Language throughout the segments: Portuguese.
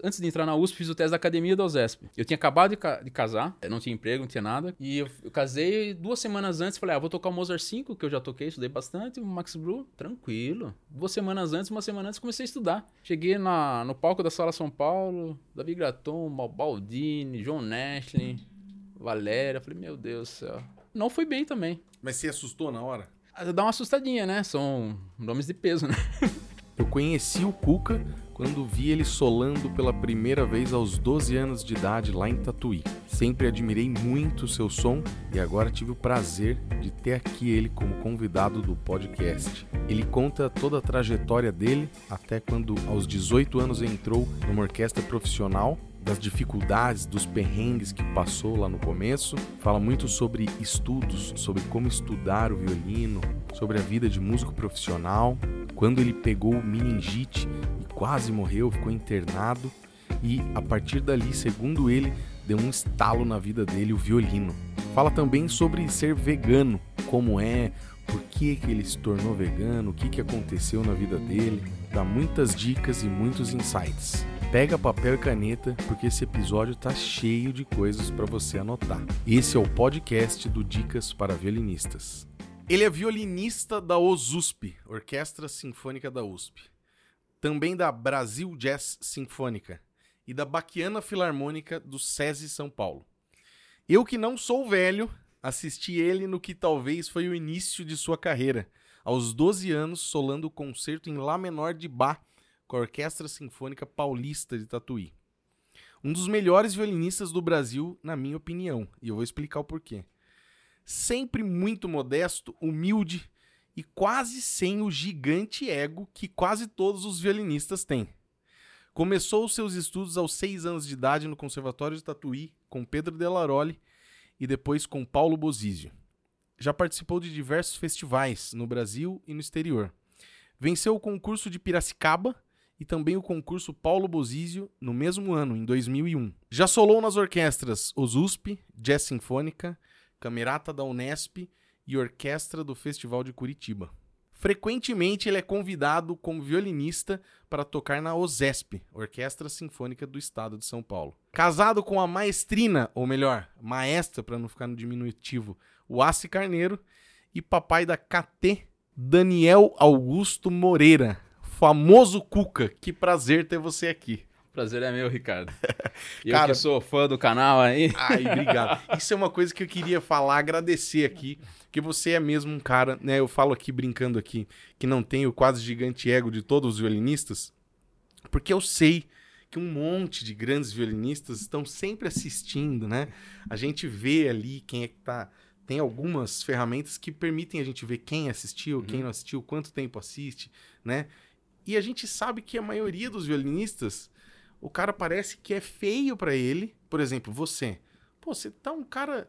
Antes de entrar na USP, fiz o teste da academia da USESP. Eu tinha acabado de, ca- de casar, eu não tinha emprego, não tinha nada. E eu, eu casei duas semanas antes, falei, ah, vou tocar o Mozart 5, que eu já toquei, estudei bastante, o Max Blue, tranquilo. Duas semanas antes, uma semana antes, comecei a estudar. Cheguei na, no palco da Sala São Paulo, Davi Graton, Mal- Baldini, John Nashley, Valéria. Falei, meu Deus do céu. Não fui bem também. Mas se assustou na hora? Ah, Dá uma assustadinha, né? São nomes de peso, né? Eu conheci o Cuca quando vi ele solando pela primeira vez aos 12 anos de idade lá em Tatuí. Sempre admirei muito o seu som e agora tive o prazer de ter aqui ele como convidado do podcast. Ele conta toda a trajetória dele até quando aos 18 anos entrou numa orquestra profissional das dificuldades, dos perrengues que passou lá no começo. Fala muito sobre estudos, sobre como estudar o violino, sobre a vida de músico profissional, quando ele pegou meningite e quase morreu, ficou internado. E a partir dali, segundo ele, deu um estalo na vida dele o violino. Fala também sobre ser vegano, como é, por que, que ele se tornou vegano, o que, que aconteceu na vida dele. Dá muitas dicas e muitos insights. Pega papel e caneta, porque esse episódio tá cheio de coisas para você anotar. Esse é o podcast do Dicas para Violinistas. Ele é violinista da OSUSP, Orquestra Sinfônica da USP. Também da Brasil Jazz Sinfônica e da Baquiana Filarmônica do SESI São Paulo. Eu que não sou velho, assisti ele no que talvez foi o início de sua carreira, aos 12 anos solando o concerto em Lá menor de Bach com a Orquestra Sinfônica Paulista de Tatuí. Um dos melhores violinistas do Brasil, na minha opinião, e eu vou explicar o porquê sempre muito modesto, humilde e quase sem o gigante ego que quase todos os violinistas têm. Começou os seus estudos aos seis anos de idade no Conservatório de Tatuí com Pedro Delaroli e depois com Paulo Bozizio. Já participou de diversos festivais no Brasil e no exterior. Venceu o concurso de Piracicaba e também o concurso Paulo Bozizio no mesmo ano, em 2001. Já solou nas orquestras OSUSP, Jazz Sinfônica, Camerata da Unesp e Orquestra do Festival de Curitiba. Frequentemente ele é convidado como violinista para tocar na OSESP, Orquestra Sinfônica do Estado de São Paulo. Casado com a maestrina, ou melhor, maestra para não ficar no diminutivo, Waci Carneiro e papai da KT, Daniel Augusto Moreira, famoso Cuca. Que prazer ter você aqui. Prazer é meu, Ricardo. Eu Cara- que sou fã do canal aí. Ai, obrigado. Isso é uma coisa que eu queria falar, agradecer aqui, porque você é mesmo um cara, né? Eu falo aqui brincando aqui que não tem o quase gigante ego de todos os violinistas, porque eu sei que um monte de grandes violinistas estão sempre assistindo, né? A gente vê ali quem é que tá tem algumas ferramentas que permitem a gente ver quem assistiu, quem não assistiu, quanto tempo assiste, né? E a gente sabe que a maioria dos violinistas, o cara parece que é feio pra ele. Por exemplo, você. Pô, você tá um cara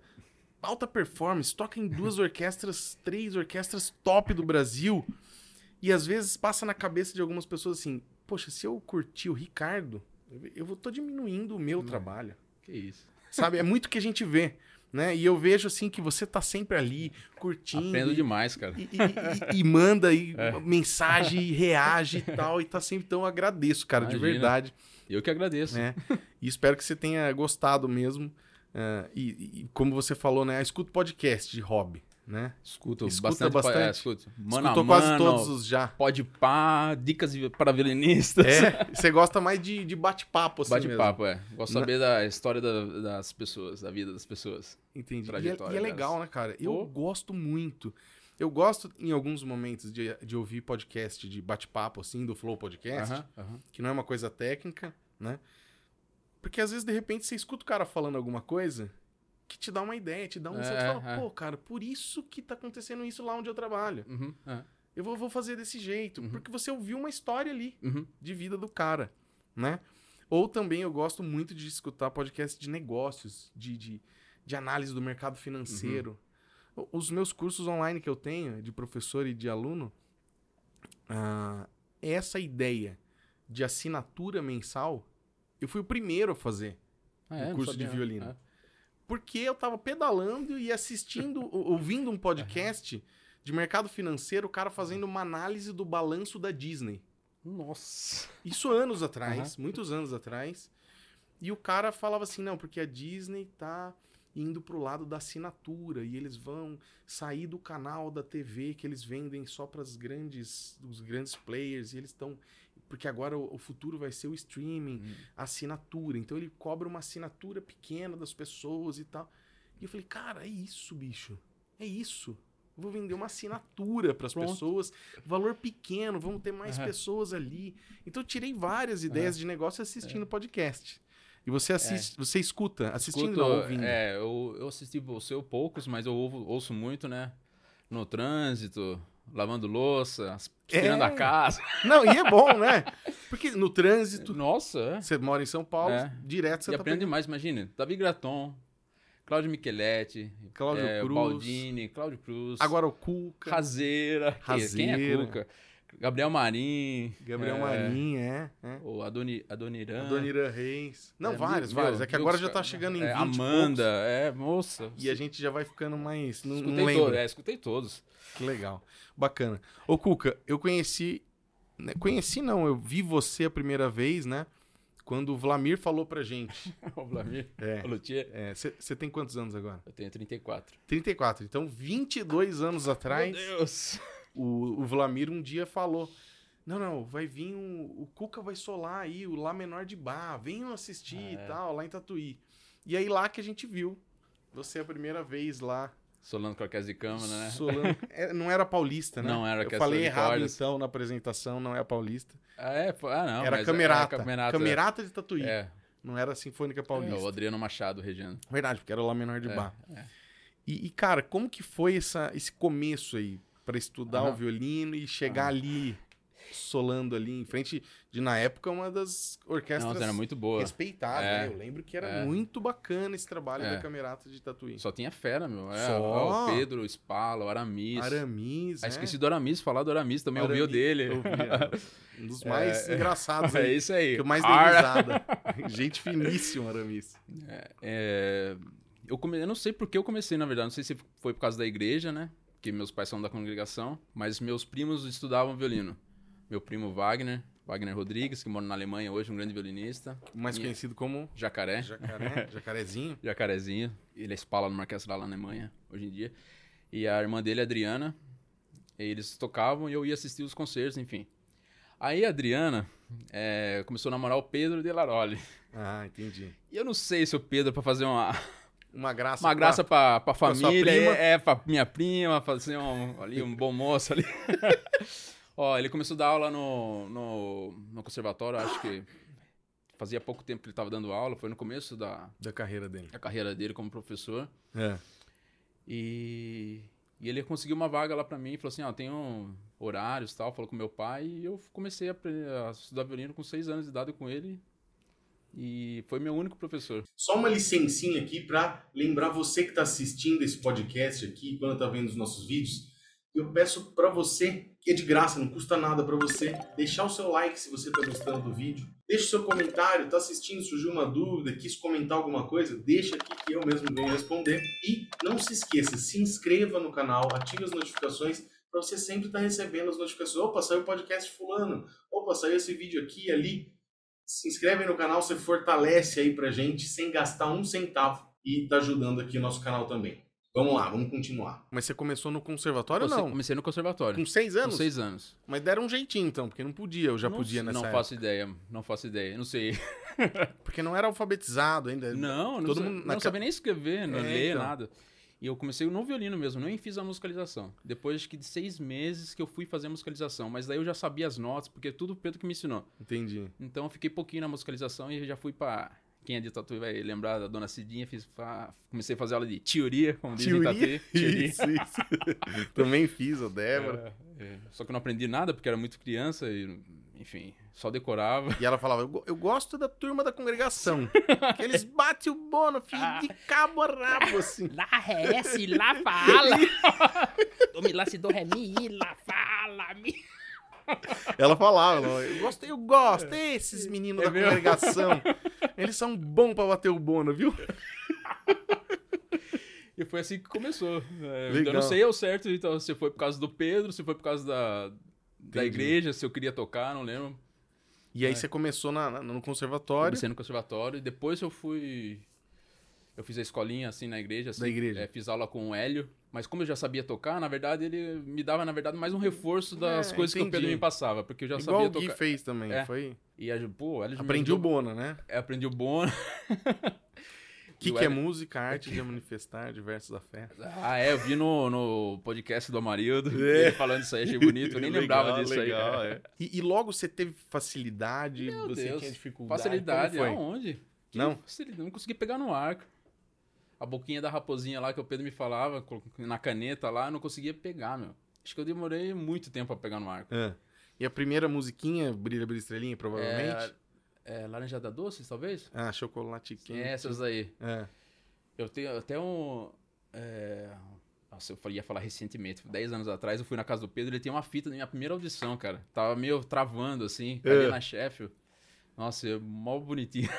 alta performance, toca em duas orquestras, três orquestras top do Brasil. E às vezes passa na cabeça de algumas pessoas assim: Poxa, se eu curtir o Ricardo, eu vou tô diminuindo o Uhum. meu trabalho Que isso. sabe? É muito que a gente vê, né? E eu vejo assim que você tá sempre ali curtindo Aprendo e- demais, É. cara. e, e- e- e manda aí mensagem, e reage e tal, e tá sempre então eu agradeço, cara, de Imagina. verdade, Eu que agradeço. né? E espero que você tenha gostado mesmo. ah, e, e como você falou, né? Escuta o podcast de hobby, né? Escuto Escuta bastante. bastante? É, escuto. Mano Escutou a quase mano, todos os já. Pode pá, dicas de- para violinistas. É, você gosta mais de, de bate-papo, assim mesmo. Bate-papo, é. Gosto de Na- saber da história da- das pessoas, da vida das pessoas. Entendi. E é- E é, trajetória delas. legal, né, cara? Eu Pô. gosto muito. Eu gosto, em alguns momentos, de, de ouvir podcast de bate-papo, assim, do Flow Podcast, Aham, aham. que não é uma coisa técnica, né? Porque às vezes, de repente, você escuta o cara falando alguma coisa que te dá uma ideia, te dá um. você É, fala, é. pô, cara, por isso que tá acontecendo isso lá onde eu trabalho. Uhum, aham, Eu vou, vou fazer desse jeito. Uhum. Porque você ouviu uma história ali uhum. de vida do cara, né? Ou também eu gosto muito de escutar podcast de negócios, de, de, de análise do mercado financeiro. O- Os meus cursos online que eu tenho, de professor e de aluno, ah, essa ideia de assinatura mensal, eu fui o primeiro a fazer. Ah, Um não curso de sabia, violino. né? Porque eu tava pedalando e assistindo, ou- ouvindo um podcast de mercado financeiro, o cara fazendo uma análise do balanço da Disney. Nossa. Isso anos atrás, muitos anos atrás. E o cara falava assim, não, porque a Disney tá indo pro lado da assinatura e eles vão sair do canal da TV que eles vendem só para os grandes os grandes players e eles estão porque agora o, o futuro vai ser o streaming, Uhum. a assinatura. Então ele cobra uma assinatura pequena das pessoas e tal. E eu falei, cara, é isso, bicho. É isso. Eu Vou vender uma assinatura para as Pronto. pessoas, valor pequeno, vão ter mais Aham. pessoas ali. Então eu tirei várias ideias de negócio assistindo podcast. E você assiste, você escuta, assistindo Escuto, não, ouvindo. É, eu, eu assisti o seu poucos, mas eu ouvo- ouço muito, né? No trânsito, lavando louça, aspirando É. a casa. Não, e é bom, né? Porque no trânsito, Nossa, é. você mora em São Paulo, É. direto você e tá aprende mais, imagina. Davi Graton, Cláudio Micheletti, pegando Cláudio é, Cruz, Baldini, Cláudio Cruz, agora o Cuca, Razeira, que- quem é Razeira. Cuca? Gabriel Marim, Gabriel é, Marim, é. é. o Adoni, Adoniran. Adoniran Reis. Não, É, vários, meu- vários. É que meu, agora já cara, tá chegando em é, 20 e Amanda, é, moça. poucos, e a gente já vai ficando mais... Não, não escutei todos, lembro. é, escutei todos. Que legal. Bacana. Ô, Cuca, eu conheci. né, Conheci não, eu vi você a primeira vez, né? Quando o Vlamir falou pra gente. o Vladimir, É. o Luthier. Você tem quantos anos agora? Eu tenho 34. 34. Então, 22 anos atrás, Meu Deus. o, o Vlamir um dia falou: Não, não, vai vir um, o Cuca vai solar aí, o Lá Menor de Bar, venham assistir É. e tal, lá em Tatuí. E aí lá que a gente viu. Você a primeira vez lá. Solando com a casa de cama, né? solando- É, não era paulista, né? Não, era que Eu é falei Sônia errado Cordas. então na apresentação, não é a paulista. Ah, é, pô, ah, não. era mas Camerata. Era camerata. camerata. de Tatuí. É, Não era Sinfônica é, o Paulista. Adriano Machado regendo. Verdade, porque era lá menor de É, bar. E, e, cara, como que foi essa, esse começo aí pra estudar Aham. o violino e chegar Aham. ali solando ali em frente de na época uma das orquestras Nossa, era muito boa. respeitadas, É. né? Eu lembro que era É. muito bacana esse trabalho É. da Camerata de Tatuí. Só tinha fera, meu. É, Só? ó, o Pedro, o Spala, o Aramis. Aramis, Ah, né? esqueci do Aramis, falar do Aramis também, ouviu Aramis, dele. Eu vi, é, um dos mais engraçados é aí. isso aí. Que eu mais dei Ar- risada. Gente finíssima, Aramis. É, eu, come... eu não sei por que eu comecei, na verdade. Não sei se foi por causa da igreja, né? Porque meus pais são da congregação. Mas meus primos estudavam violino. Meu primo Wagner, Wagner Rodrigues, que mora na Alemanha hoje, um grande violinista. Mais E- É. conhecido como Jacaré. jacaré, jacarezinho. Jacarezinho. Ele é espala numa orquestra lá na Alemanha, hoje em dia. E a irmã dele, Adriana. e Eles tocavam e eu ia assistir os concertos, enfim. Aí a Adriana eh, começou a namorar o Pedro de Laroli. Ah, entendi. E eu não sei se o Pedro, pra fazer uma, Uma graça. uma graça pra, pra pra sua família, prima. é, é, pra minha prima, fazer um, ali, um bom moço ali. Ó, ele começou a dar aula no, no, no conservatório, acho que fazia pouco tempo que ele estava dando aula, foi no começo da, Da carreira dele. da carreira dele como professor. É. E, e ele conseguiu uma vaga lá pra mim, falou assim, ó, tem um horários e tal, falou com meu pai, e eu comecei a, apre- a estudar violino com seis anos de idade com ele, e foi meu único professor. Só uma licencinha aqui para lembrar você que está assistindo esse podcast aqui, quando está vendo os nossos vídeos, eu peço para você, que é de graça, não custa nada para você, deixar o seu like se você está gostando do vídeo. Deixa o seu comentário, está assistindo, surgiu uma dúvida, quis comentar alguma coisa, deixa aqui que eu mesmo venho responder. E não se esqueça, se inscreva no canal, ative as notificações para você sempre estar recebendo as notificações. Opa, saiu o podcast fulano, opa, saiu esse vídeo aqui, ali se inscreve no canal, você fortalece aí pra gente sem gastar um centavo e tá ajudando aqui o nosso canal também. Vamos lá, vamos continuar. Mas você começou no conservatório Comecei- não? Comecei no conservatório, Com seis com anos? seis anos. Mas deram um jeitinho então, porque não podia, eu já não, podia nessa Não época. faço ideia, não faço ideia. Não sei. Porque não era alfabetizado ainda. Não, não, É, todo sa- mundo na não ca- sabia nem escrever, não É, ler, então. nada. E eu comecei no violino mesmo, nem fiz a musicalização. Depois acho que de seis meses que eu fui fazer a musicalização, mas daí eu já sabia as notas, porque é tudo o Pedro que me ensinou. Entendi. Então eu fiquei pouquinho na musicalização e já fui pra. Quem é de Tatuí vai lembrar da dona Cidinha, fiz fa- comecei a fazer aula de teoria, como dizem em Tatuí. Teoria? Teoria. Isso, isso. Também fiz, a Débora. É, é. Só que eu não aprendi nada porque era muito criança e, enfim, só decorava. E ela falava, eu, go- eu gosto da turma da congregação. que eles batem o bono, filho, de cabo a rabo, assim. Lá ré, S, lá fala. Do mi, lá, si, do, ré, mi, lá fala, mi. Ela falava, ela, eu gosto, eu gosto, esses meninos É da mesmo? congregação. Eles são bons pra bater o bono, viu? E foi assim que começou. É, Eu Legal. não sei ao certo então, se foi por causa do Pedro, se foi por causa da, da Entendi. igreja, se eu queria tocar, não lembro. E É. aí você começou na- na- no conservatório. Comecei no conservatório. Depois eu fui. Eu fiz a escolinha assim na igreja. Assim, Da igreja. é, fiz aula com o Hélio. Mas como eu já sabia tocar, na verdade ele me dava, na verdade, mais um reforço das É, coisas que o entendi. Pedro me passava. Porque eu já Igual o sabia Gui tocar. fez também, É. foi? E aí, pô, o Hélio me Aprendi o ajudou- Bona, né? É, aprendi o bono. O que, o que é Hélio- música, arte de manifestar, diversos afetos. Ah, é, eu vi no, no podcast do Amarildo É. ele falando isso aí, achei bonito. Eu nem lembrava disso aí. É. né? E, e logo você teve facilidade, Meu você Deus. tinha dificuldade. Facilidade, é um como foi? aonde? Que Não? Facilidade, não consegui pegar no arco. A boquinha da raposinha lá que o Pedro me falava, col- na caneta lá, eu não conseguia pegar, meu. Acho que eu demorei muito tempo pra pegar no arco. Ah. E a primeira musiquinha, Brilha, Brilha, Estrelinha, provavelmente? É, laranjada doce, talvez? Ah, Chocolate Quente. É, essas aí. Ah. Eu tenho até um. é, Nossa, eu falei- ia falar recentemente, 10 anos atrás, eu fui na casa do Pedro, ele tem uma fita da minha primeira audição, cara. Tava meio travando, assim, É. ali na Sheffield. Nossa, é mó bonitinho.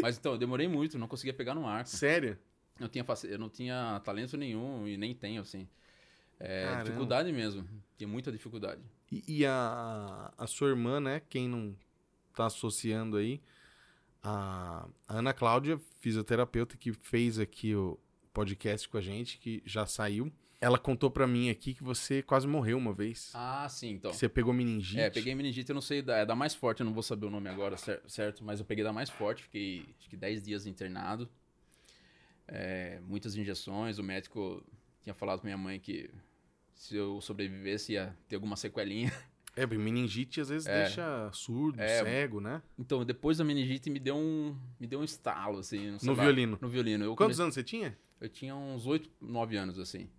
Mas então, eu demorei muito, não conseguia pegar no arco. Sério? Não tinha, faci- eu não tinha talento nenhum e nem tenho, assim. É, Caramba. dificuldade mesmo. Tinha muita dificuldade. E, e a, a sua irmã, né? Quem não tá associando aí, a, a Ana Cláudia, fisioterapeuta, que fez aqui o podcast com a gente, que já saiu. Ela contou pra mim aqui que você quase morreu uma vez. Ah, sim, então. Que você pegou meningite. É, peguei meningite, eu não sei, da- é da mais forte, eu não vou saber o nome agora, cer- certo? Mas eu peguei da mais forte, fiquei acho que 10 dias internado. É, muitas injeções, o médico tinha falado pra minha mãe que se eu sobrevivesse ia ter alguma sequelinha. É, porque meningite às vezes É. deixa surdo, É. cego, né? Então, depois da meningite me deu um, me deu um estalo, assim. não sei No lá. violino. No violino. Eu, Quantos comecei- anos você tinha? eu tinha uns 8, 9 anos, assim.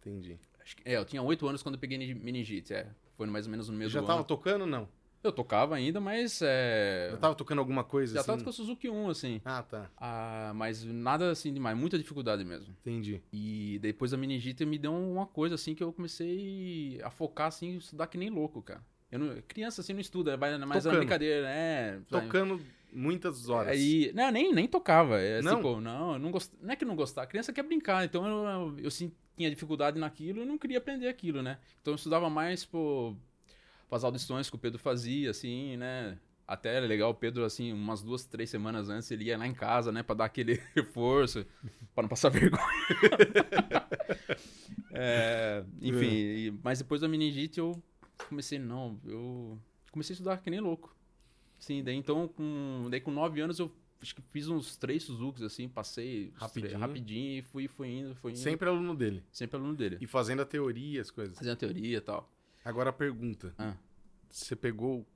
Entendi. Acho que- é, eu tinha 8 anos quando eu peguei ni- meningite, é. Foi mais ou menos no meio Já do tava ano. tocando ou não? Eu tocava ainda, mas é... Já tava tocando alguma coisa Já assim? tava com o Suzuki 1, assim. Ah, tá. Ah, mas nada assim demais, muita dificuldade mesmo. Entendi. E depois a meningite me deu uma coisa assim que eu comecei a focar assim, estudar que nem louco, cara. Eu não- criança assim não estuda, vai mais na Tocando. brincadeira, né? Tocando muitas horas. É, Aí, não, nem, nem tocava. É, Não? Tipo, não, eu não, gost... não é que não gostava. A criança quer brincar, então eu, eu, sim- tinha dificuldade naquilo e não queria aprender aquilo, né? Então eu estudava mais pô, as audições que o Pedro fazia, assim, né? Até era legal, o Pedro, assim, umas duas, três semanas antes, ele ia lá em casa, né, pra dar aquele reforço, pra não passar vergonha. É, enfim, e- mas depois da meningite eu comecei, não, eu comecei a estudar que nem louco. Sim, daí então, com, daí com 9 anos eu acho que fiz uns três Suzukis, assim, passei os três- Rapidinho. rapidinho e fui, fui indo, fui indo. Sempre aluno dele. Sempre aluno dele. E fazendo a teoria, as coisas. Fazendo teoria e tal. Agora a pergunta. Ah. Você pegou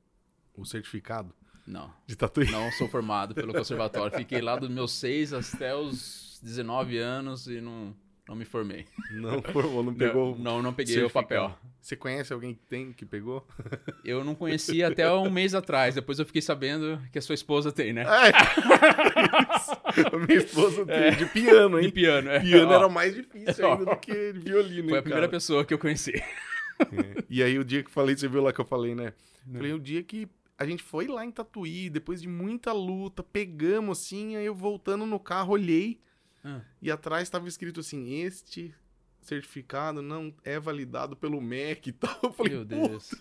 o certificado Não, de tatuagem? não sou formado pelo conservatório. Fiquei lá dos meus 6 até os 19 anos e não, não me formei. Não, formou, não pegou. Não, não, não peguei o certificado. papel. Você conhece alguém que tem, que pegou? Eu não conhecia até um mês atrás. Depois eu fiquei sabendo que a sua esposa tem, né? Ai, a minha esposa tem, de piano, E hein? piano, é. Piano Ó, era mais difícil ainda do que violino, Foi a hein, primeira cara? pessoa que eu conheci. É. E aí o dia que eu falei, você viu lá que eu falei, né? Falei, o dia que a gente foi lá em Tatuí, depois de muita luta, pegamos assim, aí eu voltando no carro, olhei, Ah. e atrás estava escrito assim, este certificado não é validado pelo MEC e tal. Eu falei, Meu "Pô, Deus.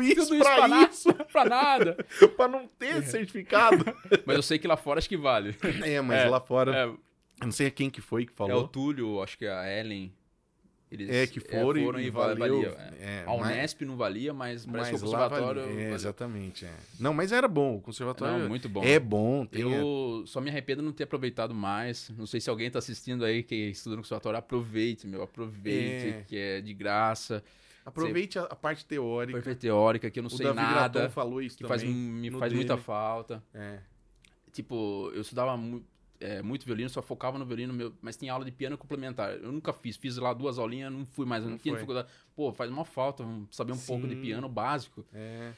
isso Tudo isso pra, pra nada. É. isso, pra nada. pra não ter certificado. Mas eu sei que lá fora acho que vale. É, mas É, lá fora, É, eu não sei quem que foi que é o falou. Túlio, acho que a Ellen. Eles É, que foram, e, va- valeu. é. É, A mas- Unesp não valia, mas parece que o mas lá conservatório. valeu. É, valeu. exatamente. é. Não, mas era bom. O Não, conservatório muito bom. é bom. Tem a- Eu só me arrependo de não ter aproveitado mais. Não sei se alguém tá assistindo aí que estuda no conservatório. Aproveite, meu. Aproveite, É. que é de graça. Aproveite a, a parte teórica. Perfeita teórica, que eu não O sei Davi nada. Graton falou isso que também. faz, me no faz muita dele. falta. É. Tipo, eu estudava mu- é, muito violino, só focava no violino, meu, mas tinha aula de piano complementar. Eu nunca fiz, fiz lá duas aulinhas, não fui mais, eu não, Não tinha foi. dificuldade. Pô, faz uma falta um- saber um pouco de Sim. piano básico. É,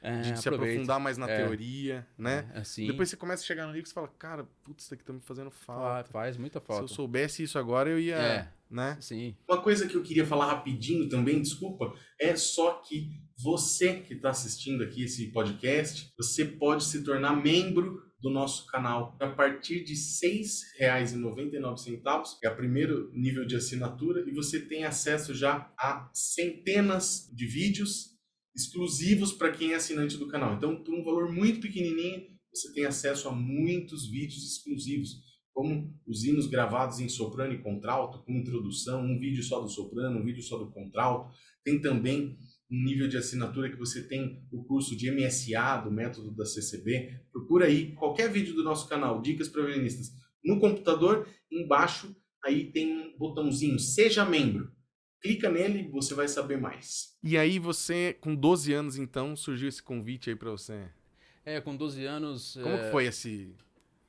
É, de se aproveita. aprofundar mais na É. teoria, né? Assim, Depois você começa a chegar no livro e você fala, cara, putz, isso aqui tá me fazendo fa- falta. Ah, faz muita Se eu falta. soubesse isso agora, eu ia, É, né? sim. Uma coisa que eu queria falar rapidinho também, desculpa, é só tá que você que está assistindo aqui esse podcast, você pode se tornar membro do nosso canal. A partir de R$ 6,99 é o primeiro nível de assinatura e você tem acesso já a centenas de vídeos exclusivos para quem é assinante do canal. Então, por um valor muito pequenininho, você tem acesso a muitos vídeos exclusivos, como os hinos gravados em soprano e contralto, com introdução, um vídeo só do soprano, um vídeo só do contralto. Tem também um nível de assinatura que você tem o curso de MSA do método da CCB. Procura aí qualquer vídeo do nosso canal, Dicas para Violinistas, no computador, embaixo aí tem um botãozinho Seja Membro. Clica nele, você vai saber mais. E aí você, com 12 anos então, surgiu esse convite aí pra você. É, com 12 anos. Como É. é, que foi esse...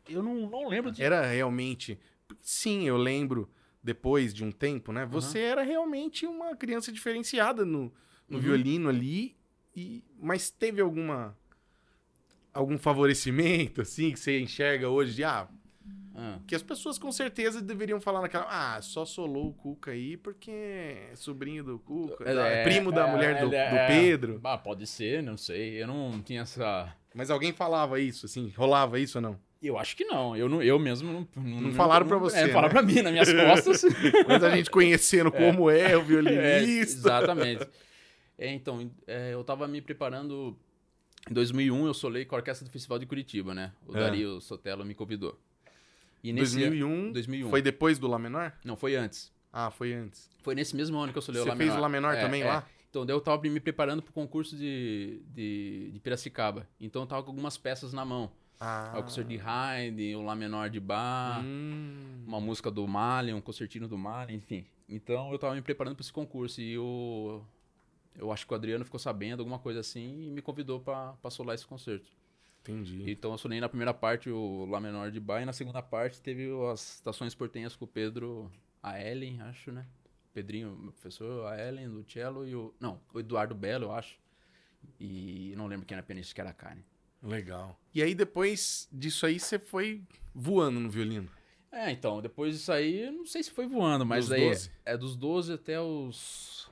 Eu não, não lembro de. Era realmente... Sim, eu lembro, depois de um tempo, né? Você era realmente uma criança diferenciada no, no Uhum. violino ali, e... mas teve alguma... Algum favorecimento, assim, que você enxerga hoje de, ah, Ah. Que as pessoas com certeza deveriam falar naquela. Ah, só solou o Cuca aí porque é sobrinho do Cuca. É, não, é primo da é, mulher do, ele é- do Pedro. Ah, pode ser, não sei. Eu não tinha essa. Mas alguém falava isso, assim, rolava isso ou não? Eu acho que não. Eu, não, eu mesmo não. Não, falaram pra você, É, né? não falaram pra mim, nas minhas costas. Mas a gente conhecendo como é, o É, violinista. exatamente. É, então, é, eu tava me preparando. Em 2001, eu solei com a orquestra do Festival de Curitiba, né? O É. Dario Sotelo me convidou. E nesse 2001, 2001. Foi depois do Lá menor? Não, foi antes. Ah, foi antes. Foi nesse mesmo ano que eu solei Você o Lá fez Menor. o Lá menor É, também é. lá? Então, daí eu tava me preparando pro concurso de, de, de Piracicaba. Então, eu tava com algumas peças na mão. Ah. É O concerto de Haydn, o Lá menor de Bach, Hum. uma música do Mahler, um concertino do Mahler, enfim. Então eu tava me preparando para esse concurso e eu, eu acho que o Adriano ficou sabendo, alguma coisa assim, e me convidou para solar esse concerto. Entendi. Então eu solei na primeira parte o Lá menor de Bach e na segunda parte teve as estações portenhas com o Pedro, a Ellen, acho, né? Pedrinho, meu professor, a Ellen do cello e o... Não, o Eduardo Belo, eu acho. E não lembro quem era pianista, que era a Karen. Legal. E aí, depois disso aí, você foi voando no violino. É, então, depois disso aí, eu não sei se foi voando, mas Dos daí 12. é dos 12 até os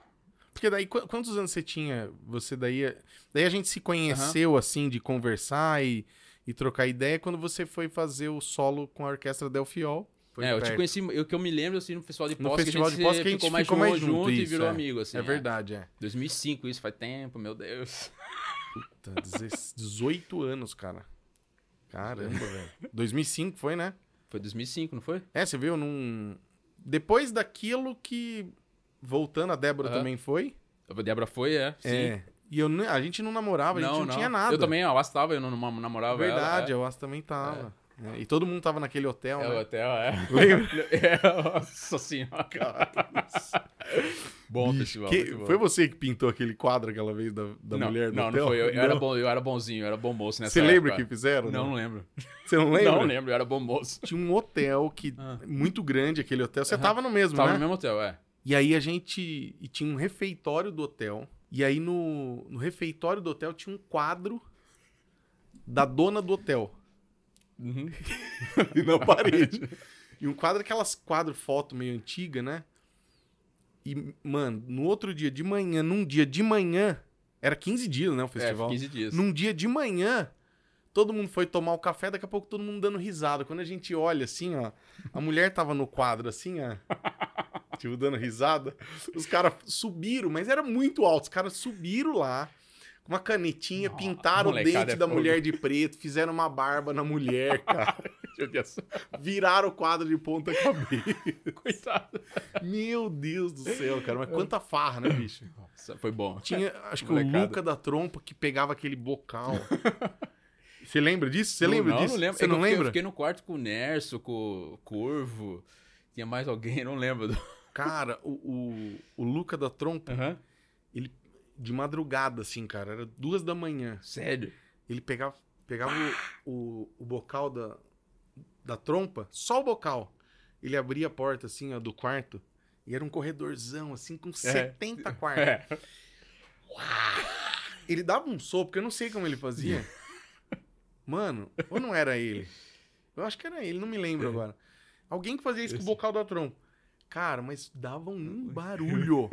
Porque daí, qu- quantos anos você tinha? Você daí. Daí a gente se conheceu, assim, de conversar e, e trocar ideia quando você foi fazer o solo com a orquestra Delfiol. Foi é, eu te perto. conheci, eu que eu me lembro assim no festival de No pós, que Festival a de gente, Pós se- que a gente ficou mais ficou de um mais junto, junto, e isso, virou é. amigo assim. É verdade, é. 2005 isso faz tempo, meu Deus. Tá, deze- 18 anos, cara. Caramba, velho. 2005 foi, né? Foi 2005, não foi? É, você viu num. Depois daquilo que. Voltando, a Débora Aham. também foi. A Débora foi, é. Sim. É. E eu, ne- a gente não namorava, a gente não, tinha nada. Eu também, a Alas tava, eu não nam- namorava Verdade, ela. eu acho que também tava. É, E todo mundo tava naquele hotel, É, né? o hotel, é. Lembra? é. Nossa senhora. Bom Bicho, festival. que- muito bom. Foi você que pintou aquele quadro aquela vez da, da não, mulher do Não, hotel? não foi. Eu, eu era bom, eu era bonzinho, eu era bom moço nessa Você lembra que época. fizeram? né? Não, não lembro. Você não lembra? Não lembro, eu era bom moço. Tinha um hotel que Ah. muito grande aquele hotel. Você Aham. tava no mesmo, Tava né? no mesmo hotel, é. E aí a gente e tinha um refeitório do hotel. E aí no, no refeitório do hotel tinha um quadro da dona do hotel Uhum. na parede. E um quadro aquelas quadro foto meio antiga, né? E mano, no outro dia de manhã, num dia de manhã, era 15 dias, né, o festival. É, 15 dias. Num dia de manhã, todo mundo foi tomar o café, daqui a pouco todo mundo dando risada. Quando a gente olha assim, ó, a mulher tava no quadro assim, ó, tipo dando risada. Os caras subiram, mas era muito alto. Os caras subiram lá com uma canetinha, Nossa, pintaram o dente molecada é da fogo. mulher de preto, fizeram uma barba na mulher, cara. Meu Deus. Viraram o quadro de ponta cabeça. Coitado. Meu Deus do céu, cara. Mas quanta farra, né, bicho? Nossa, foi bom. Tinha, acho que o Molecada. Luca da Trompa que pegava aquele bocal. Você lembra disso? Você Não, lembra não, disso? Não lembro. Você É que não eu fiquei- lembra? Eu fiquei no quarto com o Nerso, com o Corvo. Tinha mais alguém, não lembro. Cara, o, o, o Luca da Trompa, de madrugada, assim, cara, era duas da manhã. Sério. Ele pegava, pegava o, o, o bocal da, da trompa, só o bocal. Ele abria a porta, assim, ó, do quarto, e era um corredorzão, assim, com 70 quartos. É. Ele dava um sopro, que eu não sei como ele fazia. Mano, ou não era ele? Eu acho que era ele, não me lembro agora. Alguém que fazia isso com o bocal da trompa. Cara, mas dava um barulho.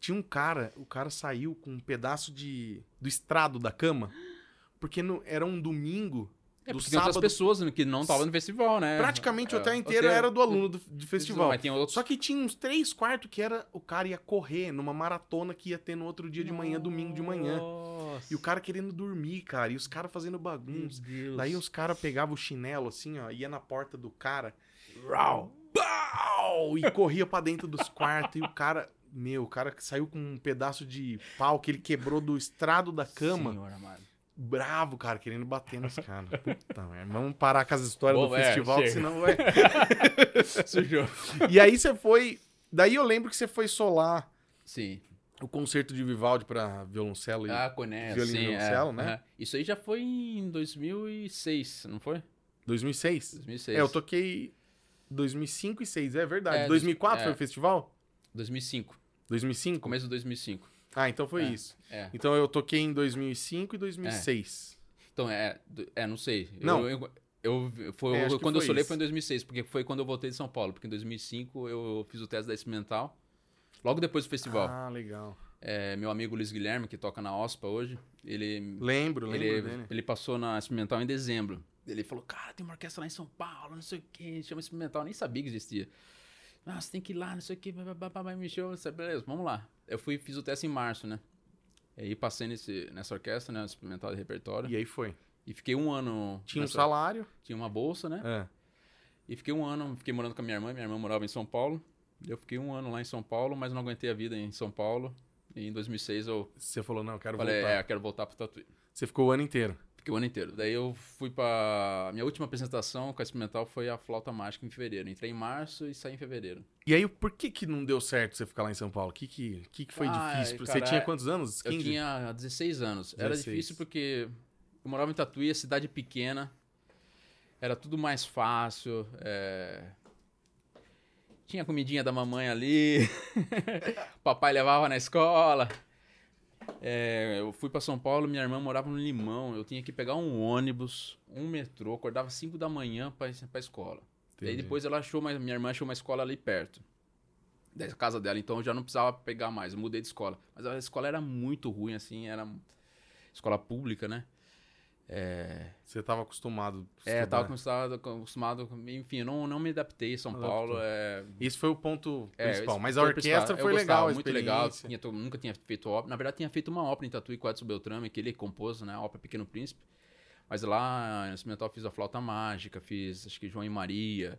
Tinha um cara, o cara saiu com um pedaço de do estrado da cama, porque no- era um domingo É do porque tem outras sábado. pessoas que não estavam no festival, né? Praticamente o É, hotel inteiro era do aluno do, de festival. Mas tem outros- Só que tinha uns três quartos que era o cara ia correr numa maratona que ia ter no outro dia de manhã, domingo de manhã. Nossa, E o cara querendo dormir, cara. E os caras fazendo meu bagunça. Deus. Daí os caras pegavam o chinelo assim, ó, ia na porta do cara. Rau! Bau! E corria pra dentro dos quartos. E o cara. Meu, o cara que saiu com um pedaço de pau que ele quebrou do estrado da cama. Senhor amado. Bravo, cara, querendo bater nos caras. Puta merda. Vamos parar com as histórias Bom, do é, festival, que chega. senão vai. Sujou. E aí você foi. Daí eu lembro que você foi solar Sim. o concerto de Vivaldi pra violoncelo. e- Ah, conhece. Violino sim, e é, violoncelo, né? aham. Isso aí já foi em 2006, não foi? 2006? 2006. É, eu toquei 2005 e 6, é verdade. É, 2004 é. foi o festival? 2005. 2005? Começo de 2005. Ah, então foi É. isso. É. Então eu toquei em 2005 e 2006. Então, é, do- é não sei. Eu- Não. Eu, eu, foi, É, acho que quando foi eu solei isso. foi em 2006, porque foi quando eu voltei de São Paulo. Porque em 2005 eu fiz o teste da Experimental, logo depois do festival. Ah, legal. É, meu amigo Luiz Guilherme, que toca na OSPA hoje, ele, Lembro, lembro ele, dele. ele passou na Experimental em dezembro. Ele falou, cara, tem uma orquestra lá em São Paulo, não sei o que, chama Experimental, eu nem sabia que existia. Ah, você tem que ir lá, não sei o que, vai me chama, beleza, vamos lá. Eu fui, fiz o teste em março, né? E aí passei nesse, nessa orquestra, né, Experimental de Repertório. E aí foi. E fiquei um ano. Tinha um nessa- salário. Tinha uma bolsa, né? É. E fiquei um ano, fiquei morando com a minha irmã, minha irmã morava em São Paulo. Eu fiquei um ano lá em São Paulo, mas não aguentei a vida em São Paulo. E em 2006 eu Você falou, não, eu quero falei, voltar. é, quero voltar pro Tatuí. Você ficou o ano inteiro. Fiquei o ano inteiro. Daí eu fui pra. Minha última apresentação com a Experimental foi a Flauta Mágica em fevereiro. Entrei em março e saí em fevereiro. E aí, por que que não deu certo você ficar lá em São Paulo? O que que, que, que foi Ah, difícil? pra Você cara, tinha quantos anos? Eu tinha 16 anos. Era 16. difícil porque eu morava em Tatuí, a cidade pequena. Era tudo mais fácil. é, Tinha a comidinha da mamãe ali. Papai levava na escola. É, eu fui pra São Paulo, minha irmã morava no Limão. Eu tinha que pegar um ônibus, um metrô, acordava 5 da manhã pra, ir- pra escola. Daí Entendi. depois ela achou, uma- minha irmã achou uma escola ali perto. Da casa dela, então eu já não precisava pegar mais, eu mudei de escola. Mas a escola era muito ruim, assim, era escola pública, né? Você estava acostumado. a É, estudar. tava acostumado, acostumado, enfim, eu não, não me adaptei em São Não Paulo. É, Esse foi o ponto é, principal. esse Mas a foi o principal. orquestra Eu foi gostava, legal, a muito legal. experiência. Tinha to- nunca tinha feito ópera. Na verdade, tinha feito uma ópera em Tatuí com o Edson Beltrame, que ele compôs, né? A ópera Pequeno Príncipe. Mas lá, em Cimental, fiz a Flauta Mágica, fiz, acho que João e Maria.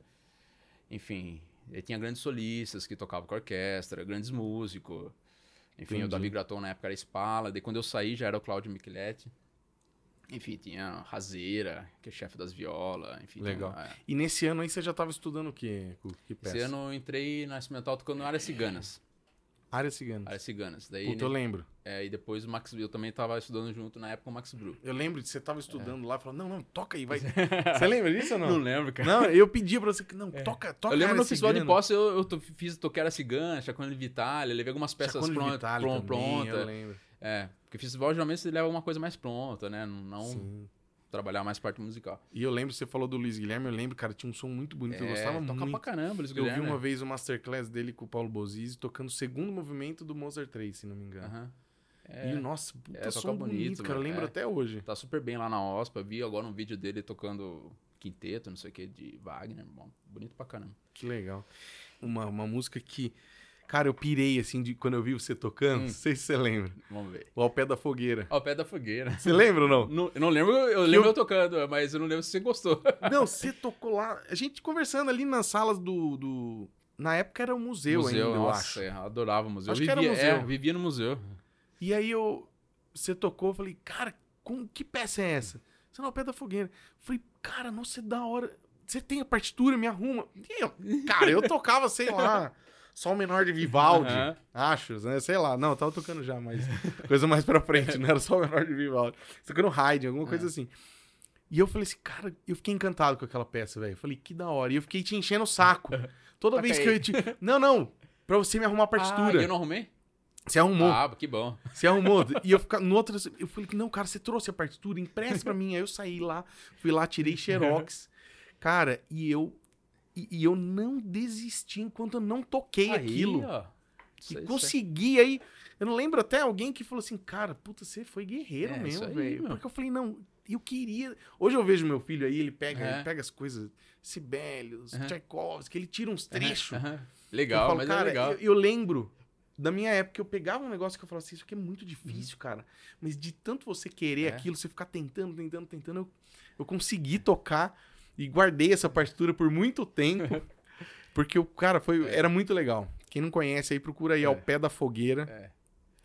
Enfim, e tinha grandes solistas que tocavam com a orquestra, grandes músicos. Enfim, Entendi. o Davi Graton na época era Spala. Daí quando eu saí já era o Cláudio Micheletti. Enfim, tinha Razeira, que é chefe das violas. Enfim, tinha Legal. uma- é. E nesse ano aí você já estava estudando o quê? Cu? Que peça? esse ano eu entrei na Cimental tocando áreas ciganas. Área cigana. Áreas ciganas. Daí, Puta, eu lembro. é, e depois o Max eu também tava estudando junto na época com o Max Bru. Eu lembro de você estava estudando lá e falando, não, não, toca aí, vai. você lembra disso ou não? lembro, cara. Não, eu pedi pra você, que não, toca, toca É. eu lembro área no festival de cigana. posse, eu, eu to- fiz toquei Era Cigana, Chaconde Vitale, levei algumas peças Chacone de prontas. Vitale Pron, também, Eu pronta. lembro. É, porque festival geralmente você leva alguma coisa mais pronta, né? Não Sim. trabalhar mais parte musical. Então, E eu lembro, você falou do Luiz Guilherme, eu lembro, cara, tinha um som muito bonito, eu É, gostava toca muito. pra caramba, né? eles Eu vi uma vez o masterclass dele com o Paulo Bozizzi tocando o segundo movimento do Mozart 3, se não me engano. É, E, nossa, puta É, toca som bonito, bonito, cara. Eu mano, é. lembro até hoje. Tá super bem lá na OSPA. Vi agora um vídeo dele tocando quinteto, não sei o que, de Wagner. Bom, bonito pra caramba. Que legal. Uma, uma música que, cara, eu pirei, assim, de quando eu vi você tocando. Hum. Não sei se você lembra. Vamos ver. O Ao Pé da Fogueira. Ao pé da fogueira. Você lembra ou não? Não, eu não lembro, eu lembro eu tocando, mas eu não lembro se você gostou. não, você tocou lá. A gente conversando ali nas salas do... do- Na época era o museu, ainda, eu acho. nossa, é. eu adorava o museu. Acho que vivia, era um museu. É, vivia no museu. E aí eu. Você tocou, eu falei, cara, com, que peça é essa? Você não, é o pé da fogueira. Eu falei, cara, nossa, é da hora. Você tem a partitura, me arruma. E eu, cara, eu tocava, sei lá, Sol menor de Vivaldi. Aham. Acho, né? Sei lá. Não, eu tava tocando já, mas coisa mais pra frente, não era Sol menor de Vivaldi. Tocando Haydn, alguma É. coisa assim. E eu falei assim, cara, eu fiquei encantado com aquela peça, velho. Eu falei, que da hora. E eu fiquei te enchendo o saco. Toda Toca vez que aí. eu ia te. Não, não. Pra você me arrumar a partitura. Ah, eu não arrumei? Você arrumou. Ah, que bom. Você arrumou? E eu ficava. No outro, eu falei que não, cara, você trouxe a partitura, empresta pra mim. Aí eu saí lá, fui lá, tirei xerox. Cara, e eu. E, e eu não desisti enquanto eu não toquei Aí, ó. aquilo. E Isso é aí, isso aí. consegui aí. Eu não lembro até alguém que falou assim, cara, puta, você foi guerreiro É, isso mesmo, aí, velho. meu. Porque eu falei, não, eu queria. Hoje eu vejo meu filho aí, ele pega, É. ele pega as coisas, Sibelius, Aham. Tchaikovsky, ele tira uns trechos. Aham. eu Legal, falo, mas cara, é legal. Eu, eu lembro da minha época, eu pegava um negócio que eu falava assim, isso aqui é muito difícil, cara. Mas de tanto você querer É. aquilo, você ficar tentando, tentando, tentando, eu, eu consegui tocar e guardei essa partitura por muito tempo. porque o cara foi, É. era muito legal. Quem não conhece aí, procura aí ao pé da fogueira. É.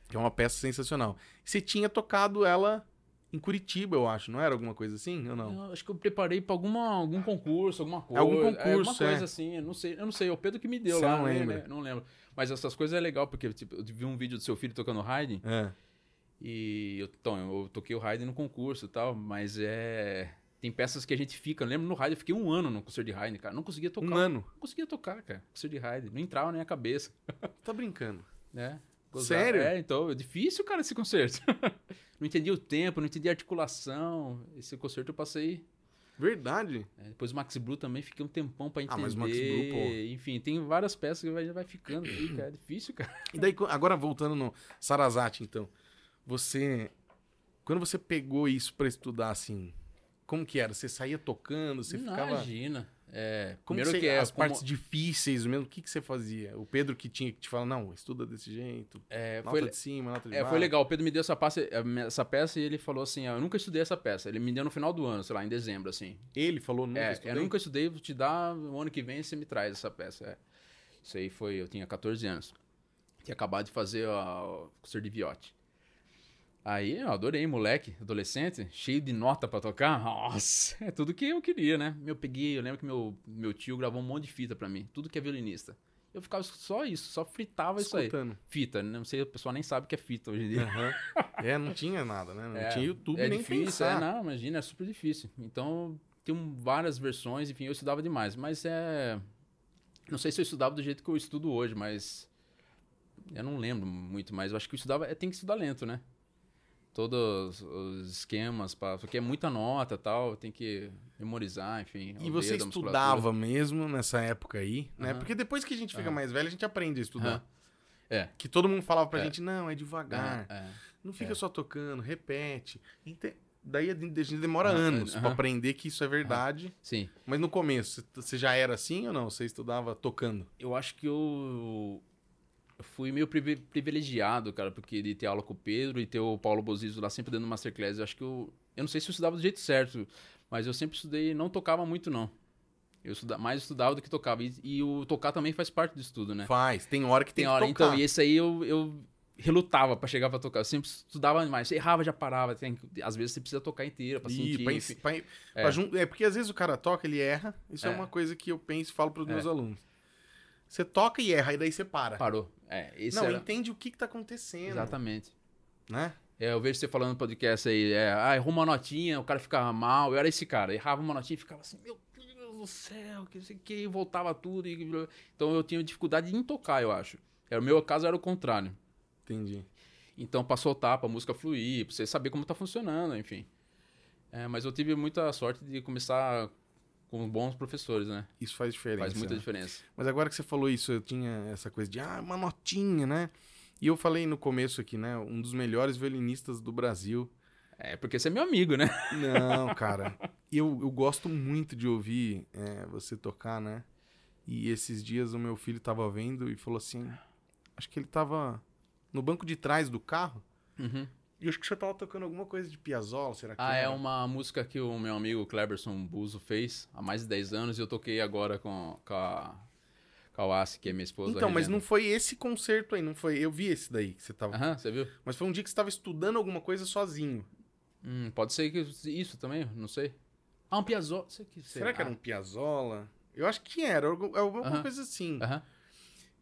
Que é uma peça sensacional. Você tinha tocado ela em Curitiba, eu acho, não era alguma coisa assim? Ou não? Eu acho que eu preparei pra alguma, algum concurso, alguma coisa. Algum é, alguma concurso, é. coisa assim, eu não sei. Eu não sei, é o Pedro que me deu Você lá. não né, lembra. né, Não lembro. Mas essas coisas é legal, porque tipo, eu vi um vídeo do seu filho tocando Haydn É. e eu, então, eu toquei o Haydn no concurso e tal, mas é. Tem peças que a gente fica. Eu lembro no Haydn, eu fiquei um ano no concerto de Haydn, cara. Não conseguia tocar. Um ano. Não conseguia tocar, cara. Concerto de Haydn. Não entrava na minha cabeça. Tá brincando. né? Sério? É, então, é difícil, cara, esse concerto. não entendi o tempo, não entendi a articulação. Esse concerto eu passei. Verdade. né? Depois o Max Blue também fiquei um tempão pra entender. Ah, mas o Max Blue, pô. Enfim, tem várias peças que vai, vai ficando aí, cara. É difícil, cara. E daí, co- agora voltando no Sarasate, então. Você. Quando você pegou isso pra estudar, assim. Como que era? Você saía tocando? Você ficava. Imagina. É, Como primeiro você, que é as como- partes difíceis mesmo, o que, que você fazia? O Pedro que tinha que te falar, não, estuda desse jeito, é, nota foi, de cima, nota de é, baixo. foi legal. O Pedro me deu essa, passa- essa peça e ele falou assim: ó, Eu nunca estudei essa peça. Ele me deu no final do ano, sei lá, em dezembro, assim. Ele falou, nunca é, estudei. eu nunca estudei, vou te dar, o ano que vem você me traz essa peça. é. Isso aí foi, eu tinha 14 anos. Tinha acabado de fazer ó, o curso de viote. Aí eu adorei, moleque, adolescente, cheio de nota pra tocar. Nossa, é tudo que eu queria, né? Eu peguei, eu lembro que meu, meu tio gravou um monte de fita pra mim, tudo que é violinista. Eu ficava só isso, só fritava isso aí. Escutando. Fita, né? não sei, o pessoal nem sabe o que é fita hoje em dia. Aham. É, não tinha nada, né? Não É, tinha YouTube é nem difícil, pensar. é, não, imagina, é super difícil. Então, tem um- várias versões, enfim, eu estudava demais, mas é não sei se eu estudava do jeito que eu estudo hoje, mas eu não lembro muito, mas eu acho que eu estudava, é, tem que estudar lento, né? Todos os esquemas, pra, porque é muita nota e tal, tem que memorizar, enfim. E É o você dedo, a musculatura. estudava mesmo nessa época aí, né? Aham. Porque depois que a gente fica Aham. mais velho, a gente aprende a estudar. Aham. É. Que todo mundo falava pra É. gente, não, é devagar, É, é. não fica só tocando, repete. Ente- Daí a gente demora Aham, anos pra Ah, é, aham. aprender que isso é verdade. Sim. Mas no começo, você- você já era assim ou não? Você estudava tocando? eu acho que eu eu fui meio privi- privilegiado, cara, porque de ter aula com o Pedro e ter o Paulo Bozizzo lá sempre dando masterclass, eu acho que eu. Eu não sei se eu estudava do jeito certo, mas eu sempre estudei, não tocava muito, não. Eu estuda, mais estudava do que tocava. E, e o tocar também faz parte do estudo, né? Faz, tem hora que tem, Tem hora, que tocar. então, e esse aí eu, eu relutava pra chegar pra tocar. Eu sempre estudava demais. Você errava, já parava. Tem, que- às vezes você precisa tocar inteira pra sentir. E pra, enfim. ens- pra, pra jun- é porque às vezes o cara toca, ele erra. Isso é, É. uma coisa que eu penso e falo pros É. meus alunos. Você toca e erra, e daí você para. Parou. É, esse não, era- entende o que, que tá acontecendo. Exatamente. Né? É, eu vejo você falando no podcast aí, é, ah, errou uma notinha, o cara ficava mal. Eu era esse cara, errava uma notinha e ficava assim, meu Deus do céu, que não sei o que, e voltava tudo. e- Então eu tinha dificuldade em tocar, eu acho. É, O meu caso era o contrário. Entendi. Então, pra soltar, pra música fluir, pra você saber como tá funcionando, enfim. É, mas eu tive muita sorte de começar com bons professores, né? Isso faz diferença. Faz muita né? diferença. Mas agora que você falou isso, eu tinha essa coisa de, ah, uma notinha, né? E eu falei no começo aqui, né? Um dos melhores violinistas do Brasil. É, porque você é meu amigo, né? Não, cara. Eu, eu gosto muito de ouvir é, você tocar, né? E esses dias o meu filho tava vendo e falou assim: Acho que ele tava no banco de trás do carro. Uhum. E acho que você tava tocando alguma coisa de Piazzolla, será que Ah, é era? uma música que o meu amigo Cleberson Buzo fez há mais de 10 anos e eu toquei agora com, com a Kawasi, que é minha esposa. Então, a mas não Regina. foi esse concerto aí, não foi. Eu vi esse daí que você tava. Aham, você viu? Mas foi um dia que você tava estudando alguma coisa sozinho. Hum, pode ser que isso também, não sei. Ah, um piazó. Sei que Será que era um Piazzolla? Eu acho que era, algu- alguma Aham. coisa assim. Aham.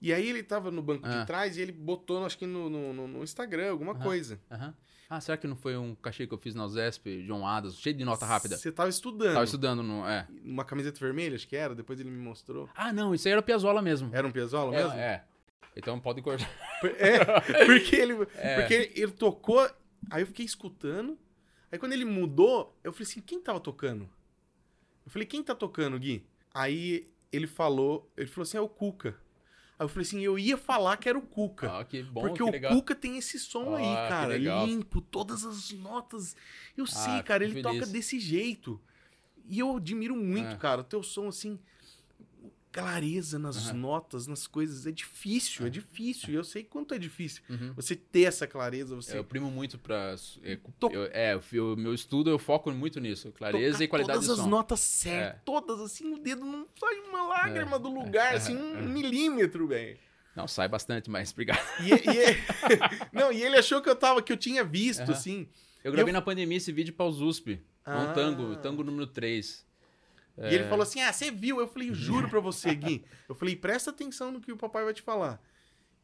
E aí ele tava no banco de Ah. trás e ele botou, acho que no, no- no- no Instagram, alguma Aham. coisa. aham. Ah, será que não foi um cachê que eu fiz na USESP, John Adams, cheio de nota rápida? Você tava estudando. Tava estudando no. É. Uma camiseta vermelha, acho que era, depois ele me mostrou. Ah, não, isso aí era o Piazzola mesmo. Era um Piazzolla é, mesmo? é. Então pode cortar. Por- é, porque ele, É. porque ele, ele tocou, aí eu fiquei escutando. Aí quando ele mudou, eu falei assim, quem tava tocando? Eu falei, quem tá tocando, Gui? Aí ele falou, ele falou assim, é o Cuca. Aí eu falei assim, eu ia falar que era o Cuca. Ah, que bom, porque que o legal. Cuca tem esse som Ah, aí, que cara. legal. Ah, Limpo, todas as notas. Eu sei, fico cara, ele feliz. toca desse jeito. E eu admiro muito, É. cara, o teu som assim. Clareza nas Aham. Ah. notas, nas coisas. É difícil, é difícil. E eu sei quanto é difícil. Uhum. Você ter essa clareza, você Eu primo muito pra. É, cu- To- eu- é, o fi- o meu estudo eu foco muito nisso. Clareza tocar e qualidade todas de as som. notas certas, É. todas assim, o dedo não sai uma lágrima do lugar, é, assim, um é. milímetro, velho. Não, sai bastante, mas obrigado. E, e- e- não, e ele achou que eu tava, que eu tinha visto, Aham. assim. Eu gravei na pandemia esse vídeo pra os USP. Ah. Um tango, tango número 3. E É. ele falou assim: Ah, você viu? Eu falei, juro pra você, Gui. Eu falei, presta atenção no que o papai vai te falar.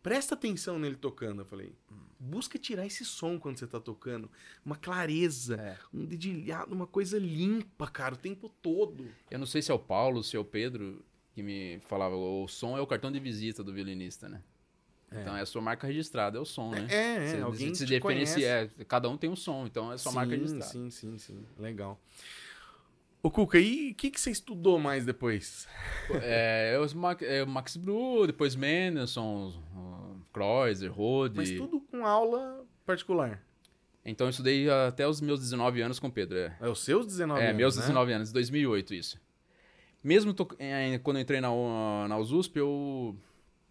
Presta atenção nele tocando. Eu falei, busca tirar esse som quando você tá tocando. Uma clareza, É. um dedilhado, uma coisa limpa, cara, o tempo todo. Eu não sei se é o Paulo, se é o Pedro que me falava, o som é o cartão de visita do violinista, né? Então é a sua marca registrada, é o som, né? É, é, Você- alguém você te conhece. é, cada um tem um som, então é sua marca registrada. Sim, sim, sim. Legal. Ô, Cuca, e o que, que você estudou mais depois? É, os Max, é, o Max Bru, depois Mendelssohn, uh, Kreuzer, Rode. Mas tudo com aula particular. Então eu estudei até os meus 19 anos com o Pedro, é. É os seus 19 É, anos, meus né? 19 anos, 2008 isso. Mesmo to- eh, quando eu entrei na, U- na USP, eu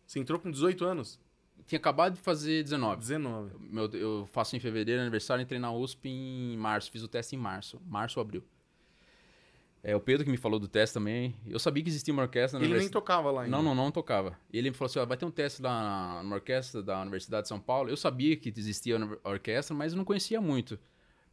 Você entrou com 18 anos? tinha acabado de fazer 19. 19. Meu- eu faço em fevereiro aniversário, entrei na USP em março, fiz o teste em março, março ou abril. É o Pedro que me falou do teste também. Eu sabia que existia uma orquestra na Ele nem universidade. tocava lá ainda. Não, não, não tocava. Ele me falou assim: ó, vai ter um teste lá na, numa orquestra da Universidade de São Paulo. Eu sabia que existia a orquestra, mas eu não conhecia muito.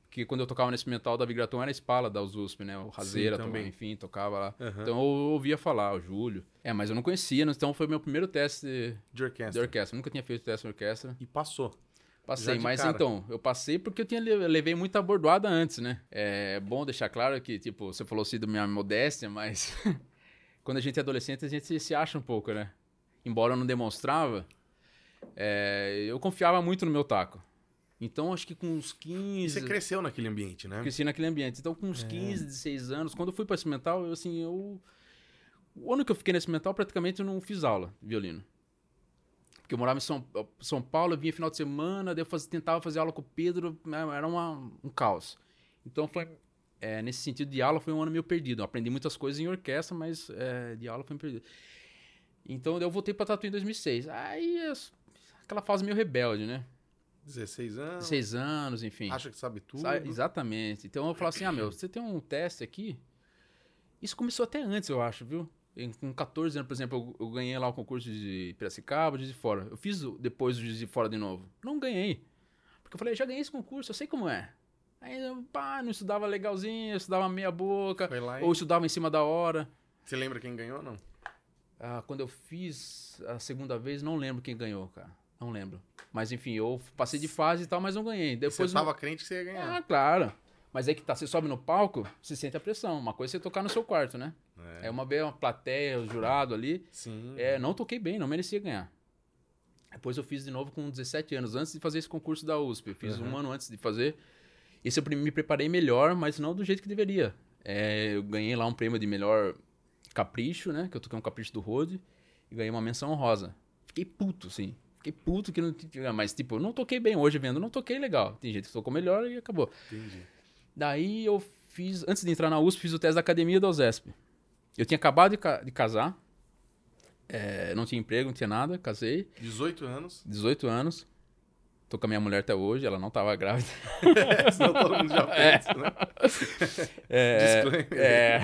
Porque quando eu tocava no instrumental da Vigraton era a Spala da USP, né? O Razeira Sim, também. também, enfim, tocava lá. Aham. Então eu ouvia falar, o Júlio. É, mas eu não conhecia, então foi meu primeiro teste De orquestra. de orquestra. Eu nunca tinha feito teste de orquestra. E passou. Já Passei, de mas cara. então, eu passei porque eu tinha le- levei muita bordoada antes, né? É bom deixar claro que, tipo, você falou assim da minha modéstia, mas quando a gente é adolescente, a gente se acha um pouco, né? Embora eu não demonstrava, é, eu confiava muito no meu taco. Então, acho que com uns E 15, você cresceu naquele ambiente, né? cresci naquele ambiente. Então, com uns 15, 16 anos, quando eu fui para esse mental, eu assim, eu o ano que eu fiquei nesse mental, praticamente eu não fiz aula de violino. Porque eu morava em São, São Paulo, eu vinha final de semana, daí eu faz- tentava fazer aula com o Pedro, né, era uma- um caos. Então foi é, nesse sentido de aula foi um ano meio perdido. Eu aprendi muitas coisas em orquestra, mas é, de aula foi meio perdido. Então daí eu voltei para Tatuí em 2006. Aí as- aquela fase meio rebelde, né? 16 anos. 16 anos, enfim. Acha que sabe tudo. Sa- Exatamente. Então eu falo assim: ah, meu, você tem um teste aqui. Isso começou até antes, eu acho, viu? Em- Com 14 anos, por exemplo, eu, eu ganhei lá o concurso de Piracicaba, Juiz de Fora. Eu fiz o- depois o Juiz de Fora de novo. Não ganhei. Porque eu falei, já ganhei esse concurso, eu sei como é. Aí, eu, pá, não estudava legalzinho, eu estudava meia boca, Foi lá e... ou estudava em cima da hora. Você lembra quem ganhou ou não? Ah, quando eu fiz a segunda vez, não lembro quem ganhou, cara. Não lembro. Mas enfim, eu passei de fase e tal, mas não ganhei. Depois você tá tava crente que você ia ganhar. ah, claro. Mas é que tá, você sobe no palco, você sente a pressão. Uma coisa é você tocar no seu quarto, né? É, uma vez uma plateia, o jurado ali. Sim. É, não toquei bem, não merecia ganhar. Depois eu fiz de novo com 17 anos, antes de fazer esse concurso da USP. Eu fiz Aham. um ano antes de fazer. Esse eu pre- me preparei melhor, mas não do jeito que deveria. É, eu ganhei lá um prêmio de melhor capricho, né? Que eu toquei um capricho do Rode. E ganhei uma menção honrosa. Fiquei puto, assim. Fiquei puto que não tinha. Mas, tipo, eu não toquei bem hoje vendo, não toquei legal. Tem gente que tocou melhor e acabou. Entendi. Daí eu fiz, antes de entrar na USP, fiz o teste da academia da USESP. Eu tinha acabado de, ca- de casar, é, não tinha emprego, não tinha nada, casei, 18 anos. 18 anos. Tô com a minha mulher até hoje, ela não tava grávida. Senão todo mundo já pensa, né? É, Disclaimer. é.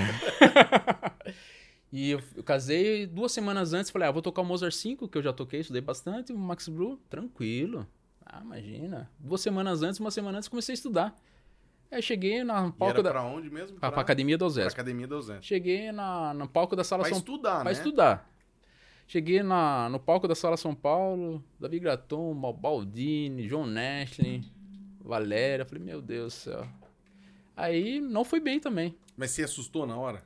e eu, eu casei duas semanas antes, falei, ah, vou tocar o Mozart 5, que eu já toquei, estudei bastante, o Max Bru, tranquilo. Ah, imagina. Duas semanas antes, uma semana antes, comecei a estudar. Aí cheguei na E palco era da pra onde mesmo? pra, pra academia da pra USESP. academia da Usante. Cheguei na, no palco da Sala Pra São estudar, um Pra né? estudar. Cheguei na, no palco da Sala São Paulo, Davi Graton, Mal- Baldini, John Nashlin, Valéria. Falei, meu Deus do céu. Aí não foi bem também. Mas você assustou na hora?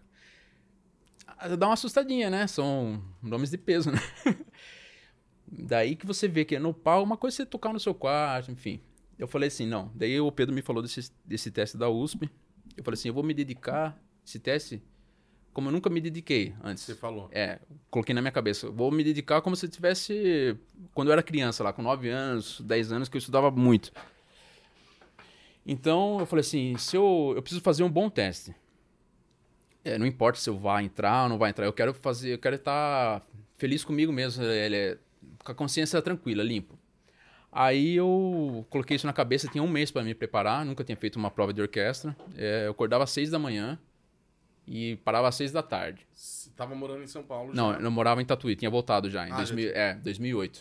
Ah, Dá uma assustadinha, né? São nomes de peso, né? Daí que você vê que no palco, uma coisa é você tocar no seu quarto, enfim. Eu falei assim, não. Daí o Pedro me falou desse, desse teste da USP. Eu falei assim, eu vou me dedicar esse teste como eu nunca me dediquei antes. Você falou. É, coloquei na minha cabeça. eu Vou me dedicar como se eu tivesse. Quando eu era criança, lá, com 9 anos, 10 anos, que eu estudava muito. Então, eu falei assim: se eu, eu preciso fazer um bom teste. É, não importa se eu vá entrar ou não vai entrar, eu quero fazer, eu quero estar feliz comigo mesmo, ele é- com a consciência tranquila, limpo. Aí eu coloquei isso na cabeça, tinha um mês para me preparar, nunca tinha feito uma prova de orquestra. É, eu acordava às seis da manhã e parava às seis da tarde. Você tava morando em São Paulo Não, já. eu morava em Tatuí, tinha voltado já, em Ah, 2000, é, 2008.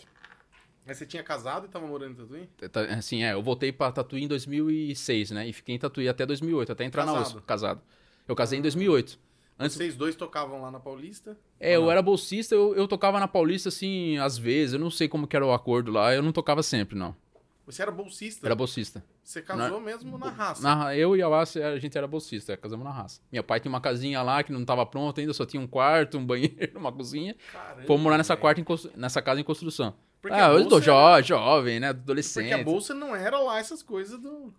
Mas você tinha casado e tava morando em Tatuí? É, tá- Assim, é, eu voltei pra Tatuí em 2006, né? E fiquei em Tatuí até 2008, até entrar na Casado. USP, casado. Eu casei em 2008. Antes- Vocês dois tocavam lá na Paulista? É, eu Ou não? era bolsista, eu, eu tocava na Paulista, assim, às vezes. Eu não sei como que era o acordo lá, eu não tocava sempre, não. Você era bolsista? Era bolsista. Você casou mesmo na raça? Na, ra- eu e a Lácia, a gente era bolsista, casamos na raça. Minha pai tinha uma casinha lá que não tava pronta ainda, só tinha um quarto, um banheiro, uma cozinha. Caramba, Fomos morar nessa, velho. quarta em constru- nessa casa em construção. Porque ah, a eu tô bolsa era- jo jovem, né? Porque a Adolescente. bolsa não era lá essas coisas do...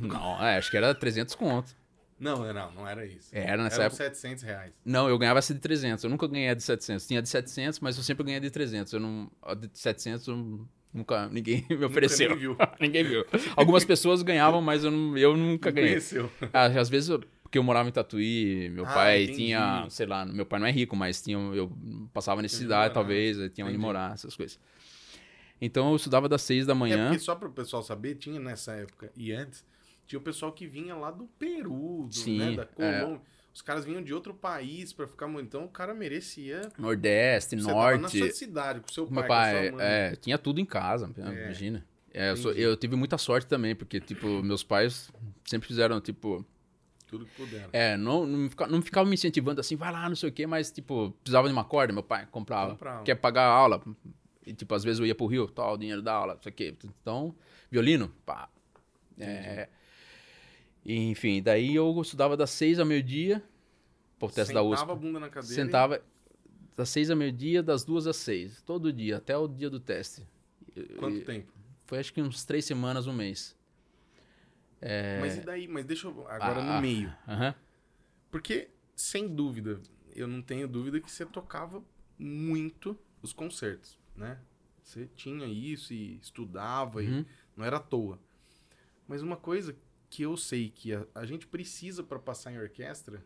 Não, é, acho que era 300 conto. Não, não, não era isso. Era É, nessa Eram época. 700 reais. Não, eu ganhava essa de 300. Eu nunca ganhei a de 700. Tinha a de 700, mas eu sempre ganhei a de 300. Eu não, a de 700 eu nunca ninguém me ofereceu. Nunca nem viu. Ninguém viu. Algumas pessoas ganhavam, mas eu, não- eu nunca ganhei. Conheceu. Ah, Às vezes, eu- porque eu morava em Tatuí, meu Ah, pai entendi. tinha, sei lá, meu pai não é rico, mas tinha, eu passava morar. necessidade, talvez, eu tinha onde um né? Entendi. morar, essas coisas. Então eu estudava das seis da É manhã. porque só para o pessoal saber, tinha nessa época e antes, tinha o pessoal que vinha lá do Peru, do, Sim, né, da é. Colômbia. Os caras vinham de outro país pra ficar muito. Então o cara merecia. Nordeste, Você tava na sua norte. cidade, com seu pai, Meu com a pai, sua mãe. é, tinha tudo em casa, É. imagina. É, eu, sou- Entendi. eu tive muita sorte também, porque, tipo, meus pais sempre fizeram, tipo, Tudo que puderam. é, não, não, fica- não ficavam me incentivando assim, vai lá, não sei o quê, mas, tipo, precisava de uma corda, meu pai comprava. Comprava. Quer pagar a aula? E, tipo, às vezes eu ia pro Rio, tal, o dinheiro da aula, não sei o quê. Então, violino, pá. É, enfim, daí eu estudava das seis ao meio-dia, pro teste da USP. Sentava a bunda na cadeira. Sentava das seis ao meio-dia, das duas às seis. Todo dia, até o dia do teste. E... Quanto tempo? Foi acho que uns três semanas, um mês. Mas e daí? Mas deixa eu. Agora é. Ah. no meio. Aham. Porque, sem dúvida, eu não tenho dúvida que você tocava muito os concertos, né? Você tinha isso e estudava Uhum. e não era à toa. Mas uma coisa que eu sei que a, a gente precisa para passar em orquestra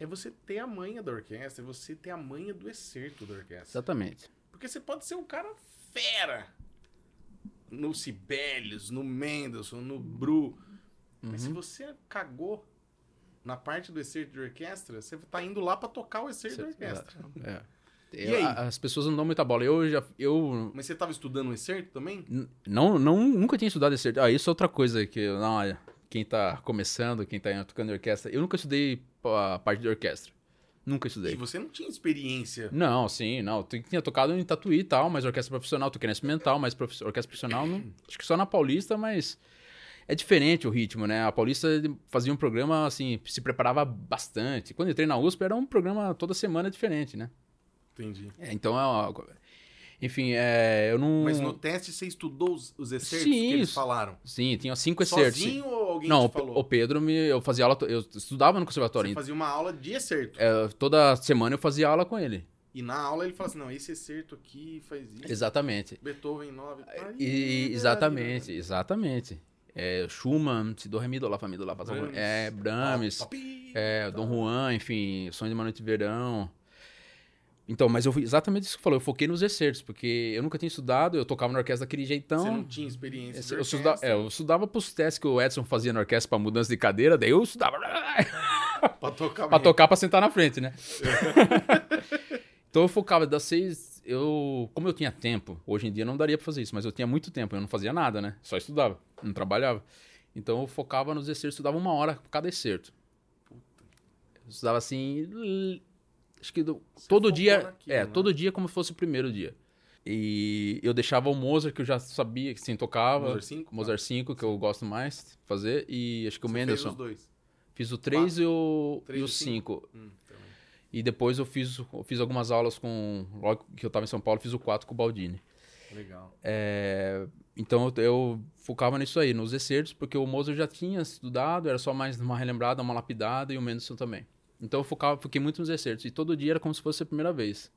é você ter a manha da orquestra, é você ter a manha do excerto da orquestra. Exatamente. Porque você pode ser um cara fera no Sibelius, no Mendelssohn, no Bru, mas se Uhum. você cagou na parte do excerto de orquestra, você tá indo lá pra tocar o excerto de orquestra. É. E Eu- aí? a- As pessoas não dão muita bola. Eu já. Eu Mas você tava estudando o excerto também? N- Não, não, nunca tinha estudado excerto. Ah, isso é outra coisa que, eu- não, olha, quem tá começando, quem tá tocando em orquestra, eu nunca estudei a parte de orquestra. Nunca E estudei. você não tinha experiência. Não, sim, não. Tu- Tinha tocado em Tatuí e tal, mas orquestra profissional, toquei na Experimental, mas profi- orquestra profissional, não- acho que só na Paulista, mas é diferente o ritmo, né? A Paulista fazia um programa, assim, se preparava bastante. Quando eu entrei na USP, era um programa toda semana diferente, né? Entendi. É, então é uma... Enfim, é, eu não... Mas no teste você estudou os, os excertos Sim, que eles isso. falaram? Sim, tinha cinco excertos. sim. Sozinho ou alguém Não, o te Pe- falou? o Pedro me. Eu fazia aula. to- Eu estudava no conservatório. Você fazia uma aula de excerto. então, Toda semana eu fazia aula com ele. E na aula ele fala assim, não, esse excerto aqui faz isso. Exatamente. Beethoven 9. Ai, É, E, né, exatamente, exatamente. É, Schumann, se do Remi, do Lá, Fá, Mi, do Lá, Fá, Sol, Brahms. É, né, Brahms. Pá, pá, pi. É, Dom tá. Juan, enfim, Sonho de uma Noite de Verão. Então, mas eu fui- exatamente isso que você falou, eu foquei nos excertos, porque eu nunca tinha estudado, eu tocava na orquestra daquele Você não jeitão. tinha experiência de eu, estudava, orquestra é, eu estudava pros testes que o Edson fazia na orquestra pra mudança de cadeira, daí eu estudava. pra tocar Pra bem. tocar pra sentar na frente, né? então eu focava das seis. Eu, como eu tinha tempo, hoje em dia não daria pra fazer isso, mas eu tinha muito tempo, eu não fazia nada, né? Só estudava, não trabalhava. Então eu focava nos excertos, estudava uma hora por cada excerto. Eu estudava assim. l- Acho que do- Você todo focou dia. naquilo, é, né? todo dia como se fosse o primeiro dia. E eu deixava o Mozart, que eu já sabia que sim tocava. Mozart Mozart, 5? 5, que eu gosto mais de fazer, e acho que o Você fez Mendelssohn. os dois. Fiz o 3 e o, e Três e o cinco? 5. Hum, também. E depois eu fiz, eu fiz algumas aulas com. Logo que eu tava em São Paulo, fiz o 4 com o Baldini. Legal. É, então eu, eu focava nisso aí, nos excertos, porque o Mozart já tinha estudado, era só mais uma relembrada, uma lapidada e o Mendelssohn também. Então eu focava, fiquei muito nos excertos. E todo dia era como se fosse a primeira vez.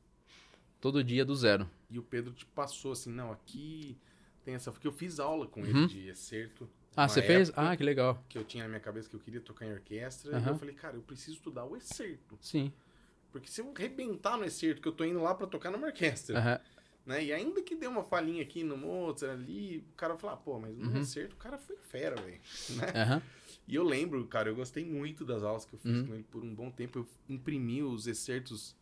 Todo dia do zero. E o Pedro te passou assim, não, aqui tem essa. Porque eu fiz aula com Uhum. ele de excerto. Ah, uma você fez? época Ah, que legal. Que eu tinha na minha cabeça que eu queria tocar em orquestra. E Aham. eu falei, cara, eu preciso estudar o excerto. Sim. Porque se eu arrebentar no excerto, que eu tô indo lá pra tocar numa orquestra. Aham. né? E ainda que deu uma falhinha aqui no Mozart ali, o cara fala, pô, mas no Uhum. excerto o cara foi fera, velho. né? Aham. E eu lembro, cara, eu gostei muito das aulas que eu fiz Uhum. com ele por um bom tempo. Eu imprimi os excertos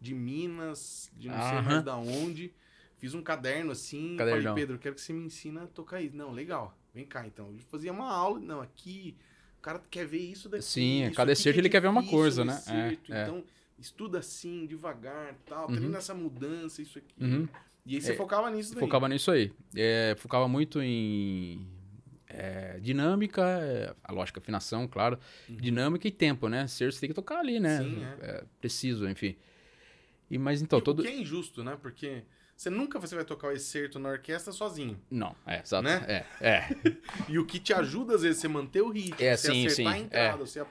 de Minas, de não sei Aham. mais da onde. Fiz um caderno assim, falei, Cadernão. Pedro, eu quero que você me ensina a tocar isso. Não, legal, vem cá então. Eu fazia uma aula, não, aqui, o cara quer ver isso daqui. Sim, é, cada isso aqui que é excerto ele quer ver uma difícil coisa, no né? É, excerto, é. Então, estuda assim, devagar, tal, Uhum. treina essa mudança, isso aqui. Uhum. E aí você É, focava nisso daí. Focava nisso aí. É, focava muito em é, dinâmica, é, a lógica, afinação, claro. Uhum. Dinâmica e tempo, né? Ser você tem que tocar ali, né? Sim, é. Preciso, enfim. E, mas E então, o todo. que é injusto, né? Porque você nunca você vai tocar o excerto na orquestra sozinho. Não, é, exato. Né? É, é. E o que te ajuda, às vezes, você manter o ritmo, É, você sim, acertar sim, a entrada, você a-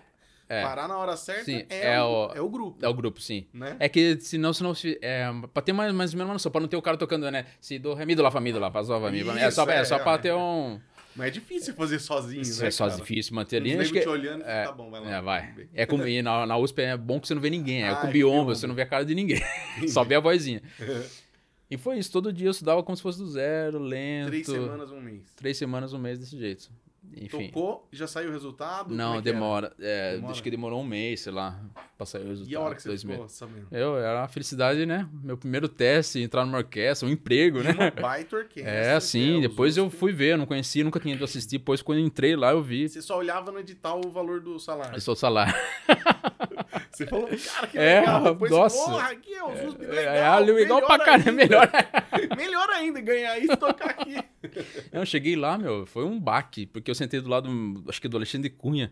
é. parar na hora certa, Sim, é, é o, o- é o grupo, É o grupo, sim. né? É que senão, se não se. É, pra ter mais, mais ou menos uma noção, pra não ter o cara tocando, né? Se do ré, mi, do lá, fa, mi, do lá, fa, sol, fa, mi, fa, mi. É só, Isso, é, é, só pra é. ter um. Mas é difícil fazer sozinho, Isso né, é só cara? difícil manter ali. Os Acho negros que, te olhando, é, tá bom, vai lá. é, tudo vai. bem. É com, e na, na USP é bom que você não vê ninguém. É Ah, com é biombo, biombo. você não vê a cara de ninguém. só vê a vozinha. e foi isso. Todo dia eu estudava como se fosse do zero, lento. Três semanas, um mês. Três semanas, um mês desse jeito. Enfim. Tocou, já saiu o resultado? como Não, é que era? demora. É, Demora? Acho que demorou um mês, sei lá, pra sair o resultado. E a hora que você dois meses. ficou sabendo? Eu, era uma felicidade, né? Meu primeiro teste, entrar numa orquestra, um emprego, né? E uma baita orquestra. É, sim. que é, os Depois eu outros fui ver, eu não conhecia, nunca tinha ido assistir. Depois, quando eu entrei lá, eu que- vi. Você só olhava no edital o valor do salário. Eu sou salário. Você falou, cara, que É, legal. Depois, nossa. porra, aqui é o SUSP legal. É, alho igual pra melhor caramba, ainda. melhor. Melhor ainda ganhar isso e tocar aqui. Não, eu cheguei lá, meu, foi um baque, porque eu sentei do lado, hum, acho que do Alexandre Cunha.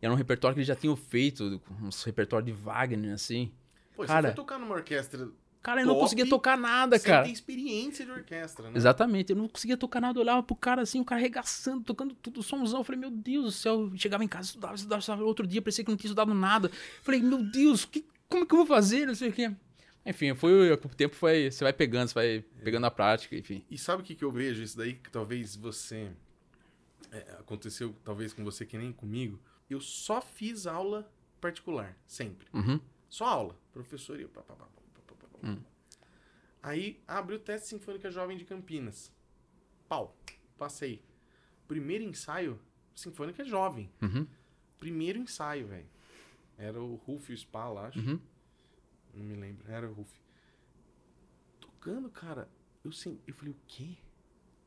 E era um repertório que ele já tinha feito, uns repertório de Wagner, assim. Pô, Cara. você foi tocar numa orquestra, Cara, eu não Top. conseguia tocar nada, você cara. tem experiência de orquestra, né? Exatamente, eu não conseguia tocar nada, eu olhava pro cara assim, o cara arregaçando, tocando tudo, somzão. Eu falei, meu Deus do céu, eu chegava em casa, estudava, estudava, estudava. Outro dia parecia que não tinha estudado nada. Eu falei, meu Deus, que, como que eu vou fazer? Não sei o quê. Enfim, foi, com o tempo foi, você vai pegando, você vai pegando a prática, enfim. E sabe o que, que eu vejo? Isso daí que talvez você... é, aconteceu talvez com você que nem comigo. Eu só fiz aula particular, sempre. Uhum. Só aula. Professor e eu. Pá, pá, pá, pá, pá, pá, pá. Hum. Aí abri o teste Sinfônica Jovem de Campinas. Pau. Passei. Primeiro ensaio, Sinfônica é Jovem. Uhum. Primeiro ensaio, velho. Era o Rufio Spa lá, acho. Uhum. Não me lembro. Era o Rufio. Tocando, cara. Eu, sem... eu falei, o quê?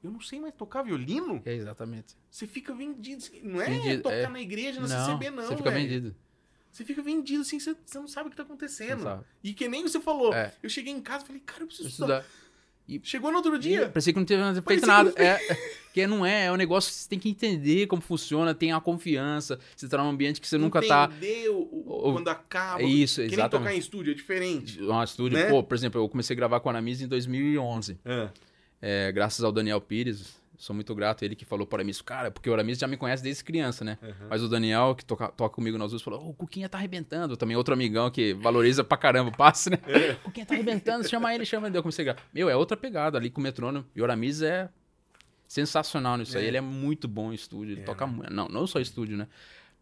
Eu não sei mais tocar violino? É, exatamente. Você fica vendido. Não é Vendido, tocar é. na igreja, na não, CCB, não, você fica velho. vendido. Você fica vendido, assim, você, você não sabe o que tá não acontecendo. sabe. E que nem você falou. É. Eu cheguei em casa e falei, cara, eu preciso Isso estudar. dá- Chegou no outro dia. Parecia que não teve nada feito Parecia nada. É, que não é, é um negócio que você tem que entender como funciona, tem a confiança, você tá num ambiente que você nunca tá. Entender o- o- o- quando acaba. É isso, que nem tocar exatamente. em estúdio, é diferente. Um estúdio, né? pô, por exemplo, eu comecei a gravar com a Anamis em 2011. É, graças ao Daniel Pires, sou muito grato, ele que falou para mim isso, cara, porque o Aramis já me conhece desde criança, né? Aham. Mas o Daniel, que toca, toca comigo nas duas, falou: "Ô, o Cuquinha tá arrebentando. Também outro amigão que valoriza pra caramba o passe, né? É. O Cuquinha tá arrebentando, chama ele, chama ele. Daí Eu comecei a gravar. Meu, é outra pegada ali com o metrônomo. E o Aramis é sensacional nisso aí. É. Ele é muito bom em estúdio. Ele É, toca muito. Não, não só em estúdio, né?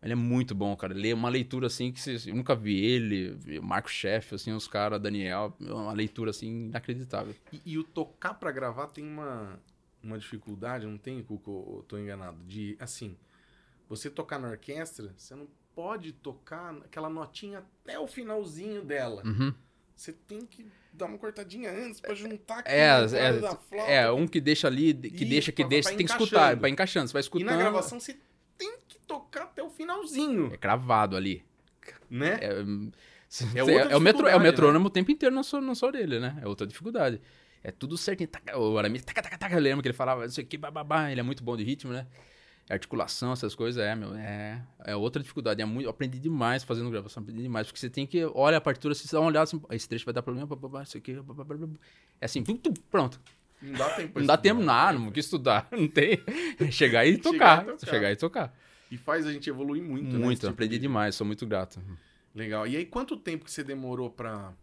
Ele é muito bom, cara. Ele é uma leitura assim que vocês- eu nunca vi ele, o Marco Chefe, assim, os caras, Daniel, uma leitura assim inacreditável. E, e o tocar pra gravar tem uma, uma dificuldade, não tem, Cuco? Ou eu tô enganado? De, assim, você tocar na orquestra, você não pode tocar aquela notinha até o finalzinho dela. Uhum. Você tem que dar uma cortadinha antes pra juntar É, a entrada é, da flauta. É, um que deixa ali, que Isso, deixa, que pra- deixa, pra você tem que encaixando. escutar, vai encaixando, você vai E escutando. na gravação você tem que tocar até o finalzinho, É cravado ali. né? É, hum, é, outra o metro, é o dificuldade, né? metrônomo o tempo inteiro na sua, na sua orelha, né? É outra dificuldade. É tudo certinho. Taca, o Aramis, taca, taca, taca. Lembra que ele falava, não sei o que, bababá. Ele é muito bom de ritmo, né? Articulação, essas coisas, é, meu. É, é outra dificuldade. É muito, eu aprendi demais fazendo gravação, aprendi demais. Porque você tem que. Olha a partitura, você dá uma olhada assim, "Ah, esse trecho vai dar problema, bababá, não sei o que, babá, babá". É assim, tum, tum, pronto. Não dá tempo. pra Não dá estudar. tempo, nada, não tem que estudar. Não tem. É chegar e é, Chegar e tocar. tocar. Chegar e tocar. E faz a gente evoluir muito. né, Muito, esse tipo aprendi de- demais, sou muito grato. Legal. E aí, quanto tempo que você demorou pra.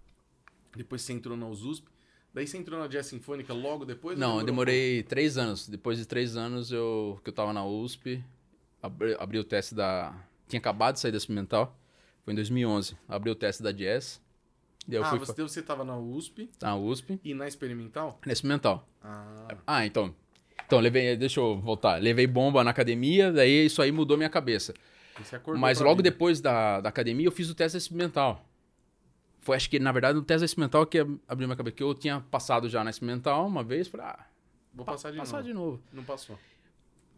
Depois você entrou na USUSP? Daí você entrou na Jazz Sinfônica logo depois? ou Não, eu demorou um demorei três anos. Depois de três anos eu, que eu tava na USP, abri, abri o teste da. Tinha acabado de sair da experimental. Foi em 2011. Abri o teste da Jazz. Daí eu fui pouco? Ah, você, tá- daí você tava na USP pra- na USP, e na experimental? na experimental. Ah. Ah, então. Então, levei, deixa eu voltar. Levei bomba na academia, daí isso aí mudou minha cabeça. e Você acordou Mas pra logo vida. depois da, da academia, eu fiz o teste experimental. Foi, acho que, na verdade, o teste experimental que abriu minha cabeça. Que eu tinha passado já na experimental uma vez. Falei, ah, Vou passar de passar novo. de novo. Não passou.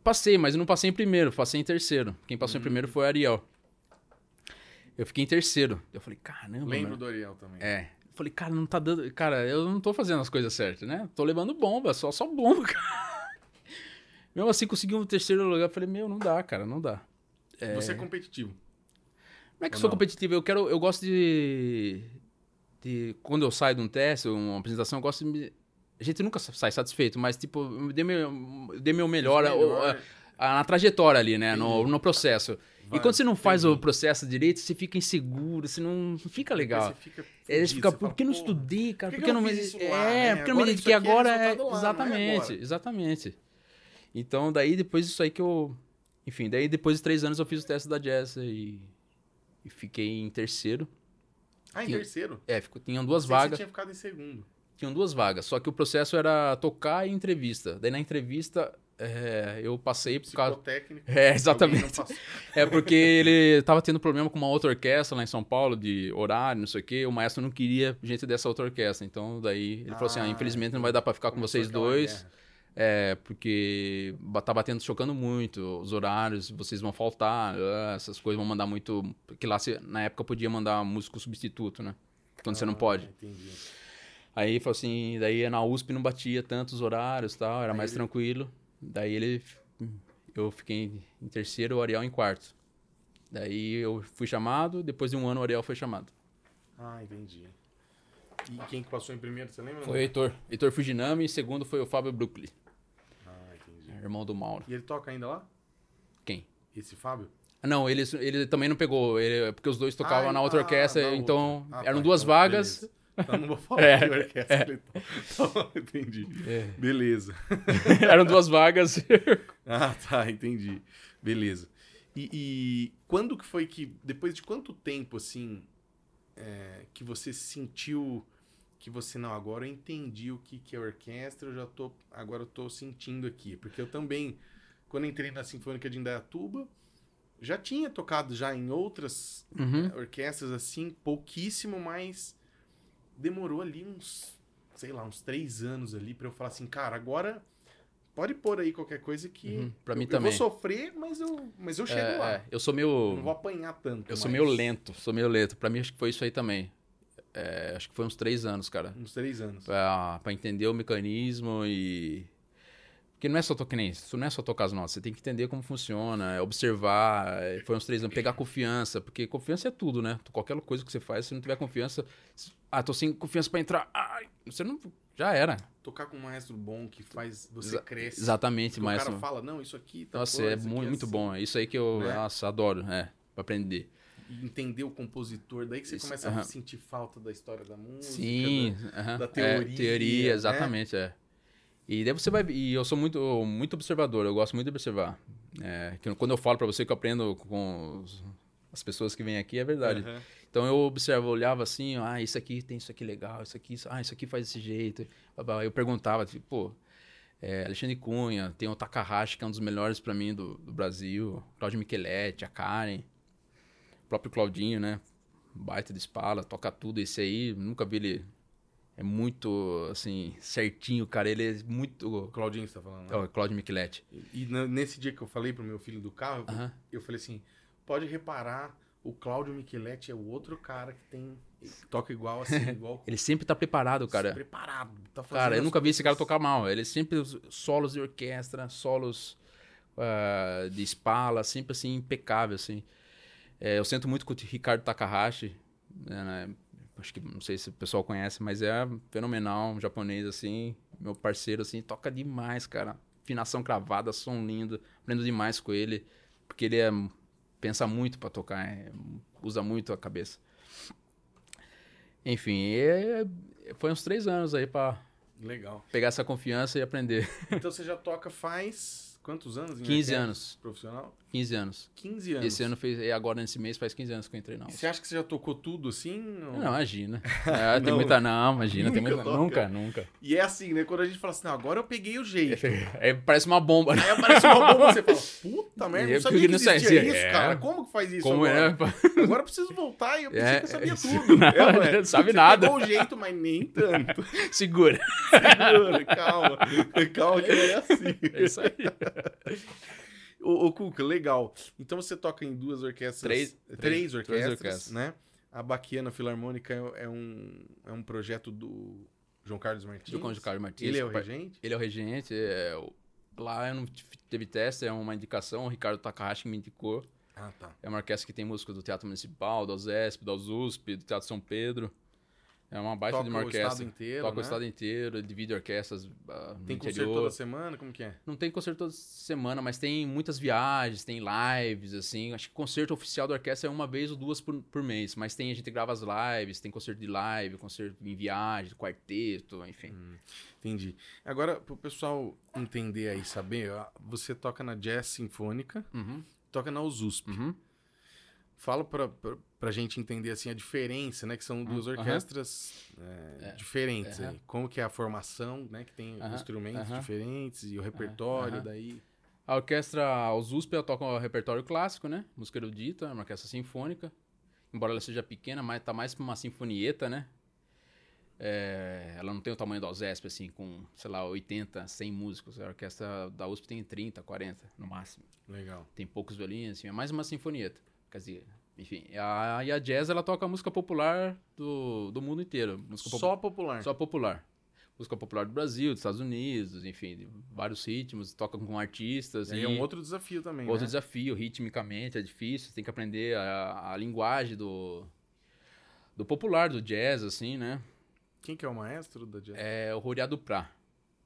Passei, mas eu não passei em primeiro, passei em terceiro. Quem passou Hum. em primeiro foi o Ariel. Eu fiquei em terceiro. Eu falei, caramba. Lembro mano. do Ariel também. É. Eu falei, cara, não tá dando. Cara, eu não tô fazendo as coisas certas, né? Tô levando bomba, só, só bomba, cara. Mesmo assim, consegui um terceiro lugar. Eu falei, meu, não dá, cara, não dá. Você é competitivo. Não é que Ou eu sou não? competitivo, eu quero. Eu gosto de. de quando eu saio de um teste, uma apresentação, eu gosto de. me- A gente nunca sai satisfeito, mas, tipo, eu dei meu, eu dei meu melhor, ou- Melhor. a- na trajetória ali, né? No, Entendi. no processo. Vai, e quando você não faz entendi. o processo direito, você fica inseguro, você não não fica legal. É, Você fica Aí fudido, Você fica, você fala, por que não "Porra, estudei, cara? por Por que que eu eu não não me. fiz isso lá, né? É, porque eu não me Agora isso dediquei aqui é agora. é- resultado lá, não é Exatamente, agora. exatamente. Então, daí depois disso aí que eu. Enfim, daí depois de três anos eu fiz o teste da Jazz e. E fiquei em terceiro. Ah, em Sim. terceiro? É, ficou, tinham duas Pensei que Você vagas. tinha ficado em segundo. Tinham duas vagas, só que o processo era tocar e entrevista. Daí na entrevista é, eu passei por causa. Psicotécnico. É, alguém não exatamente. passou. É porque ele tava tendo problema com uma outra orquestra lá em São Paulo, de horário, não sei o quê. O maestro não queria gente dessa outra orquestra. Então, daí ele falou assim: Ah, ah, infelizmente não vai dar pra ficar com Começou vocês aquela dois, guerra. é, porque ba- tá batendo, chocando muito os horários, vocês vão faltar, ah, essas coisas vão mandar muito. Porque lá se- na época podia mandar músico substituto, né? Quando você não Ah, pode. Entendi. Aí falou assim, daí na USP não batia tantos horários e tal, era Aí mais ele- tranquilo. Daí ele. Eu fiquei em terceiro, o Ariel em quarto. Daí eu fui chamado, depois de um ano o Ariel foi chamado. Ah, entendi. E quem que passou em primeiro, você lembra? Foi o Heitor. Heitor Fujinami, e segundo foi o Fábio Brucli, Ah, entendi. irmão do Mauro. E ele toca ainda lá? Quem? Esse Fábio? Ah, Não, ele, ele também não pegou, ele- porque os dois tocavam Ah, na outra ah, orquestra, na então outra. Ah, eram tá, duas então, vagas. beleza. Então não vou falar É, que orquestra ele toca. Então, entendi. Beleza. eram duas vagas. Ah, tá, entendi. Beleza. E, e quando que foi que, depois de quanto tempo, assim, é, que você sentiu que você, não, agora eu entendi o que, que é orquestra, eu já tô, agora eu tô sentindo aqui. Porque eu também, quando eu entrei na Sinfônica de Indaiatuba, já tinha tocado já em outras Uhum. é, orquestras, assim, pouquíssimo, mas demorou ali uns, sei lá, uns três anos ali pra eu falar assim, cara, agora pode pôr aí qualquer coisa que Uhum, pra eu, mim eu também. vou sofrer, mas eu, mas eu chego É, lá. é, eu sou Eu meio. Não vou apanhar tanto. Eu sou mas meio lento, sou meio lento. Pra mim, acho que foi isso aí também. É, acho que foi uns três anos, cara. Uns três anos. Pra, pra entender o mecanismo e. Porque não é só tocar nem isso, não é só tocar as notas. Você tem que entender como funciona, é observar. é, Foi uns três anos, pegar confiança, porque confiança é tudo, né? Qualquer coisa que você faz, se não tiver confiança. se- Ah, tô sem confiança pra entrar. Ai, você não. Já era. Tocar com um maestro bom que faz você Exa- cresce. Exatamente, Que o mas. cara fala, não, isso aqui... Tá Nossa, bom, é isso aqui muito, muito assim. bom. É isso aí que eu. né? Nossa, adoro, é. Pra aprender. E entender o compositor, daí que você Isso, começa a aham. sentir falta da história da música. Sim, aham. da É, teoria, né? teoria, exatamente, é. E daí você vai. E eu sou muito, muito observador, eu gosto muito de observar. É, que eu- quando eu falo pra você que eu aprendo com os- as pessoas que vêm aqui, é da- verdade. Aham. Então eu observo, eu olhava assim, ah, isso aqui tem isso aqui legal, isso aqui, isso, ah, isso aqui faz desse jeito. blá, blá. Eu perguntava, tipo, pô, é, Alexandre Cunha, tem o Takahashi, que é um dos melhores pra mim do, do Brasil, Claudio Micheletti, a Karen, o próprio Claudinho, né? Baita de espala, toca tudo, esse aí, nunca vi ele. É muito, assim, certinho, cara. Ele é muito. O Claudinho está falando. É né? o Claudio Micheletti. E na- nesse dia que eu falei pro meu filho do carro, eu- Aham. eu falei assim, pode reparar, o Cláudio Micheletti é o outro cara que tem... Toca igual, assim, igual... Ele sempre tá preparado, cara. Preparado. Tá fazendo Cara, eu as nunca vi esse cara coisas. tocar mal. Ele é sempre os solos de orquestra, solos ah, de espala, sempre assim impecável assim. É, eu sinto muito com o Ricardo Takahashi, né, né, acho que não sei se o pessoal conhece, mas é fenomenal, um japonês assim, meu parceiro assim, toca demais, cara. Afinação cravada, som lindo, aprendo demais com ele, porque ele é- pensa muito pra tocar, é usa muito a cabeça. Enfim, é- foi uns três anos aí pra Legal. pegar essa confiança e aprender. Então você já toca faz quantos anos? em 15 orquestra anos. Profissional? 15 anos. 15 é? anos. Esse ano fez, e agora nesse mês faz 15 anos que eu entrei na E aula. Você acha que você já tocou tudo assim? ou- Não, imagina. Ah, tem Não. muita. Não, imagina. Tem Nunca muita, toca. nunca, nunca. E é assim, né? Quando a gente fala assim, não, agora eu peguei o jeito. É, parece uma bomba, né? Aí aparece uma bomba você fala, puta merda, não Eu sabia que que É, não existia sabia. isso, É. cara. Como que faz isso Como agora? é? pá? Agora eu preciso voltar e eu pensei É, que eu sabia é, tudo. não, É, ué. não sabe Você nada. pegou o jeito, mas nem tanto. Segura. Segura, calma. Calma que não é assim. É isso aí. Ô, ô, Cuca, legal. Então você toca em duas orquestras. eh, Três- três, três- três orquestras, orquestras. né? A Baquiana Filarmônica é é um, é um projeto do João Carlos Martins. Do Conde Carlos Martins. Ele é o par- regente? Ele é o regente. é, o- lá eu não t- teve teste, é uma indicação. O Ricardo Takahashi me indicou. Ah, tá. É uma orquestra que tem música do Teatro Municipal, da OSESP, da USP, do Teatro São Pedro. É uma baita Toca de uma o estado orquestra. inteiro, Toca o né? estado inteiro, divide orquestras ah, no Tem concerto interior. toda semana? Como que é? Não tem concerto toda semana, mas tem muitas viagens, tem lives, assim. Acho que concerto oficial da orquestra é uma vez ou duas por, por mês. Mas tem, a gente grava as lives, tem concerto de live, concerto em viagem, quarteto, enfim. Hum. Entendi. Agora, pro pessoal entender aí, saber, ó, você toca na Jazz Sinfônica, Uhum, toca na USUSP. uhum. Fala pra, pra, pra gente entender, assim, a diferença, né? Que são duas Aham. orquestras é, É. diferentes Aham. aí. Como que é a formação, né? Que tem Aham. instrumentos Aham. diferentes e o repertório Aham. daí. A orquestra os USP ela toca o repertório clássico, né? Música erudita, é uma orquestra sinfônica. Embora ela seja pequena, mas tá mais pra uma sinfonieta, né? É, ela não tem o tamanho da OSESP, assim, com, sei lá, 80, 100 músicos. A orquestra da USP tem 30, 40, no máximo. Legal. Tem poucos violinos, assim, é mais uma sinfonieta. Quer dizer, enfim. A, e a jazz, ela toca música popular do, do mundo inteiro. Música Só popular. só popular. Música popular do Brasil, dos Estados Unidos, enfim, de vários ritmos, toca com artistas. E aí e é um outro desafio também, outro né? desafio, ritmicamente é difícil, você tem que aprender a, a linguagem do, do popular, do jazz, assim, né? Quem que é o maestro da Jazz? É o Roriá Duprá.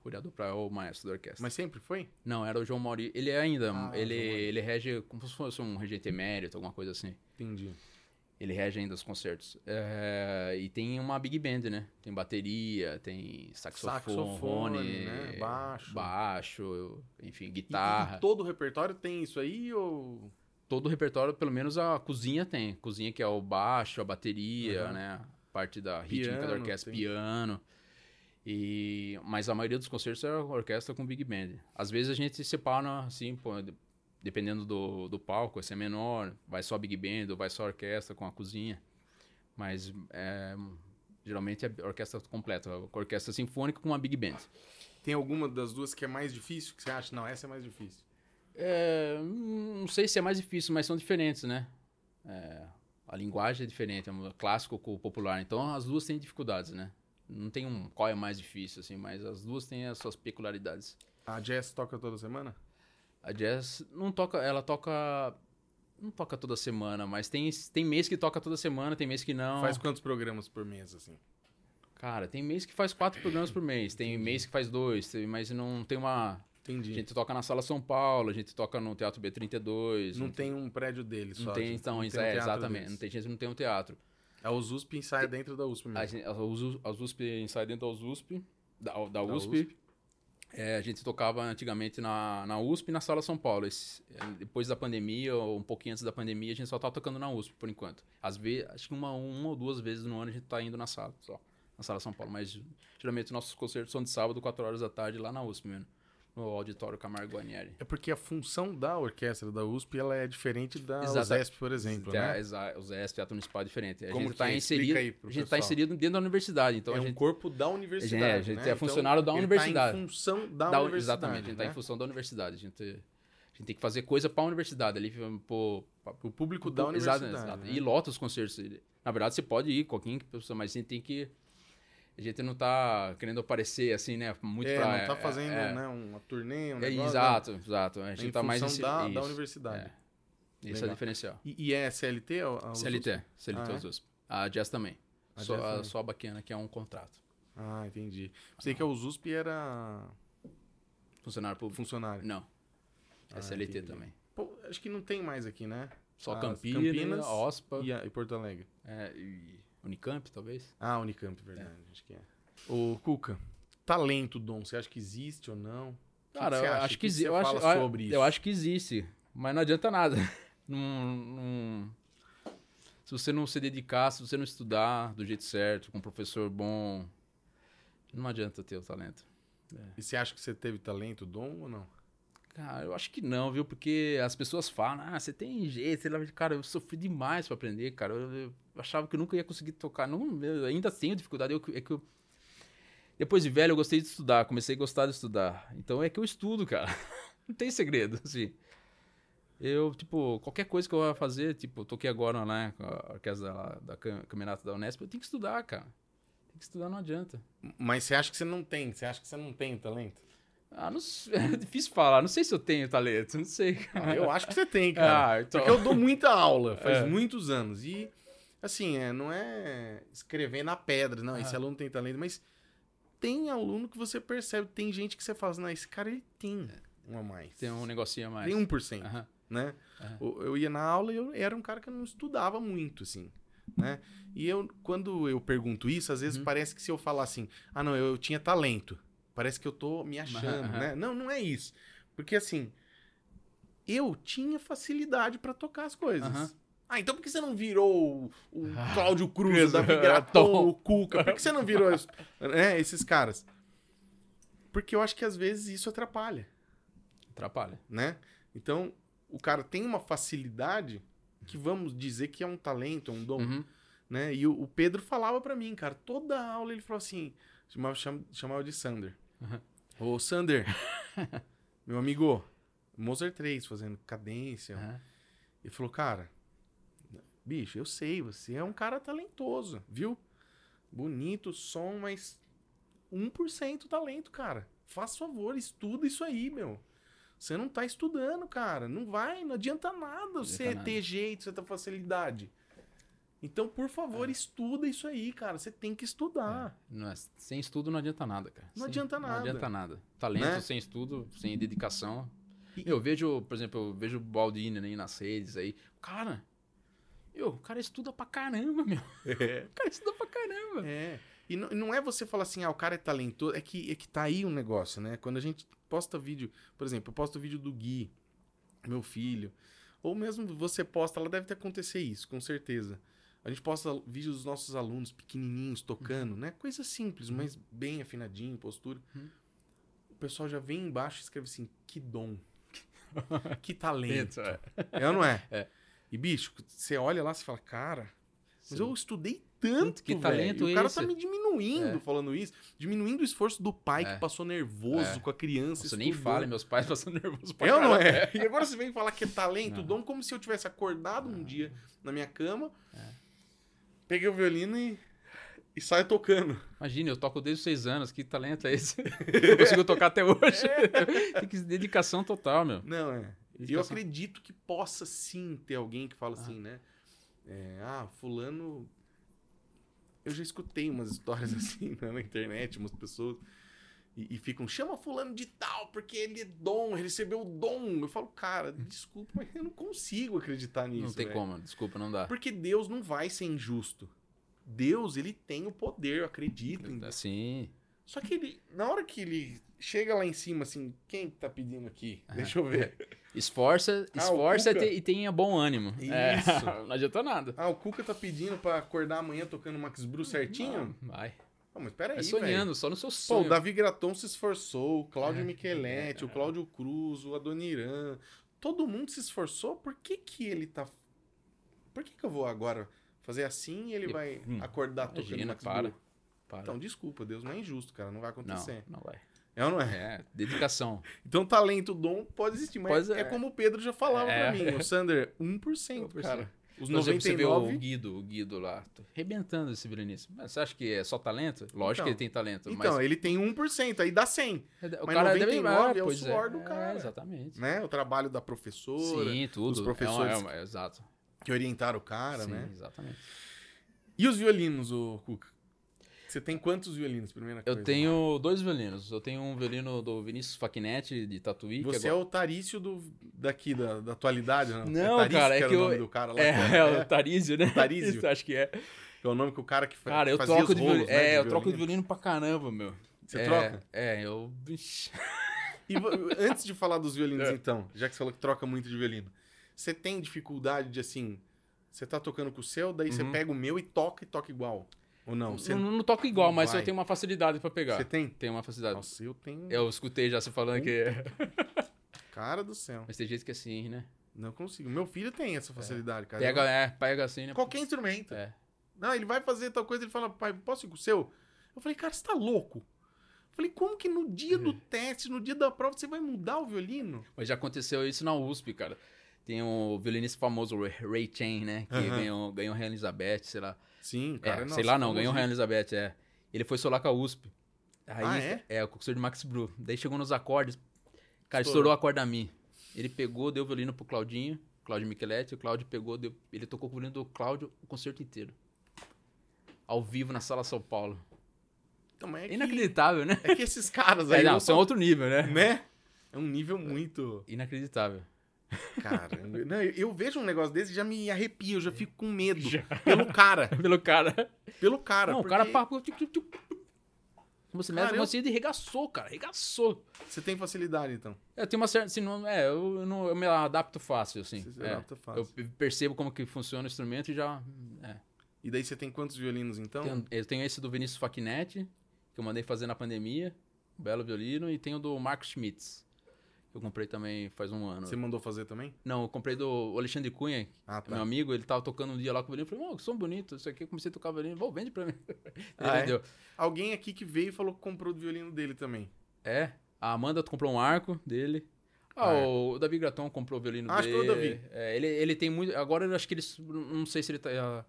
Roriá Duprá é o maestro da orquestra. Mas sempre foi? Não, era o João Mauri. Ele é ainda, Ah, o ele, João Mauri. ele rege como se fosse um regente emérito, alguma coisa assim. Entendi. Ele rege ainda os concertos. É, e tem uma big band, né? Tem bateria, tem saxofone, Saxofone, né? Baixo. baixo, enfim, E- guitarra. e todo o repertório tem isso aí ou... Todo o repertório, pelo menos a cozinha tem. Cozinha que é o baixo, a bateria, Aham. né? A parte da rítmica da Piano, orquestra, tem. piano. E... Mas a maioria dos concertos é orquestra com big band. Às vezes a gente separa, assim, pô, de- dependendo do, do palco, se é menor, vai só big band ou vai só orquestra com a cozinha. Mas é, geralmente é orquestra completa, orquestra sinfônica com uma big band. Tem alguma das duas que é mais difícil? Que você acha, não, essa é mais difícil. É, hum, não sei se é mais difícil, mas são diferentes, né? É, a linguagem é diferente, é um clássico com o popular. Então as duas têm dificuldades, né? Não tem um qual é mais difícil, assim, mas as duas têm as suas peculiaridades. A jazz toca toda semana? A jazz não toca, ela toca. Não toca toda semana, mas tem, tem mês que toca toda semana, tem mês que não. Faz quantos programas por mês, assim? Cara, tem mês que faz quatro programas por mês, tem mês que faz dois, tem- mas não tem uma. A Entendi. gente toca na Sala São Paulo, a gente toca no Teatro B32. não tem um prédio dele só. Não tem, gente. então, Não isso tem um é, teatro exatamente. deles. Não tem gente, não tem um teatro. A USP ensaia dentro da USP mesmo. A gente, as, USP- as USP ensaia dentro das USP, da, da USP. É, a gente tocava antigamente na, na USP e na Sala São Paulo. Esse- é, depois da pandemia, ou um pouquinho antes da pandemia, a gente só tá tocando na USP por enquanto. Às vezes, acho que uma, uma ou duas vezes no ano a gente tá indo na sala, só. Na Sala São Paulo. Mas geralmente nossos concertos são de sábado, 4 horas da tarde, lá na USP mesmo. No auditório Camargo Guarnieri. É porque a função da orquestra da USP ela é diferente da Exata- USESP, por exemplo, né? O Zé, Teatro Municipal é diferente. A Como gente que tá é? Explica inserido, aí pro a gente tá pessoal. inserido dentro da universidade, então é a um gente corpo da universidade. É, a gente né? é funcionário da ele universidade. Tá em função da, Da- universidade. Exatamente, a gente tá né? em função da universidade. A gente, a gente tem que fazer coisa para a universidade ali, pro, pra- O público da Exato, universidade. Então, exato. né? E lota os concertos. Na verdade, você pode ir, qualquer pessoa, mas a gente tem que. A gente não tá querendo aparecer assim, né? Muito é, pra. não tá fazendo é, né, uma turnê, um é, negócio. exato, exato. A né? gente Em tá mais função inse- da, da isso. universidade. É, Esse é o Legal. diferencial. E, e é CLT? ou- ou- CLT, CLT Ah, é? ah, USP. A Jazz também. A só, Jazz a, também. só a Baquiana, que é um contrato. Ah, entendi. Pensei que a USP era Funcionário público. funcionário. Não. É Ah, CLT entendi. também. Pô, acho que não tem mais aqui, né? Só As Ah, Campinas, Campinas OSPA E, a- e Porto Alegre. é, e Unicamp, talvez. Ah, Unicamp, verdade. Acho que é. Ô, Cuca, talento, Dom, você acha que existe ou não? O que Cara, que você eu acha? acho O que, exi- você eu acho, fala sobre isso. eu acho que existe, mas não adianta nada. Não- não- se você não se dedicar, se você não estudar do jeito certo, com um professor bom, não adianta ter o talento. E você acha que você teve talento, Dom, ou não? Cara, eu acho que não, viu? Porque as pessoas falam, ah, você tem jeito, sei lá, cara, eu sofri demais pra aprender, cara. Eu, eu achava que eu nunca ia conseguir tocar. Não, eu ainda tenho dificuldade. Eu, é que eu... Depois de velho, eu gostei de estudar, comecei a gostar de estudar. Então é que eu estudo, cara. Não tem segredo, assim. Eu, tipo, qualquer coisa que eu vá fazer, tipo, eu toquei agora, né, com a orquestra da, da Cam- Camerata da Unesp, eu tenho que estudar, cara. Tem que estudar, não adianta. Mas você acha que você não tem? Você acha que você não tem talento? Ah, não, s- é difícil falar. Não sei se eu tenho talento, não sei, cara. Ah, eu acho que você tem, cara. Ah, então. Porque eu dou muita aula, faz É. muitos anos. E, assim, é, não é escrever na pedra, não, esse Ah. aluno tem talento, mas tem aluno que você percebe, tem gente que você fala, assim, não, esse cara ele tem um a mais. Tem um negocinho a mais. Tem 1%, Aham. né? Aham. Eu, eu ia na aula e eu era um cara que eu não estudava muito, assim, né? E eu, quando eu pergunto isso, às vezes Uhum. parece que se eu falar assim, ah, não, eu, eu tinha talento, parece que eu tô me achando, aham. né? Não, não é isso. Porque, assim, eu tinha facilidade pra tocar as coisas. Aham. Ah, então por que você não virou o, o Ah, Cláudio Cruz, o Cruz, Davi é, Graton, Tom. o Cuca? Por que você não virou es- né, esses caras? Porque eu acho que às vezes isso atrapalha, Atrapalha. né? Então, o cara tem uma facilidade que vamos dizer que é um talento, é um dom, Uhum. né? E o, o Pedro falava pra mim, cara, toda aula ele falou assim, chamava, cham- chamava de Sander. Aham. Ô, Sander, meu amigo, Mozart 3 fazendo cadência, Aham. ele falou, cara, bicho, eu sei, você é um cara talentoso, viu? Bonito, som, mas 1% talento, cara. Faz favor, estuda isso aí, meu. Você não tá estudando, cara. Não vai, não adianta nada você adianta nada. ter jeito, você ter facilidade. Então, por É. favor, estuda isso aí, cara. Você tem que estudar. Não é- sem estudo não adianta nada, cara. Não Sem- adianta nada. Não adianta nada. Talento Né? sem estudo, sem dedicação. E- Eu vejo, por exemplo, eu vejo o Baldini aí nas redes aí. Cara, eu, o cara estuda pra caramba, meu. O cara estuda pra caramba. É. E não, não é você falar assim, ah, o cara é talentoso. É que, é que tá aí um negócio, né? Quando a gente posta vídeo, por exemplo, eu posto vídeo do Gui, meu filho. Ou mesmo você posta, ela deve ter acontecer isso, com certeza. A gente posta vídeos dos nossos alunos pequenininhos, tocando, né? Coisa simples, mas bem afinadinho, postura. Uhum. O pessoal já vem embaixo e escreve assim, que dom. que talento. Lento, é. é ou não é? E, bicho, você olha lá e fala, cara, mas eu estudei tanto, Que velho. talento E é O cara esse? tá me diminuindo É. falando isso. Diminuindo o esforço do pai É. que passou nervoso É. com a criança. Você nem estudando. fala, meus pais passam nervoso pra né? Eu caramba. não é. E agora você vem falar que é talento, Não. dom, como se eu tivesse acordado um Não. É. dia na minha cama, peguei o violino e, e saio tocando. Imagina, eu toco desde os seis anos, que talento é esse? Não consigo tocar até hoje. É. Tem que dedicação total, meu. Não, é. E eu Dedicação. acredito que possa sim ter alguém que Ah. fala assim, né? É, ah, fulano. Eu já escutei umas histórias assim né, na internet, umas pessoas. E, e ficam, chama fulano de tal, porque ele é dom, ele recebeu o dom. Eu falo, cara, desculpa, mas eu não consigo acreditar nisso. não tem velho. como, desculpa, não dá. Porque Deus não vai ser injusto. Deus, ele tem o poder, eu acredito. em Deus. Sim. Só que ele, na hora que ele chega lá em cima, assim, quem que tá pedindo aqui? Deixa eu ver. Esforça, Ah, o esforça Cuca. te- e tenha bom ânimo. Isso. É, não adianta nada. Ah, o Cuca tá pedindo pra acordar amanhã tocando Max Bru certinho? Não, vai. Não, mas peraí, É velho. sonhando, só no seu Pô, o sonho. Davi Graton se esforçou, o Cláudio É. Micheletti, o Cláudio Cruz, o Adoniran. Todo mundo se esforçou, por que que ele tá... Por que que eu vou agora fazer assim e ele E- vai Hum, acordar tocando Imagina, Max para. Bru? para. Então, desculpa, Deus, não é injusto, cara, não vai não, acontecer. não vai. É ou não é? É, dedicação. Então, talento, dom pode existir, mas Pois é. é. como o Pedro já falava É. pra mim. O Sander, 1%, 1%. cara. Os Por exemplo, você vê o 99... Guido, o Guido lá, tô arrebentando esse violonista. Mas você acha que é só talento? Lógico Então, que ele tem talento, Então, ele tem 1%, aí dá 100. mas o mas cara 99 deve é o pois suor do cara. exatamente. né? O trabalho da professora, Sim, tudo. dos É um- professores é um- é exato. que orientaram o cara, Sim, né? exatamente. E os violinos, o Cuca? Você tem quantos violinos, primeira coisa? Eu tenho um dois violinos. Eu tenho um violino do Vinícius Facchinetti, de Tatuí. que Você é agora- o Tarício do, daqui, da, da atualidade, né? Não, Tarício cara, é era que o nome eu- do cara lá. é, que é era- o Tarísio, né? Tarísio. Isso, acho que é. que é o nome que o cara que fa- Cara, eu fazia troco os de rolos, violino. né, É, eu troco de violino. violino pra caramba, meu. Você É, troca? É, eu. Vixe. E vo- antes de falar dos violinos, É. então, já que você falou que troca muito de violino, você tem dificuldade de, assim, você tá tocando com o seu, daí você Uhum. pega o meu e toca e toca igual? Ou não? Você, Não, não toco igual, não mas vai. eu tenho uma facilidade pra pegar. você tem? Tenho uma facilidade. Nossa, eu tenho. Eu escutei já você falando que é. Cara do céu. Mas tem jeito que é assim, né? Não consigo. Meu filho tem essa facilidade, cara. Pega, é, pega assim, né? Qualquer instrumento. É. Não, ele vai fazer tal coisa, ele fala, pai, posso ir com o seu? Eu falei, cara, você tá louco? Eu falei, como que no dia do teste, no dia da prova, você vai mudar o violino? Mas já aconteceu isso na USP, cara. Tem o violinista famoso Ray- Ray Chain, né? Que Aham. ganhou, ganhou Rainha Elizabeth, sei lá. Sim, É, sei lá não, ganhou Rainha Elizabeth, é. Ele foi solar com a USP. Aí, Ah, é? o concurso de Max Bru. Daí chegou nos acordes, cara, Estourou. estourou, a corda a mim. Ele pegou, deu o violino pro Claudinho, Claudio Micheletti, o Claudio pegou, deu- ele tocou com o violino do Claudio o concerto inteiro. Ao vivo na Sala São Paulo. Então, é, É que, Inacreditável, né? é que esses caras aí, É, não, eu são outro nível, né? né? É um nível muito... Inacreditável. Cara, não, eu, eu vejo um negócio desse e já me arrepio, eu já fico com medo. Pelo cara, Pelo cara. pelo cara. não, porque o cara tipo, papo. tiu, tiu, tiu. Como se Cara, mesmo eu- você ele regaçou, cara, regaçou. Você tem facilidade, então. Eu tenho uma certa. Se não, é, eu, não, eu me adapto fácil, assim. Você se é. adapta fácil. Eu pe- percebo como que funciona o instrumento e já. é. E daí você tem quantos violinos, então? Tenho- eu tenho esse do Vinícius Facchinetti, que eu mandei fazer na pandemia, um belo violino, e tenho do Marcos Schmitz, que eu comprei também faz um ano. Você mandou fazer também? Não, eu comprei do Alexandre Cunha, é Ah, meu tá. amigo, ele tava tocando um dia lá com o violino, eu falei, "Mô, que som bonito, isso aqui, eu comecei a tocar violino, vou, vende pra mim. Ele Ah, é? vendeu. Alguém aqui que veio e falou que comprou do violino dele também. É. A Amanda comprou um arco dele. Ah, Ah, é. o Davi Graton comprou o violino Acho que dele. foi o Davi. É, ele, ele tem muito. Agora eu acho que ele. Não sei se ele tá,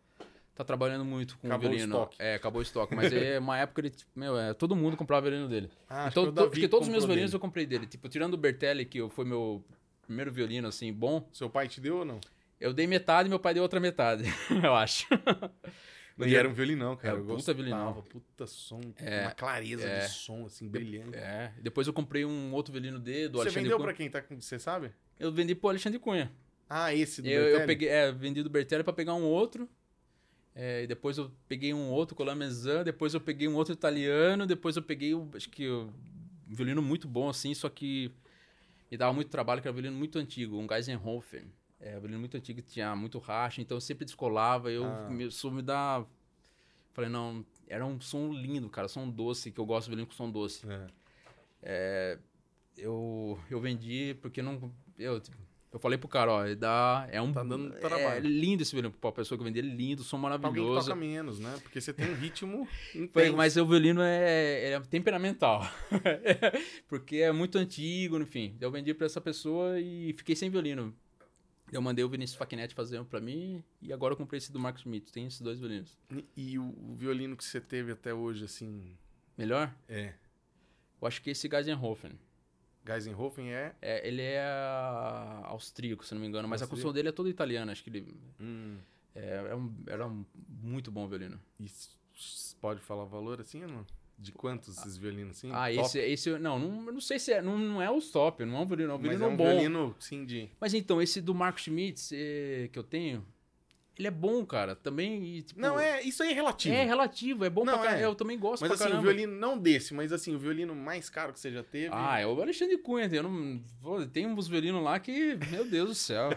tá trabalhando muito com Acabou o o violino. estoque. É, acabou o estoque. Mas é uma época ele. tipo, Meu, é, todo mundo comprava o violino dele. Ah, então, que to- porque todos os meus comprou violinos dele. eu comprei dele. Tipo, tirando o Bertelli, que eu- foi meu primeiro violino, assim, bom. Seu pai te deu ou não? Eu dei metade e meu pai deu outra metade, eu acho. E era um violinão, cara. É, eu puta violinão. gostava, Puta som, uma clareza de som, assim, brilhante. É. Depois eu comprei um outro violino dele, do Você Alexandre vendeu Cunha. pra quem tá com... Você sabe? Eu vendi pro Alexandre Cunha. Ah, esse do Eu, eu Bertelli? peguei, é, vendi do Bertelli pra pegar um outro. É, e depois eu peguei um outro Colamesan, depois eu peguei um outro italiano, depois eu peguei um, acho que um violino muito bom assim, só que me dava muito trabalho, que era um violino muito antigo, um Geisenhofer. É, um violino muito antigo, tinha muito racha, então eu sempre descolava, eu Ah. me, sou me dá falei não, era um som lindo, cara, som doce, que eu gosto de violino com som doce É. eu, eu vendi porque não. Eu, eu falei pro cara, ó, dá, é um. Tá dando é trabalho. lindo esse violino pra pessoa que vende, ele é lindo, som Pra alguém que maravilhoso. toca menos, né? Porque você tem um ritmo Falei, intenso. mas o violino é, é temperamental. porque é muito antigo, enfim. Eu vendi pra essa pessoa e fiquei sem violino. Eu mandei o Vinícius Facchinetti fazer um pra mim e agora eu comprei esse do Marcos Smith. Tem esses dois violinos. E o, o violino que você teve até hoje, assim... Melhor? É. Eu acho que esse Geisenhofen. Geisenhofen é... É, ele é austríaco, se não me engano, mas a construção dele é toda italiana. Acho que ele Hum, É, é um- era um muito bom violino. isso- pode falar o valor, assim, ou não? De quantos esses violinos, assim? ah, Top? esse, esse não, não, eu não sei se é, não, não é o top, não é um violino, é um Mas violino é um bom. violino, sim, de... Mas então, esse do Marco Schmitz eh, que eu tenho, ele é bom, cara, também. e, tipo, Não, é... Isso aí é relativo. É relativo, é bom Não, pra caramba. é. Eu também gosto Mas pra assim, o caramba. violino, não desse, mas assim, o violino mais caro que você já teve. Ah, é o Alexandre Cunha, eu não, pô, tem uns violinos lá que, meu Deus do céu,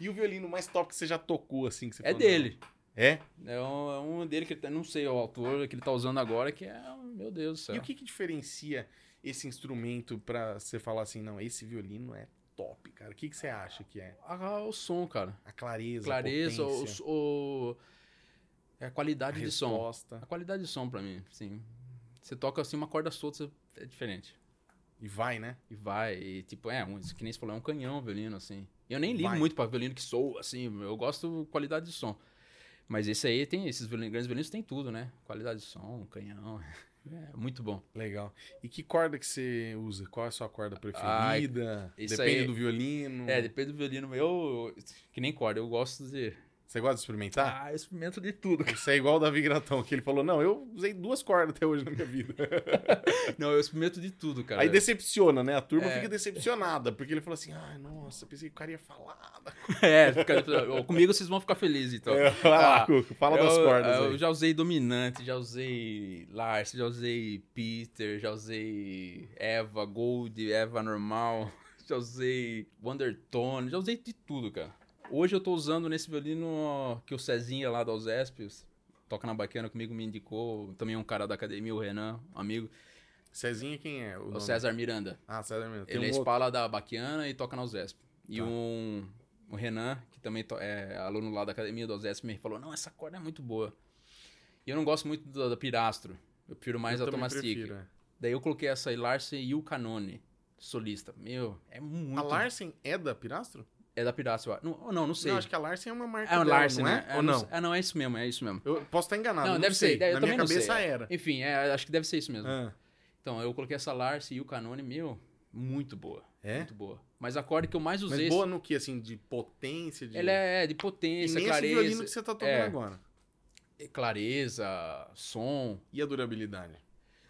E o violino mais top que você já tocou, assim, que você é falou, dele. não. É? É um, é um dele que ele tá- não sei o autor que ele tá usando agora, que é, meu Deus do céu. E o que, que diferencia esse instrumento pra você falar assim, não, esse violino é top, cara. O que, que você acha que é? Ah, o som, cara. A clareza, Clareza, a o, potência, o- é a a qualidade de som. resposta. A qualidade de som pra mim, sim. Você toca assim uma corda solta, você- é diferente. E vai, né? E vai, e tipo, é, um, que nem você falou, é um canhão o violino, assim. Eu nem ligo Vai. muito pra violino que soa, assim, eu gosto qualidade de som. Mas esse aí tem, esses violin- grandes violinos tem tudo, né? Qualidade de som, canhão, é muito bom. Legal. E que corda que você usa? Qual é a sua corda preferida? isso Depende aí- do violino. É, depende do violino, eu, que nem corda, eu gosto de... Você gosta de experimentar? Ah, eu experimento de tudo. Isso é igual o Davi Gratão, que ele falou: Não, eu usei duas cordas até hoje na minha vida. Não, eu experimento de tudo, cara. Aí decepciona, né? A turma É. fica decepcionada, porque ele falou assim: Ai, nossa, pensei que o cara ia falar. da corda." É, fica- ó, comigo vocês vão ficar felizes, então. É, Vai lá, Ah, é Cuco, fala das eu, cordas Eu aí. já usei Dominante, já usei Lars, já usei Peter, já usei Eva Gold, Eva Normal, já usei Wondertone, já usei de tudo, cara. Hoje eu tô usando nesse violino que o Cezinha lá da Alzesp, toca na bacana comigo, me indicou, também um cara da academia, o Renan, um amigo, Cezinha, quem é? o nome? César Miranda. Ah, César mesmo. Tem Ele é um outro. espala da Baquiana e toca na USESP. E Tá. um, o Renan, que também to- é aluno lá da academia da USESP, me falou: não, essa corda é muito boa. E eu não gosto muito da, da Pirastro. Eu prefiro mais Eu a também Tomastic. prefiro, é. Daí eu coloquei essa Larsen e o Canone, solista. Meu, é muito. A Larsen é da Pirastro? É da Pirastro. eu acho. Não, ou não, não sei. Não, acho que a Larsen é uma marca. É o dela, Larsen, não é? né? É, Ou não? Ah, não, é isso mesmo, é isso mesmo. Eu posso estar enganado. Não, Não, deve sei. ser, eu na também minha não sei, cabeça é. era. Enfim, é, acho que deve ser isso mesmo. Ah, Então, eu coloquei essa Larsen e o Canone, meu, muito boa. é? Muito boa. Mas a corda que eu mais Mas usei. boa no que, assim, de potência? De... Ela é de E potência, nesse clareza. violino que você tá tocando é. agora. eh, clareza, som. E a durabilidade?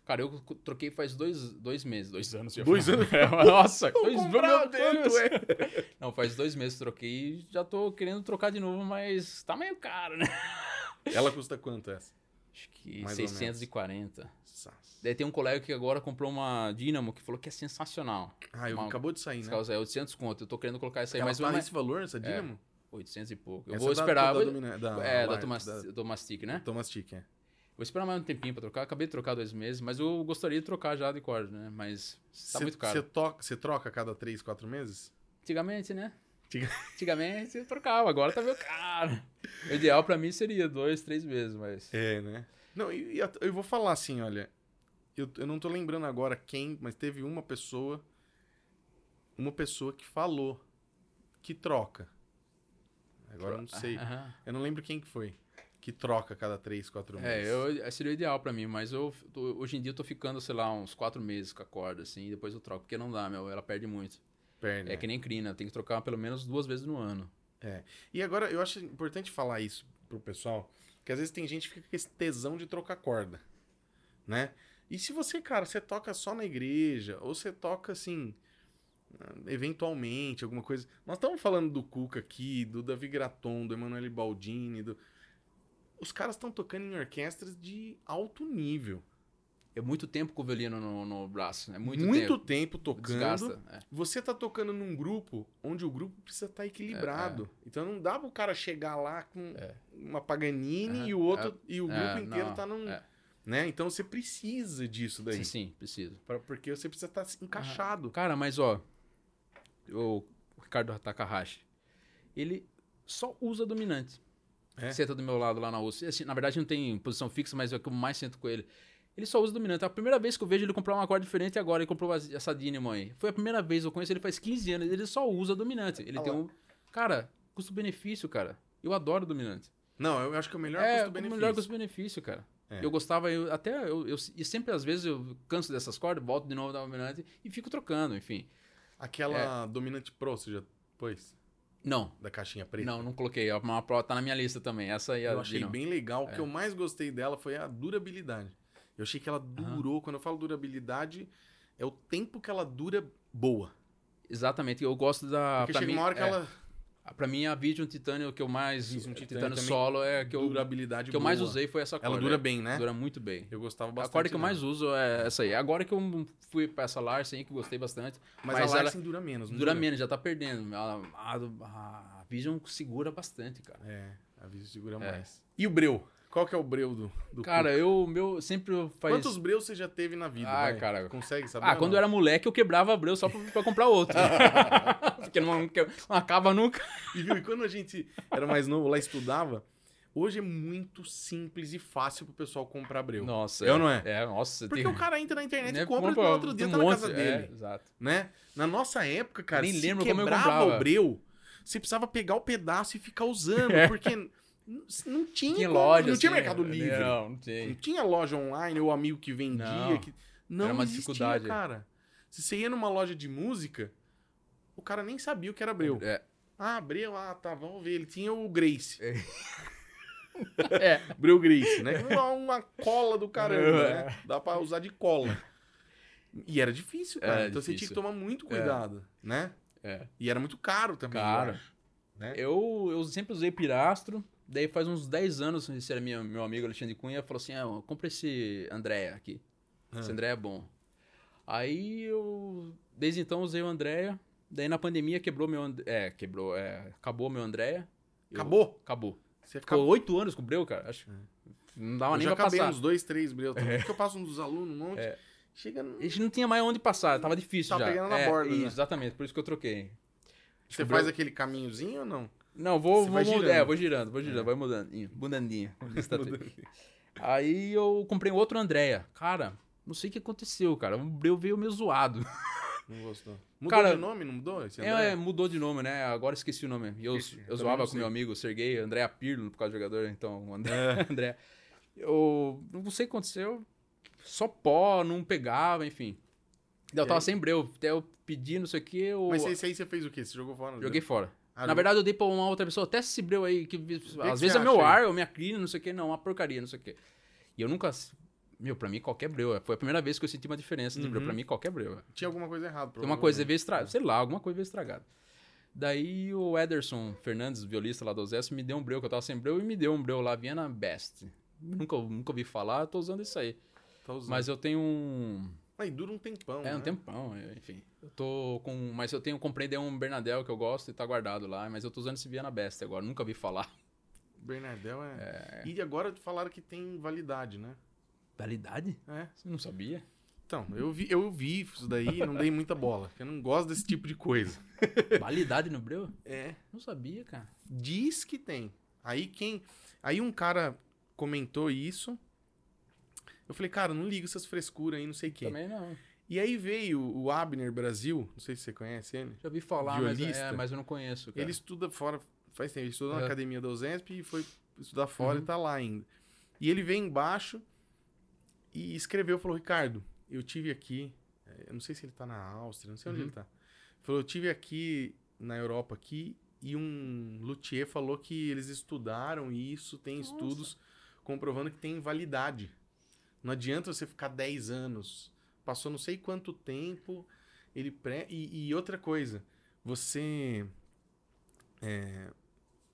Cara, eu co- troquei faz dois, dois meses, dois anos. já Dois falo. anos? É, nossa, dois comprar é. dois dentro, anos. Não, faz dois meses que troquei e já tô querendo trocar de novo, mas tá meio caro, né? Ela custa quanto essa? Acho que Mais ou menos. 640. Sass. Daí tem um colega que agora comprou uma Dynamo que falou que é sensacional. Ah, eu Uma- acabou de sair, Esse né? caso é 800 conto. Eu tô querendo colocar essa aí Ela mais tá uma. nesse valor, essa Dynamo? 800 e pouco. Eu Essa vou é da- esperar. Da, vou- domina- da- é, da Lark, Tomas- da- Tomastic, né? Tomastic, é. Vou esperar mais um tempinho pra trocar. Acabei de trocar dois meses, mas eu gostaria de trocar já de corda, né? Mas tá muito caro. Você toca, você troca a cada 3, 4 meses? Antigamente, né? Antiga- Antigamente eu trocava, agora tá meio caro. O ideal pra mim seria dois, três meses, mas. É, né? Não, e, e a- eu vou falar assim, olha. Eu, eu não tô lembrando agora quem, mas teve uma pessoa. Uma pessoa que falou que troca. Agora eu não sei. Aham. Eu não lembro quem que foi. Que troca a cada 3, 4 meses. É, eu, seria o ideal pra mim, mas eu tô- hoje em dia eu tô ficando, sei lá, uns quatro meses com a corda, assim, e depois eu troco, porque não dá, meu, ela perde muito. Perna. É, que nem crina, tem que trocar pelo menos duas vezes no ano. E agora, eu acho importante falar isso pro pessoal, que às vezes tem gente que fica com esse tesão de trocar corda, né? E se você, cara, você toca só na igreja, ou você toca assim, eventualmente, alguma coisa. Nós estamos falando do Cuca aqui, do Davi Graton, do Emanuele Baldini, do... Os caras estão tocando em orquestras de alto nível. É muito tempo com o violino no, no braço, é muito, Muito, tempo. tempo. tocando. Desgasta. é. Você tá tocando num grupo onde o grupo precisa estar É, equilibrado. Então não dá pro cara chegar lá com uma Paganini Aham. e o outro e o é, grupo inteiro não, tá num, é. né? Então você precisa disso daí, Sim, sim, preciso. Pra- porque você precisa estar encaixado. Cara, mas ó, o Ricardo Takahashi, ele só usa dominante. É? Senta do meu lado lá na USP. Assim, na verdade, não tem posição fixa, mas é o que eu mais sento com ele. Ele só usa dominante. É a primeira vez que eu vejo ele comprar uma corda diferente é agora. Ele comprou as- essa Dynamo aí. Foi a primeira vez, eu conheço ele faz 15 anos. Ele só usa dominante. Ele Ah tem lá. um. Cara, custo-benefício, cara. Eu adoro dominante. Não, eu acho que é o melhor É, o custo-benefício. melhor custo-benefício, cara. É. Eu gostava, eu, até eu, eu- e sempre às vezes eu canso dessas cordas, volto de novo da dominante e fico trocando, enfim. É. Aquela Dominante Pro, você já pôs? Não, Da caixinha preta? não, não coloquei. A uma Pro tá na minha lista também. Essa aí é a Eu achei Dino. bem legal. O É. que eu mais gostei dela foi a durabilidade. Eu achei que ela durou. Quando eu falo durabilidade, é o tempo que ela dura boa. Exatamente. Eu gosto da. Porque pra chega mim, uma hora que é, ela Pra mim, a Vision Titanium, o que eu mais. Vision Vision Titanium Titanium também solo é a que eu, durabilidade que eu mais boa. usei foi essa corda. Ela dura é. bem, né? Dura muito bem. Eu gostava A bastante. né? corda que eu dela. mais uso é essa aí. Agora que eu fui pra essa Larsen aí, que eu gostei bastante. Mas, mas a ela- Larsen dura menos. não Dura menos, já tá perdendo. A, a- a Vision segura bastante, cara. É, a Vision segura É. mais. E o breu? Qual que é o breu do, do Cara, eu meu sempre eu Cuca? faz. Quantos breus você já teve na vida? Ah, vai? cara. Consegue saber? Ah, ou quando eu não? era moleque, eu quebrava breu só pra, pra comprar outro. Porque não, não acaba nunca. E, viu, e quando a gente era mais novo lá e estudava, hoje é muito simples e fácil pro pessoal comprar breu. Nossa. É ou não é? É, nossa. Porque tem- o cara entra na internet né, e compra, no outro dia um tá na monte, casa é, dele, exato. né? Na nossa época, cara, Nem se lembro como eu quebrava comprava. o breu, você precisava pegar o pedaço e ficar usando, É. porque n- não tinha, Tinha como- loja. não tinha assim, mercado livre. Não, não Não tem. tinha loja online ou amigo que vendia. Não. que... não Era uma existia, dificuldade. cara. Se você ia numa loja de música, o cara nem sabia o que era breu. É, Ah, Abreu, ah, tá, vamos ver. Ele tinha o Grace. É. Abreu Grace, né? Uma, uma cola do caramba, É. né? Dá pra usar de cola. E era difícil, cara. Era então você tinha que É, difícil. tomar muito cuidado, né? É. E era muito caro também. eu Cara. acho, Né? Eu, eu sempre usei pirastro. Daí faz uns 10 anos, esse era minha, meu amigo Alexandre Cunha, falou assim: ah, compra esse Andréia aqui. Esse Ah. Andréia é bom. Aí eu, desde então, usei o Andréia. Daí na pandemia quebrou meu. And- É, quebrou. É, acabou meu Andréia. Eu- Acabou? Acabou. Você fica... Ficou 8 anos com o Breu, cara. Acho. Não dava eu nem já pra acabei passar. É. uns dois, três, Abreu. Também, Porque eu passo uns alunos, um monte. Chega... no- A gente não tinha mais onde passar, tava difícil Tava já. pegando na É, borda, né? isso, Exatamente, por isso que eu troquei. Você Abreu- faz aquele caminhozinho ou não? Não, vou, Você vou vai mudar. girando. É, vou girando, vou girando, vai mudando. Mudandinha. tá Aí eu comprei um outro Andréia. Cara, não sei o que aconteceu, cara. O Breu veio meio zoado. Não gostou. Mudou Cara, de nome, não mudou? Esse André? É, mudou de nome, né? Agora esqueci o nome. Eu, Esqueci, eu também zoava não com sei. meu amigo Serguei, André Pirlo, por causa do jogador, então, o André. É. André. Eu não sei o que aconteceu. Só pó, não pegava, enfim. Eu E tava aí? sem breu. Até eu pedi, não sei o que, eu Mas esse aí você fez o quê? Você jogou fora? joguei fora. Ah, Na jogou- verdade, eu dei pra uma outra pessoa, testa esse breu aí, que às você vezes é meu acha aí? ar, ou minha crina, não sei o que, não, uma porcaria, não sei o que. E eu nunca. Meu, pra mim qualquer breu. Foi a primeira vez que eu senti uma diferença de breu. Uhum. É. Pra mim, qualquer breu. Tinha alguma coisa errada. Tem uma coisa veio estragada, sei lá, alguma coisa veio estragada. Daí o Ederson Fernandes, violista lá do Zesp, me deu um breu, que eu tava sem breu, e me deu um breu lá, Viena Best. Nunca, nunca ouvi falar, tô usando isso aí. Tá usando. Mas eu tenho um. Aí dura um tempão. É, um né? tempão, é, enfim. Eu tô com. Mas eu tenho, comprei dei um Bernadel que eu gosto e tá guardado lá, mas eu tô usando esse Viena Best agora, nunca ouvi falar. Bernardel é... E agora falaram que tem validade, né? Validade? É. Você não sabia? Então, eu vi, eu vi isso daí e não dei muita bola. porque Eu não gosto desse tipo de coisa. Validade no breu? É. Não sabia, cara. Diz que tem. Aí quem. Aí um cara comentou isso. Eu falei, cara, não liga essas frescuras aí, não sei o quê. Também não. E aí veio o Abner Brasil, não sei se você conhece ele. Já ouvi falar, mas, é, Violista? mas eu não conheço, cara. Ele estuda fora, faz tempo, ele estudou na É. academia da USESP e foi estudar fora Uhum. e tá lá ainda. E ele veio embaixo e escreveu, falou, Ricardo, eu tive aqui, eh, eu não sei se ele tá na Áustria, não sei onde Uhum. ele tá. Falou, eu tive aqui na Europa aqui e um luthier falou que eles estudaram isso, tem estudos comprovando que tem validade. Não adianta você ficar 10 anos. Passou não sei quanto tempo. Ele pré... e, e outra coisa, você é,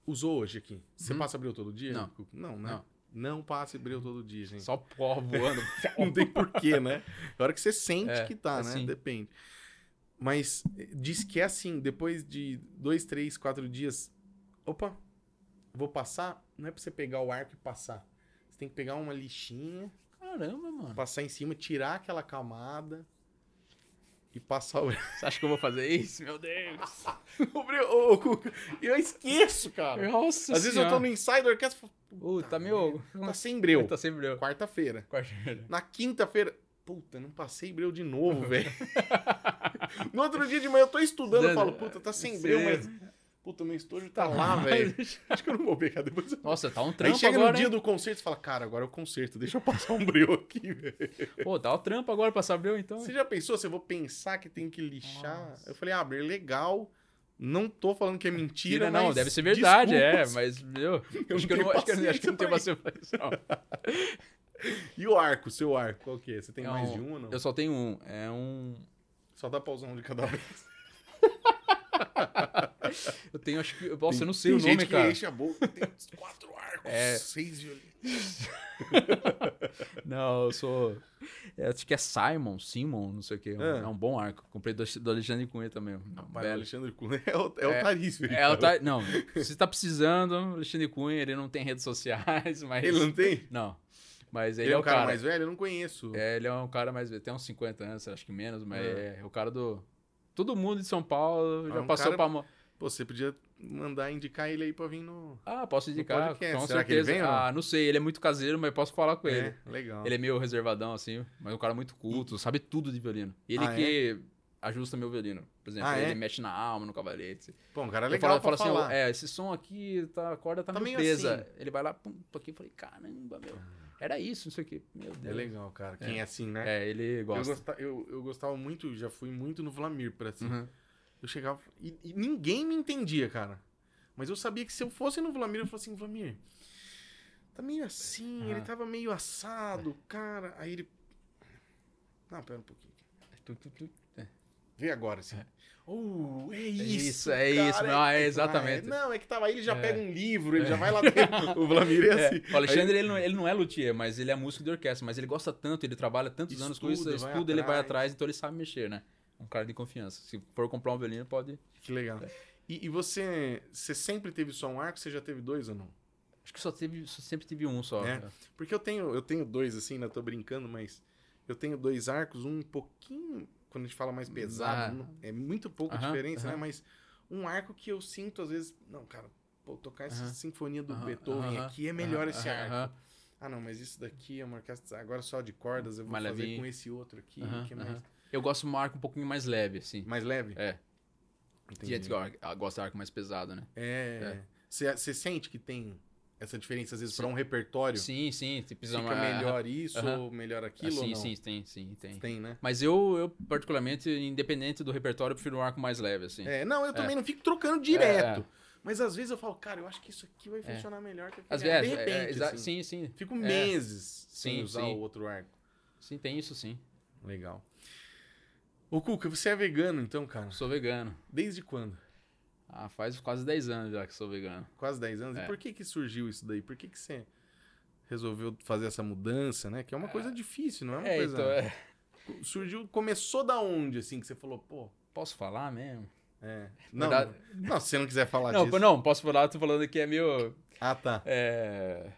usou hoje aqui. Você Uhum. passa abril todo dia? Não. Cuco? Não, né? Não, passa abril todo dia, gente. Só pó voando. Não tem porquê, né? A hora que você sente É, que tá, né? assim. Depende. Mas eh, diz que é assim, depois de dois, três, quatro dias. Opa, vou passar. Não é pra você pegar o arco e passar. Você tem que pegar uma lixinha, Caramba, mano. Ah. passar em cima, tirar aquela camada e passar o. Você acha que eu vou fazer isso? Meu Deus. o brilho- ô, ô, Cuca, eu esqueço, cara. Nossa Às vezes eu tô no ensaio da orquestra e falo, Puta, tá meu... "Pô, tá sem breu. Tá sempre eu. Quarta-feira. Quarta-feira. Na quinta-feira, puta, não passei breu de novo, velho. no outro dia de manhã eu tô estudando, eu falo, puta, tá sem breu, mas. Puta, meu estojo tá lá, velho. Acho que eu não vou pegar depois. eu- Nossa, tá um Aí trampo chega agora, no dia hein? do concerto e fala, cara, agora é o concerto, deixa eu passar um breu aqui, velho. Pô, tá um trampo agora pra saber eu, então. Você já pensou se eu vou pensar que tem que lixar? Eu falei, ah, Bre, legal. Não tô falando que é mentira, Tira, não, mas deve ser verdade, desculpas. é, mas, meu, acho que eu tenho não, acho que eu- acho que eu não tenho paciência paciência pra isso, não. E o arco, seu arco, qual que é? Você tem É mais um- de um ou não? Eu só tenho um, é um... Só dá pra usar um de cada vez. Eu tenho, acho que... Nossa, eu não sei Tem o nome, gente que cara. enche a boca, tem uns quatro arcos, É. seis violinos. Não, eu sou... é, acho que é Simon, Simon, não sei o quê. um- Ah. É um bom arco. Comprei do, do Alexandre Cunha também. um Mas o belo. Alexandre Cunha é o, é o É. Tarício. ele Ela fala. tá. Não, se tá precisando, Alexandre Cunha, ele não tem redes sociais, mas. Ele não tem? Não. Mas ele, Ele é um cara, mais mais velho? Eu não conheço. É, ele é um cara mais velho. Tem uns 50 anos, acho que menos, mas É. é, o cara do. Todo mundo de São Paulo É já um passou cara- pra mão. Pô, você podia mandar, indicar ele aí pra vir no... Ah, posso indicar. podcast. Com é? Será que ele certeza. vem ou não? ah, não sei, ele é muito caseiro, mas posso falar com ele. É, legal. Ele é meio reservadão, assim, mas é um cara muito culto, sabe tudo de violino. Ele Ah, é? que ajusta meu violino. Por exemplo, Ah, ele é? mexe na alma, no cavalete. Pô, um cara Eu legal falo- pra falo assim, ó, falar. é, esse som aqui, tá, a corda tá, Tá meio meio presa. assim. Ah. Ele vai lá, pum, toquei, falei, caramba, meu. Era isso, não sei o quê. Meu É Deus. legal, cara. Quem é, assim, né? É, ele Eu, gosta. gosta- eu- eu gostava muito, já fui muito no Vlamir pra assim. Uhum. Eu chegava e, e ninguém me entendia, cara. Mas eu sabia que se eu fosse no Vlamir, eu falava assim, Vlamir, tá meio assim, Ah. ele tava meio assado, É. cara. Aí ele. Não, pera um pouquinho. Tu, tu, tu. Vê agora, assim. Oh, é isso. isso, é isso, cara, não, é que- exatamente. Ah, é- Não, é que tava aí, ele já É. pega um livro, ele já vai lá dentro. o Vlamir é assim. É, o Alexandre, ele, não, ele não é luthier, mas ele é músico de orquestra, mas ele gosta tanto, ele trabalha tantos anos com isso, Estuda, vai estuda, ele vai atrás. atrás, então ele sabe mexer, né? Um cara de confiança. Se for comprar um violino, pode. Que legal. É. E, e você, você sempre teve só um arco? Você já teve dois ou não? Acho que só teve, só- sempre tive um só. É. cara. Porque eu tenho, eu tenho dois, assim, né? Eu tô brincando, mas eu tenho dois arcos, um pouquinho, quando a gente fala mais pesado, Ah. não- é muito pouco Aham, diferença, né? aham. Mas um arco que eu sinto, às vezes, não, cara, pô, tocar essa Aham, sinfonia do aham, Beethoven aham, aqui é melhor aham, esse arco. aham. Ah, não, mas isso daqui é uma orquestra agora só de cordas, eu vou fazer Maravilha. com esse outro aqui, Aham, que é mais, aham. Eu gosto de um arco um pouquinho mais leve, assim. mais leve. É. Tem Entendi. gente que ar- gosta de arco mais pesado, né? É. Você você sente que tem essa diferença, às vezes, pra um repertório? Sim, sim. Tipo, Fica uma- melhor isso, aham. Ah, ou melhor aquilo, Sim, ou não? sim, tem, sim, tem. Tem, né? Mas eu, eu, particularmente, independente do repertório, eu prefiro um arco mais leve, assim. É, não, eu também não fico É, trocando direto. Mas às vezes eu falo, cara, eu acho que isso aqui vai funcionar melhor que aquele. Às arco. vezes, é, de é, repente, exa- sim, assim. sim. Fico meses sem Sim, usar sim. o outro arco. Sim, tem isso sim. Legal. Ô, Cuca, você é vegano então, cara? Sou vegano. Desde quando? Ah, faz quase 10 anos já que sou vegano. Quase 10 anos. E É. por que que surgiu isso daí? Por que que você resolveu fazer essa mudança, né? Que é uma coisa difícil, não é uma É, coisa... então, é. Surgiu, começou da onde, assim, que você falou, pô... Posso falar mesmo? É. Não, Verdade- não, se você não quiser falar Não, disso. não, posso falar, eu tô falando que é meio. Ah, tá. É.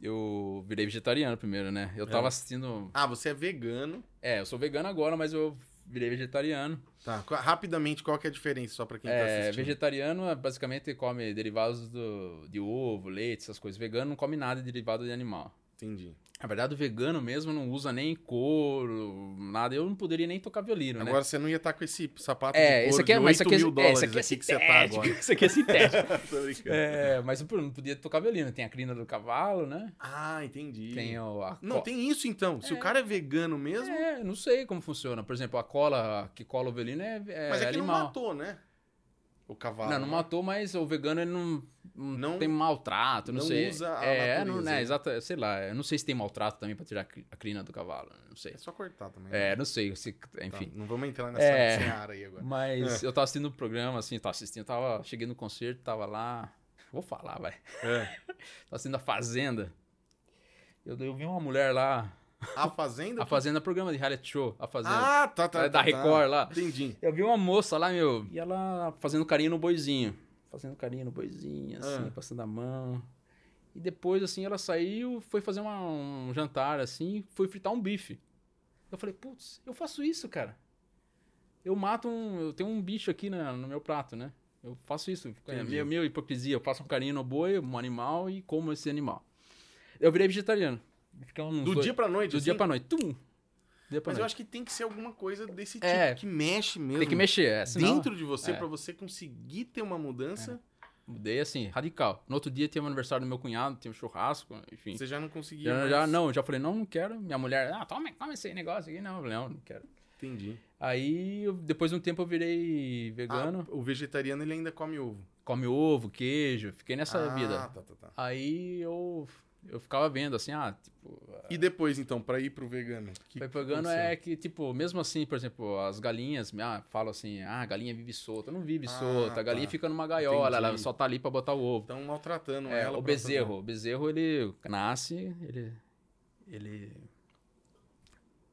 Eu virei vegetariano primeiro, né? Eu tava assistindo. Ah, você é vegano. É, eu sou vegano agora, mas eu virei vegetariano. Tá, qu- rapidamente, qual que é a diferença, só pra quem tá É, assistindo? vegetariano é, basicamente come derivados do, de ovo, leite, essas coisas. Vegano não come nada de derivado de animal. Entendi. Na verdade, o vegano mesmo não usa nem couro, nada. Eu não poderia nem tocar violino, né? Agora você não ia estar com esse sapato É, de esse couro aqui é, de mas 8 isso aqui é, mil é, dólares isso aqui é aqui que você tá sintético. agora. Isso aqui é sintético. Tô brincando. É, mas pô, não podia tocar violino. Tem a crina do cavalo, né? Ah, entendi. Tem o, a Não, co- tem isso então. Se o cara é vegano mesmo, É, não sei como funciona. Por exemplo, a cola que cola o violino é, é mas é que animal. não matou, né? O cavalo. né? Não, não matou, mas o vegano ele não, não, Não- tem maltrato, não, não sei. usa a é, não, natureza, né, né? exato, sei lá. Eu não sei se tem maltrato também pra tirar a cri- a crina do cavalo, não sei. É Tá. só cortar também. né? É, não sei, se, Tá, enfim. não vamos entrar nessa É. seara aí agora. Mas eu tava assistindo o programa, assim, tava assistindo, tava, cheguei no concerto, tava lá. Vou falar, vai. É. Tava assistindo a Fazenda. Eu, eu vi uma mulher lá. A Fazenda. A Fazenda é programa de reality show. A Fazenda. Ah, tá, tá. É da tá, tá. Record lá. Entendi. Eu vi uma moça lá, meu, e ela fazendo carinho no boizinho. Fazendo carinho no boizinho, assim, Ah. passando a mão. E depois, assim, ela saiu, foi fazer uma- um jantar, assim, foi fritar um bife. Eu falei, putz, eu faço isso, cara. Eu mato um. Eu tenho um bicho aqui na- no meu prato, né? Eu faço isso. É Entendi. minha, minha hipocrisia. Eu faço um carinho no boi, um animal e como esse animal. Eu virei vegetariano. Ficava uns Do dois- dia pra noite. do dia assim? pra noite. Tum! Do Dia pra Mas eu noite. acho que tem que ser alguma coisa desse tipo É. que mexe mesmo. Tem que mexer, é. Senão... dentro de você É. pra você conseguir ter uma mudança. Mudei assim, radical. No outro dia tinha o aniversário do meu cunhado, tinha um churrasco, enfim. Você já não conseguia. Já, mais. já, não, já falei, não, não quero. Minha mulher, ah, toma, come esse negócio aqui. Não, eu falei, não, não quero. Entendi. Aí, eu- depois de um tempo, eu virei vegano. Ah, o vegetariano ele ainda come ovo. Come ovo, queijo, fiquei nessa ah, é vida. Tá, tá, tá. Aí eu, eu ficava vendo, assim, ah, tipo... E depois, então, pra ir pro vegano? que- vai pegando aconteceu? é que, tipo, mesmo assim, por exemplo, as galinhas, ah, falam assim, ah, a galinha vive solta. Não vive Ah, solta, a galinha tá. fica numa gaiola, ela Entendi. só tá ali pra botar o ovo. Estão maltratando É, ela. o pra bezerro. O bezerro, ele nasce, ele. Ele.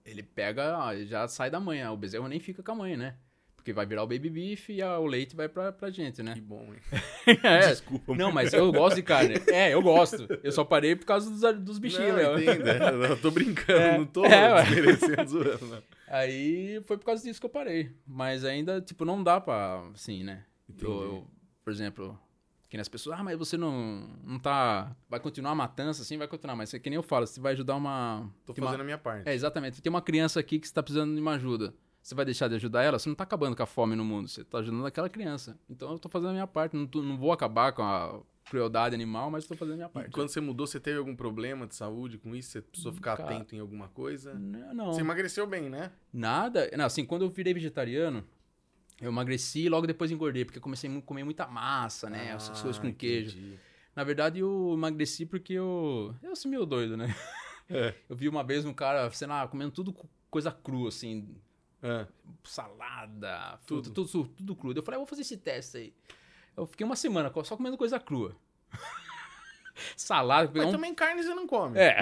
Ele pega, ele já sai da mãe. O bezerro nem fica com a mãe, né? Porque vai virar o baby beef e a- o leite vai pra, pra gente, fazer- né? um Que bom, hein? É, Desculpa. Não, mas eu gosto de carne. É, eu gosto. Eu só parei por causa dos, dos bichinhos, Não, né? entendo, é, Eu tô brincando, É. não tô É, ué. desmerecendo, zoando. né? não. Aí foi por causa disso que eu parei. Mas ainda, tipo, não dá pra. Assim, né? Entendi. Eu- eu, por exemplo, que nem as pessoas, ah, mas você não, não tá. Vai continuar a matança, assim, vai continuar. Mas é que nem eu falo, você vai ajudar uma. Tô que uma- fazendo a minha parte. É, exatamente. Tem uma criança aqui que está precisando de uma ajuda. Você vai deixar de ajudar ela? Você não tá acabando com a fome no mundo, você tá ajudando aquela criança. Então eu tô fazendo a minha parte. Não, tô- não vou acabar com a crueldade animal, mas tô fazendo a minha E parte. quando você mudou, você teve algum problema de saúde com isso? Você precisou ficar Cara. atento em alguma coisa? Não, não. Você emagreceu bem, né? Nada. Não, assim, quando eu virei vegetariano, Eu emagreci e logo depois engordei, porque eu comecei a comer muita massa, né? Ah, Essas coisas com queijo. Na verdade, eu emagreci porque eu. Eu sou meio doido, né? É. Eu vi uma vez um cara, sei lá, comendo tudo co- coisa crua, assim, Ah, salada, fruta, tudo, tudo, tudo cru. Eu falei, ah, vou fazer esse teste aí. Eu fiquei uma semana co- só comendo coisa crua. salada, pegar Mas um... também carne você não come. É.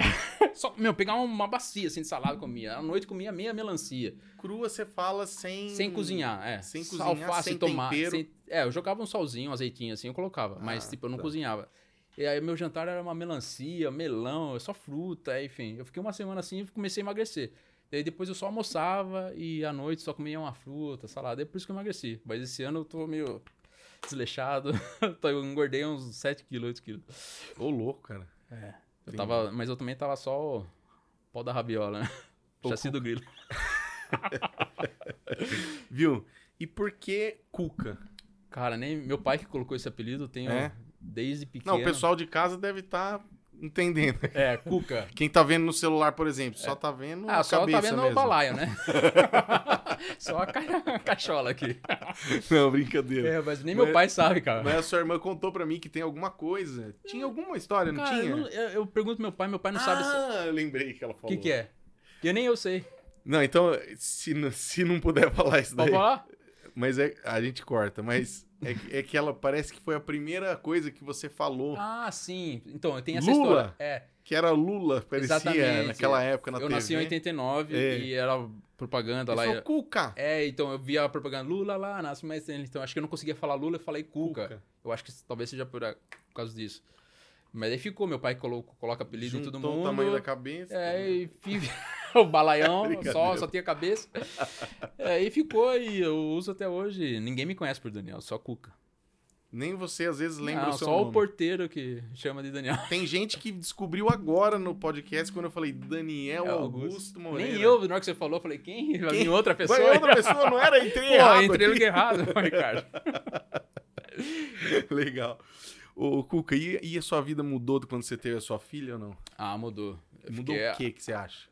Só, meu, pegar uma bacia assim de salada comia. À noite comia meia melancia. Crua você fala sem... Sem cozinhar, é. sem Só cozinhar, sem tempero. sem- É, eu jogava um solzinho, um azeitinho assim, eu colocava. mas, Ah, tipo, eu não tá. cozinhava. E aí, meu jantar era uma melancia, melão, só fruta, enfim. Eu fiquei uma semana assim e comecei a emagrecer. Daí depois eu só almoçava e à noite só comia uma fruta, salada. É por isso que eu emagreci. Mas esse ano eu tô meio desleixado. Tô- eu engordei uns 7 quilos, 8 quilos. Ô, louco, cara. Eu Entendi. tava, mas eu também tava só o pó da rabiola, né? O Chassi do grilo. Viu? E por que Cuca? Cara, nem meu pai que colocou esse apelido, eu tenho É? desde pequeno. Não, o pessoal de casa deve estar entendendo. É, Cuca. Quem tá vendo no celular, por exemplo, só tá vendo Ah, a só cabeça tá vendo mesmo. o balaio, né? só a, ca- a cachola aqui. Não, brincadeira. É, mas nem Mas- meu pai sabe, cara. Mas a sua irmã contou pra mim que tem alguma coisa. Tinha alguma história, não Cara, tinha? eu, não- eu- eu pergunto pro meu pai, meu pai não sabe se- ah, eu lembrei que ela o falou. que, que é. E eu nem eu sei. Não, então, se, n- se não puder falar isso daí. Pode falar? Mas é, a gente corta, mas é, que- é que ela parece que foi a primeira coisa que você falou, Ah, sim. Então, eu tenho essa Lula? história. É, que era Lula, parecia Exatamente, naquela época na eu TV. nasci em 89 É. e era propaganda lá. Ele e- falou, Cuca. É, então eu via a propaganda Lula lá, nasce mais Então acho que eu não conseguia falar Lula, eu falei Cuca. Eu acho que talvez seja por, a- por causa disso. Mas aí ficou, meu pai colocou, coloca apelido em Juntou todo o mundo. tamanho da cabeça. É, e fi- o balaião, Tá Brincadeira. só, só tem a cabeça. É, e ficou, e eu uso até hoje. Ninguém me conhece por Daniel, só Cuca. Nem você às vezes lembra Não, o seu só nome. o porteiro que chama de Daniel. Tem gente que descobriu agora no podcast quando eu falei Daniel É, Augusto, Moreira. Nem eu, na hora que você falou, eu falei, quem? Vai vir outra pessoa. Vai outra pessoa, não era? Entrei Pô, errado entrei no aqui. que é errado, Ricardo. Legal. Ô, Cuca, e, e a sua vida mudou de quando você teve a sua filha ou não? Ah, mudou. Eu Mudou fiquei- ah, o que que você acha?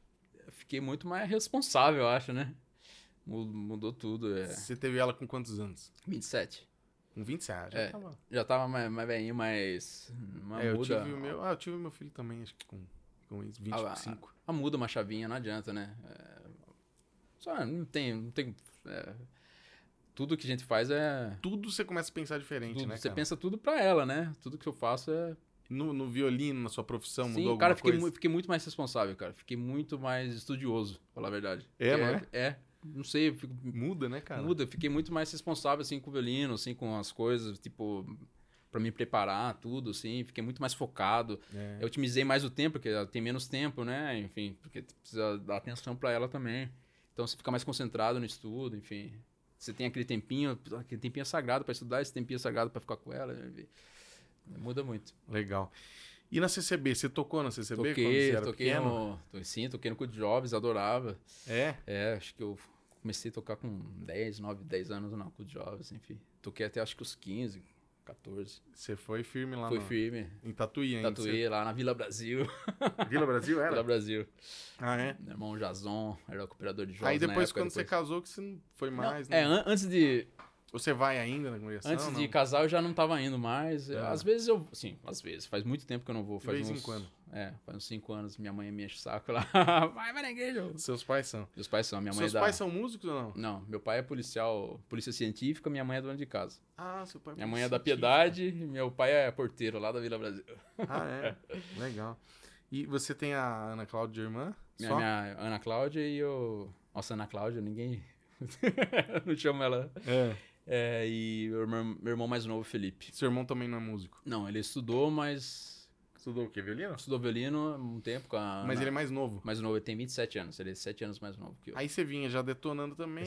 Fiquei muito mais responsável, eu acho, né? Mu- Mudou tudo, é. Você teve ela com quantos anos? 27. Com 20 anos. já É, tá bom. Já tava mais, mais velhinho, mas. Uma É, eu muda. tive o meu. Ah, eu tive o meu filho também, acho que com, com isso, Ah, 25. Ah, muda uma chavinha, não adianta, né? É, Só ah, não tem. Não tem é, Tudo que a gente faz é. Tudo você começa a pensar diferente, tudo- né? você cara? pensa tudo pra ela, né? Tudo que eu faço é. No, no violino, na sua profissão, Então, mudou Sim, alguma cara, fiquei, coisa? mu- fiquei muito mais responsável, cara. Fiquei muito mais estudioso, pra falar a verdade. É, não é? É. Não sei, eu fico Muda, né, cara? Muda, eu fiquei muito mais responsável, assim, com o violino, assim, com as coisas, tipo, pra me preparar, tudo, assim, fiquei muito mais focado. É. Eu otimizei mais o tempo, porque ela tem menos tempo, né? Enfim, porque tu precisa dar atenção pra ela também. Então você fica mais concentrado no estudo, enfim. Você tem aquele tempinho, aquele tempinho sagrado pra estudar, esse tempinho sagrado pra ficar com ela. né? Muda muito. Legal. E na CCB? Você tocou na CCB quando você toquei, era toquei pequeno? no. to- Sim, toquei no Clube de Jovens, adorava. É? É, acho que eu comecei a tocar com 10, 9, 10 anos na Cu Jovens, enfim. Toquei até acho que os 15, 14. Você foi firme lá Foi no- firme. em Tatuí ainda. Tatuei lá na Vila Brasil. Você- Vila Brasil era? Vila Brasil. Ah, é? Meu irmão Né? Jason era o cooperador de jovens. Aí na depois, época, quando você casou, que você não foi Não, mais, É, né? an- antes de, Você vai ainda na congregação? antes de não? casar eu já não tava indo mais. eh, É. Às vezes eu. Sim, às vezes. Faz muito tempo que eu não vou. De Faz vez em uns, quando. É, faz uns 5 anos. Minha mãe me enche o saco lá. vai, vai na igreja. Seus pais são. Meus pais são. Minha mãe Seus é da. pais são músicos ou não? Não, meu pai é policial, polícia científica, minha mãe é dona de casa. Ah, seu pai Minha mãe é da cientista. Piedade, meu pai é porteiro lá da Vila Brasil. Ah, é? Legal. E você tem a Ana Cláudia de irmã? Minha, Só? minha Ana Cláudia e eu. Nossa, Ana Cláudia, ninguém. não chamo ela. É. É, e meu irmão, meu irmão mais novo, Felipe. Seu irmão também não é músico. Não, ele estudou, mas. Estudou o quê? Violino? Estudou violino há um tempo com a. Mas Ana- ele é mais novo. mais novo, ele tem 27 anos. Ele é 7 anos mais novo que eu. Aí você vinha já detonando também.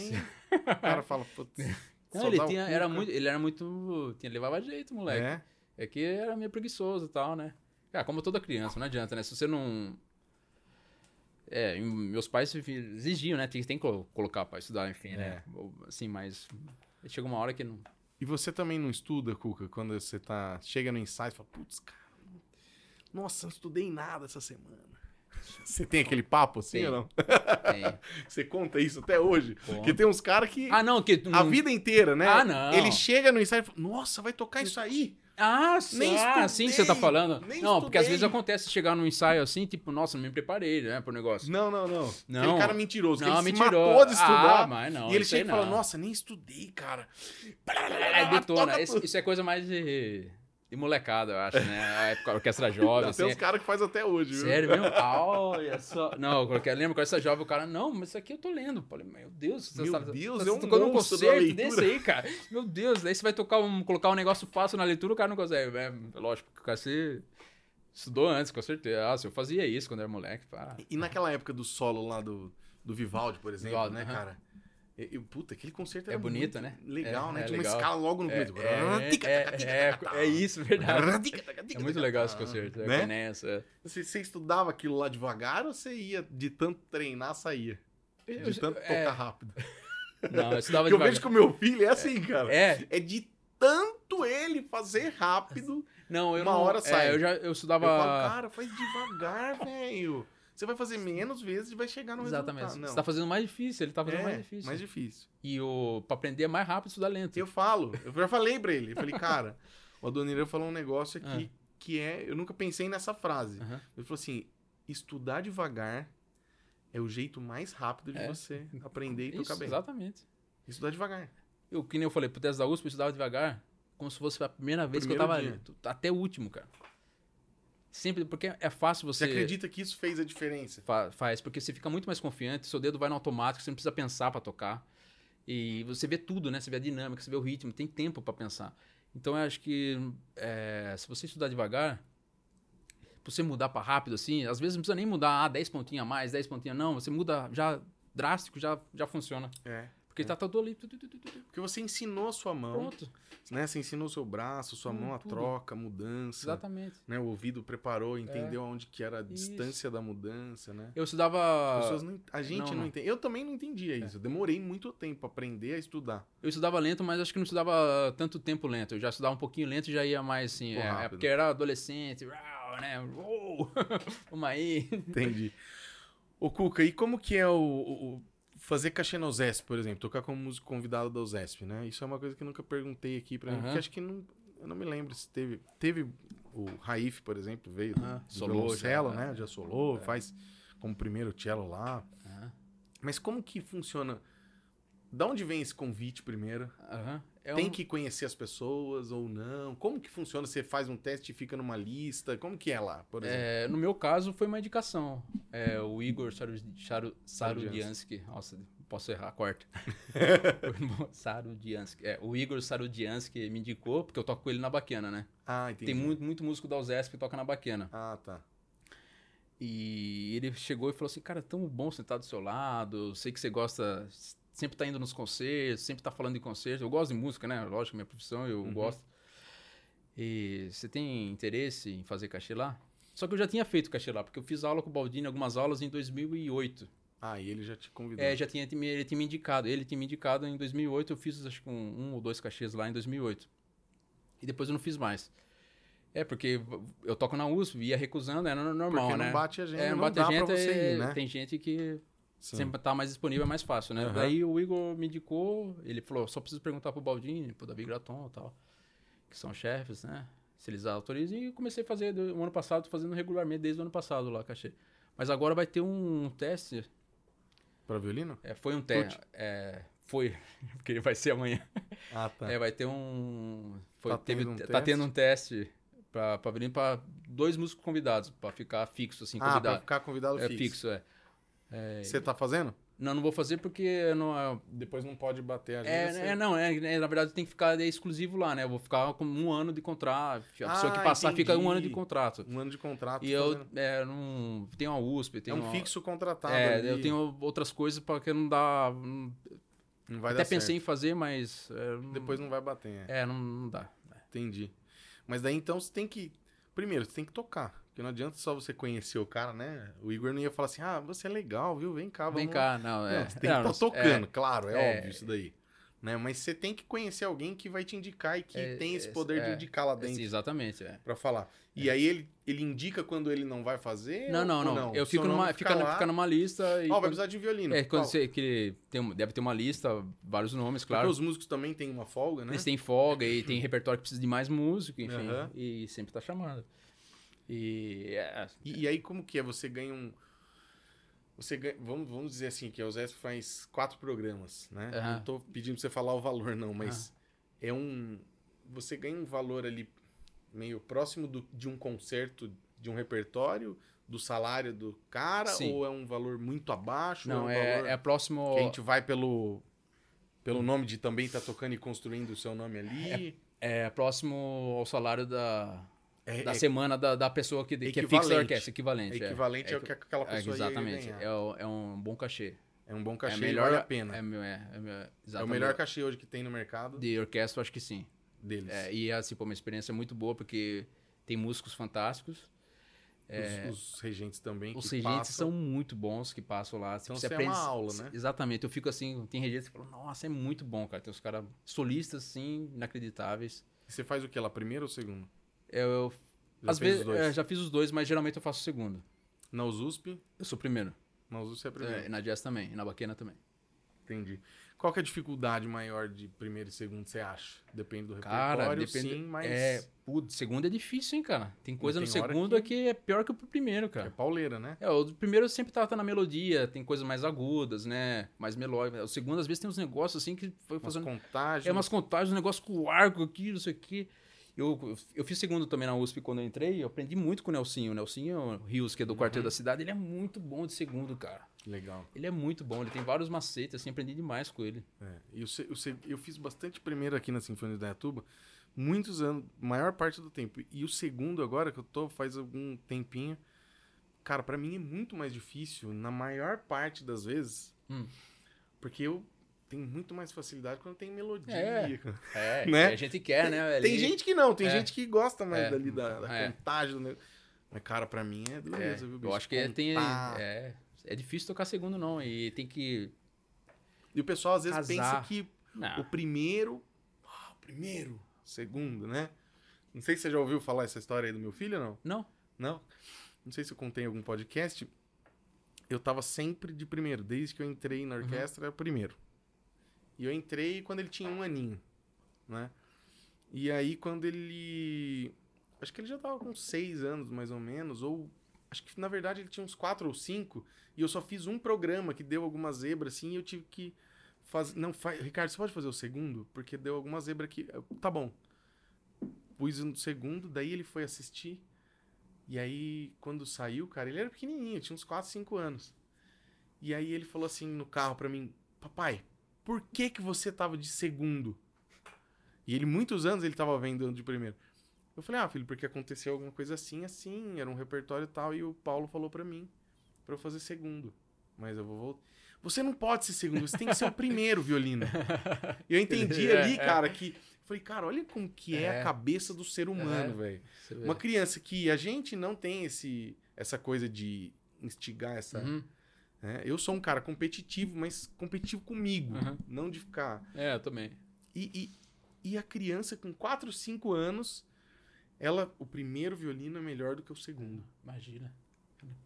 O cara fala, putz. Não, só ele, dá o tinha, cu, era cara. muito, ele era muito. Tinha, levava jeito, moleque. É? É que era meio preguiçoso e tal, né? Cara, como toda criança, não adianta, né? Se você não. É, e meus pais exigiam, né? Tem, tem que colo- colocar pra estudar, enfim, É. né? Ou, Assim, mas. Chega uma hora que não. E você também não estuda, Cuca, quando você tá. Chega no ensaio e fala, putz, cara. Nossa, não estudei nada essa semana. Você tem aquele papo assim Tem. ou não? Tem. Você conta isso até hoje? Porque tem uns caras que Ah, não, que. a vida inteira, né? Ah, não. Ele chega no ensaio e fala, nossa, vai tocar isso aí. Ah, Nem nem ah sim, você tá estudei, falando. nem não, porque às estudei. vezes acontece chegar num ensaio assim, tipo, nossa, não me preparei, né, pro negócio. Não, não, não. Não. Aquele cara mentiroso, que Não, ele se mentiroso. matou de Ah, estudar. mas não, e ele isso aí chega e fala, não. nossa, nem estudei, cara. É, detona. Toca Esse- tudo. isso é coisa mais de, de molecada, eu acho, né? A época, a orquestra jovem, assim. Tem uns caras que faz até hoje, viu? Sério mesmo? Ah, Olha só. Não, porque lembra quando essa jovem, o cara, não, mas isso aqui eu tô lendo. Eu falei, meu Deus, você Meu tá, Deus, tá é um tocando um monstro da concerto leitura. desse aí, cara. Meu Deus, daí você vai tocar um, colocar um negócio fácil na leitura, o cara não consegue. É, lógico, porque o cara se estudou antes, com certeza. Ah, se eu fazia isso quando era moleque, pá. E naquela época do solo lá do, do Vivaldi, por exemplo, Vivaldi, né, aham. cara? E, e, puta, aquele concerto É era bonito, muito né? Legal, É, né? é Tinha legal. uma escala logo no É, começo. é, é, é, é isso, verdade. É muito legal esse concerto, é, Né? nessa. Você, você estudava aquilo lá devagar ou você ia de tanto treinar, saía? Eu- De tanto é, tocar rápido. Não, eu estudava Porque eu devagar. vejo que o meu filho é assim, cara. É, É, de tanto ele fazer rápido. Não, eu Uma não. hora é, sai. eu já eu Eu estudava. falo, cara, faz devagar, velho. Você vai fazer menos vezes e vai chegar no Exatamente. resultado. Não. Você tá fazendo mais difícil, ele tá fazendo É, mais difícil. Mais difícil. E o pra aprender é mais rápido estudar lento. Eu falo, eu já falei pra ele. Eu falei, cara, o Adoniran falou um negócio aqui Ah. que é. Eu nunca pensei nessa frase. Aham. Ele falou assim: estudar devagar é o jeito mais rápido de É. você aprender e tocar Isso, bem. exatamente. Estudar devagar. Eu, que nem eu falei, pro teste da USP eu estudava devagar, como se fosse a primeira vez que eu Primeiro tava dia. lento. Até o último, cara. Sempre, porque é fácil Você você. acredita que isso fez a diferença? fa- faz, porque você fica muito mais confiante, seu dedo vai no automático, você não precisa pensar pra tocar. E você vê tudo, né? Você vê a dinâmica, você vê o ritmo, tem tempo pra pensar. Então eu acho que é, se você estudar devagar, pra você mudar pra rápido assim, às vezes não precisa nem mudar, ah, 10 pontinhos a mais, 10 pontinhos, não, você muda já drástico, já, já funciona. É. Porque Então, tá todo ali, tu, tu, tu, tu, tu, Porque você ensinou a sua mão, pronto. né? Você ensinou o seu braço, sua Tudo, mão, a Hum, tudo. troca, a mudança. Exatamente. Né? O ouvido preparou, entendeu aonde que era a Isso. distância da mudança, né? Eu estudava. As pessoas não, a gente não, Ah, não. entende. Eu também não entendia É. isso. Eu demorei muito tempo pra aprender a estudar. Eu estudava lento, mas acho que não estudava tanto tempo lento. Eu já estudava um pouquinho lento e já ia mais assim. Pô, é, é rápido. porque era adolescente, uau, né? Uou, Vamos aí. Entendi. Ô, Cuca, e como que é o, o- o- fazer cachê na USESP, por exemplo? Tocar como músico convidado da USESP, né? Isso é uma coisa que eu nunca perguntei aqui pra mim, Aham. porque acho que não, eu não me lembro se teve... Teve o Raif, por exemplo, veio Ah, do solou violoncelo, já, né? né? Já solou, É. faz como primeiro cello lá. Aham. Mas como que funciona... Da onde vem esse convite primeiro? Aham. É Tem um- que conhecer as pessoas ou não? Como que funciona? Você faz um teste e fica numa lista? Como que é lá, por exemplo? é, no meu caso, foi uma indicação. É, o Igor Sarus- Charu- Sarudiansky. Sarudiansky. Nossa, posso errar, corta. Sarudiansky. É, o Igor Sarudiansky me indicou, porque eu toco com ele na baquena, né? Ah, entendi. Tem muito, muito músico da USESP que toca na baquena. Ah, tá. E ele chegou e falou assim: Cara, tão bom você estar do seu lado. eu Sei que você gosta, sempre tá indo nos concertos, sempre tá falando de concertos. Eu gosto de música, né? Lógico, minha profissão, eu Uhum. gosto. E você tem interesse em fazer cachê lá? Só que eu já tinha feito cachê lá, porque eu fiz aula com o Baldini, algumas aulas em 2008. Ah, e ele já te convidou. É, já tinha, ele tinha me indicado. Ele tinha me indicado em 2008. Eu fiz acho que um, um ou dois cachês lá em 2008. E depois eu não fiz mais. É, porque eu toco na USP, ia recusando, era normal, Porque né? não bate a gente, É, não bate dá gente, pra você é, ir, né? tem gente que Sim. sempre tá mais disponível, é mais fácil, né? Aham. Daí o Igor me indicou, ele falou, só preciso perguntar pro Baldini, pro Davi Graton e tal, que são chefes, né? Se eles autorizam. E eu comecei a fazer, do- o ano passado, tô fazendo regularmente desde o ano passado lá, cachê. Mas agora vai ter um teste, Pra violino? é, foi um teste, é, foi, porque vai ser amanhã. Ah, tá. É, vai ter um. Foi, Tá teve, tendo um tá tendo um teste pra, pra vir pra dois músicos convidados, pra ficar fixo, assim, ah, pra convidado. ficar convidado é fixo. fixo, é. Você tá fazendo? Não, não vou fazer porque não é. Depois não pode bater a É, é, não, é, é, na verdade tem que ficar é, exclusivo lá, né? Eu vou ficar com um ano de contrato. A pessoa Ah, que passar fica um ano de entendi. contrato. Um ano de contrato. E eu fazendo. é, não tenho a USP, É tenho um a- fixo contratado É, ali. eu tenho outras coisas para que não dá. não- Não vai até dar pensei certo. em fazer, mas é, não- Depois não vai bater, é. é não, não dá. Entendi. Mas daí, então, você tem que... Primeiro, você tem que tocar. Porque não adianta só você conhecer o cara, né? O Igor não ia falar assim, ah, você é legal, viu? Vem cá, vamos... Vem cá, não Não, é. você tem que tá não, estar não- é, tocando, claro, é, é. óbvio isso daí. né? Mas você tem que conhecer alguém que vai te indicar e que É, tem esse é, poder de é, indicar lá dentro Sim, exatamente, é. pra falar. E aí ele, ele indica quando ele não vai fazer? Não, ou- não, ou não. Eu Seu fico nome numa, fica fica, lá. fica numa lista e Ó, vai quando- precisar de um violino. É, quando Qual? você que tem, deve ter uma lista, vários nomes, Porque claro. os músicos também têm uma folga, né? Eles têm folga e tem repertório que precisa de mais músico, enfim. Aham. E sempre tá chamando. E é, E, e aí como que é? Você ganha um... Você ganha- vamos, vamos dizer assim, que a Zé faz quatro programas, né? Aham. Não tô pedindo pra você falar o valor, não, mas é um... Você ganha um valor ali meio próximo do- de um concerto, de um repertório, do salário do cara, Sim. ou é um valor muito abaixo? ou não, um é, valor... é próximo. Que a gente vai pelo, pelo nome de também tá tocando e construindo o seu nome ali. É próximo ao salário da, É, da semana da, da pessoa que, que é fixa equivalente. da orquestra, é equivalente. é. equivalente É ao que aquela É, pessoa exatamente. ia ganhar. É, o- é um bom cachê. É um bom cachê, é melhor, melhor vale a pena. É, É, meu- é, é, meu- o exatamente. melhor cachê hoje que tem no mercado de orquestra, eu acho que sim. deles. É, e assim, pô, uma experiência muito boa, porque tem músicos fantásticos. Os, os regentes também é. Os que regentes passam. são muito bons que passam lá. Então você é uma aula, né? Exatamente. Eu fico assim, tem regentes que falam, nossa, é muito bom, cara. Tem os caras solistas, assim, inacreditáveis. Você faz o que lá, primeiro ou segundo? Eu, eu- Já às fez vezes, os dois. é, já fiz os dois, mas geralmente eu faço o segundo. Na USP, Eu sou o primeiro. na USP é primeiro. É, e na jazz também, e na baquena também. Entendi. Qual que é a dificuldade maior de primeiro e segundo, você acha? Depende do repertório, Cara, depende. sim, mas É, putz, segundo é difícil, hein, cara. Tem coisa tem no hora segundo que- que... é pior que o primeiro, é cara. pauleira, né? É, o do primeiro sempre tá, tá na melodia, tem coisas mais agudas, né? Mais melódicas. O segundo, às vezes, tem uns negócios assim que foi Umas fazendo. contagens. É umas contagens, um negócio com o arco aqui, não sei o quê. Eu, eu fiz segundo também na USP quando eu entrei, eu aprendi muito com o Nelsinho. O Nelsinho Rios, que é do Uhum. Quarteto da Cidade, ele é muito bom de segundo, cara. Legal. Ele é muito bom, ele tem vários macetes, assim, aprendi demais com ele. É, e o se- o se- eu fiz bastante primeiro aqui na Sinfonia da Iatuba, muitos anos, maior parte do tempo. E o segundo agora, que eu tô faz algum tempinho, cara, pra mim é muito mais difícil, na maior parte das vezes, Hum. porque eu tenho muito mais facilidade quando tem melodia. É, É, Né? a gente quer, né? velho? Tem gente que não, tem É. gente que gosta mais É. dali da, da É. contagem. Do... nego- Mas, cara, pra mim é É, dureza, viu, bicho? eu acho que tem. Contar. É, é difícil tocar segundo, não. E tem que. E o pessoal às vezes pensa Casar. que Não. O primeiro. Ah, o primeiro. Segundo, né? Não sei se você já ouviu falar essa história aí do meu filho, não? Não. Não? Não sei se eu contei em algum podcast. Eu tava sempre de primeiro. Desde que eu entrei Uhum. na orquestra, era o primeiro. E eu entrei quando ele tinha um aninho, né? E aí, quando ele. Acho que ele já tava com seis anos, mais ou menos, ou. Acho que na verdade ele tinha uns quatro ou cinco, e eu só fiz um programa que deu alguma zebra, assim, e eu tive que Faz... Não, faz... Ricardo, você pode fazer o segundo? Porque deu alguma zebra aqui. Eu, Tá bom. Pus no segundo, daí ele foi assistir. E aí, quando saiu, cara, ele era pequenininho, tinha uns 4, 5 anos. E aí ele falou assim no carro pra mim: Papai, por que que você tava de segundo? E ele, muitos anos, ele tava vendo de primeiro. Eu falei: Ah, filho, porque aconteceu alguma coisa assim, assim, era um repertório e tal. E o Paulo falou pra mim: pra eu fazer segundo. Mas eu vou voltar. Você não pode ser segundo, você tem que ser o primeiro violino. E eu entendi É, ali, é. cara, que. Falei, cara, olha como que é, É. a cabeça do ser humano, É. velho. Você vê. Uma criança que a gente não tem esse, essa coisa de instigar essa. Uhum. né? Eu sou um cara competitivo, mas competitivo comigo, Uhum. não de ficar. É, eu também. E, e, e a criança com 4, 5 anos, ela, o primeiro violino é melhor do que o segundo. Imagina.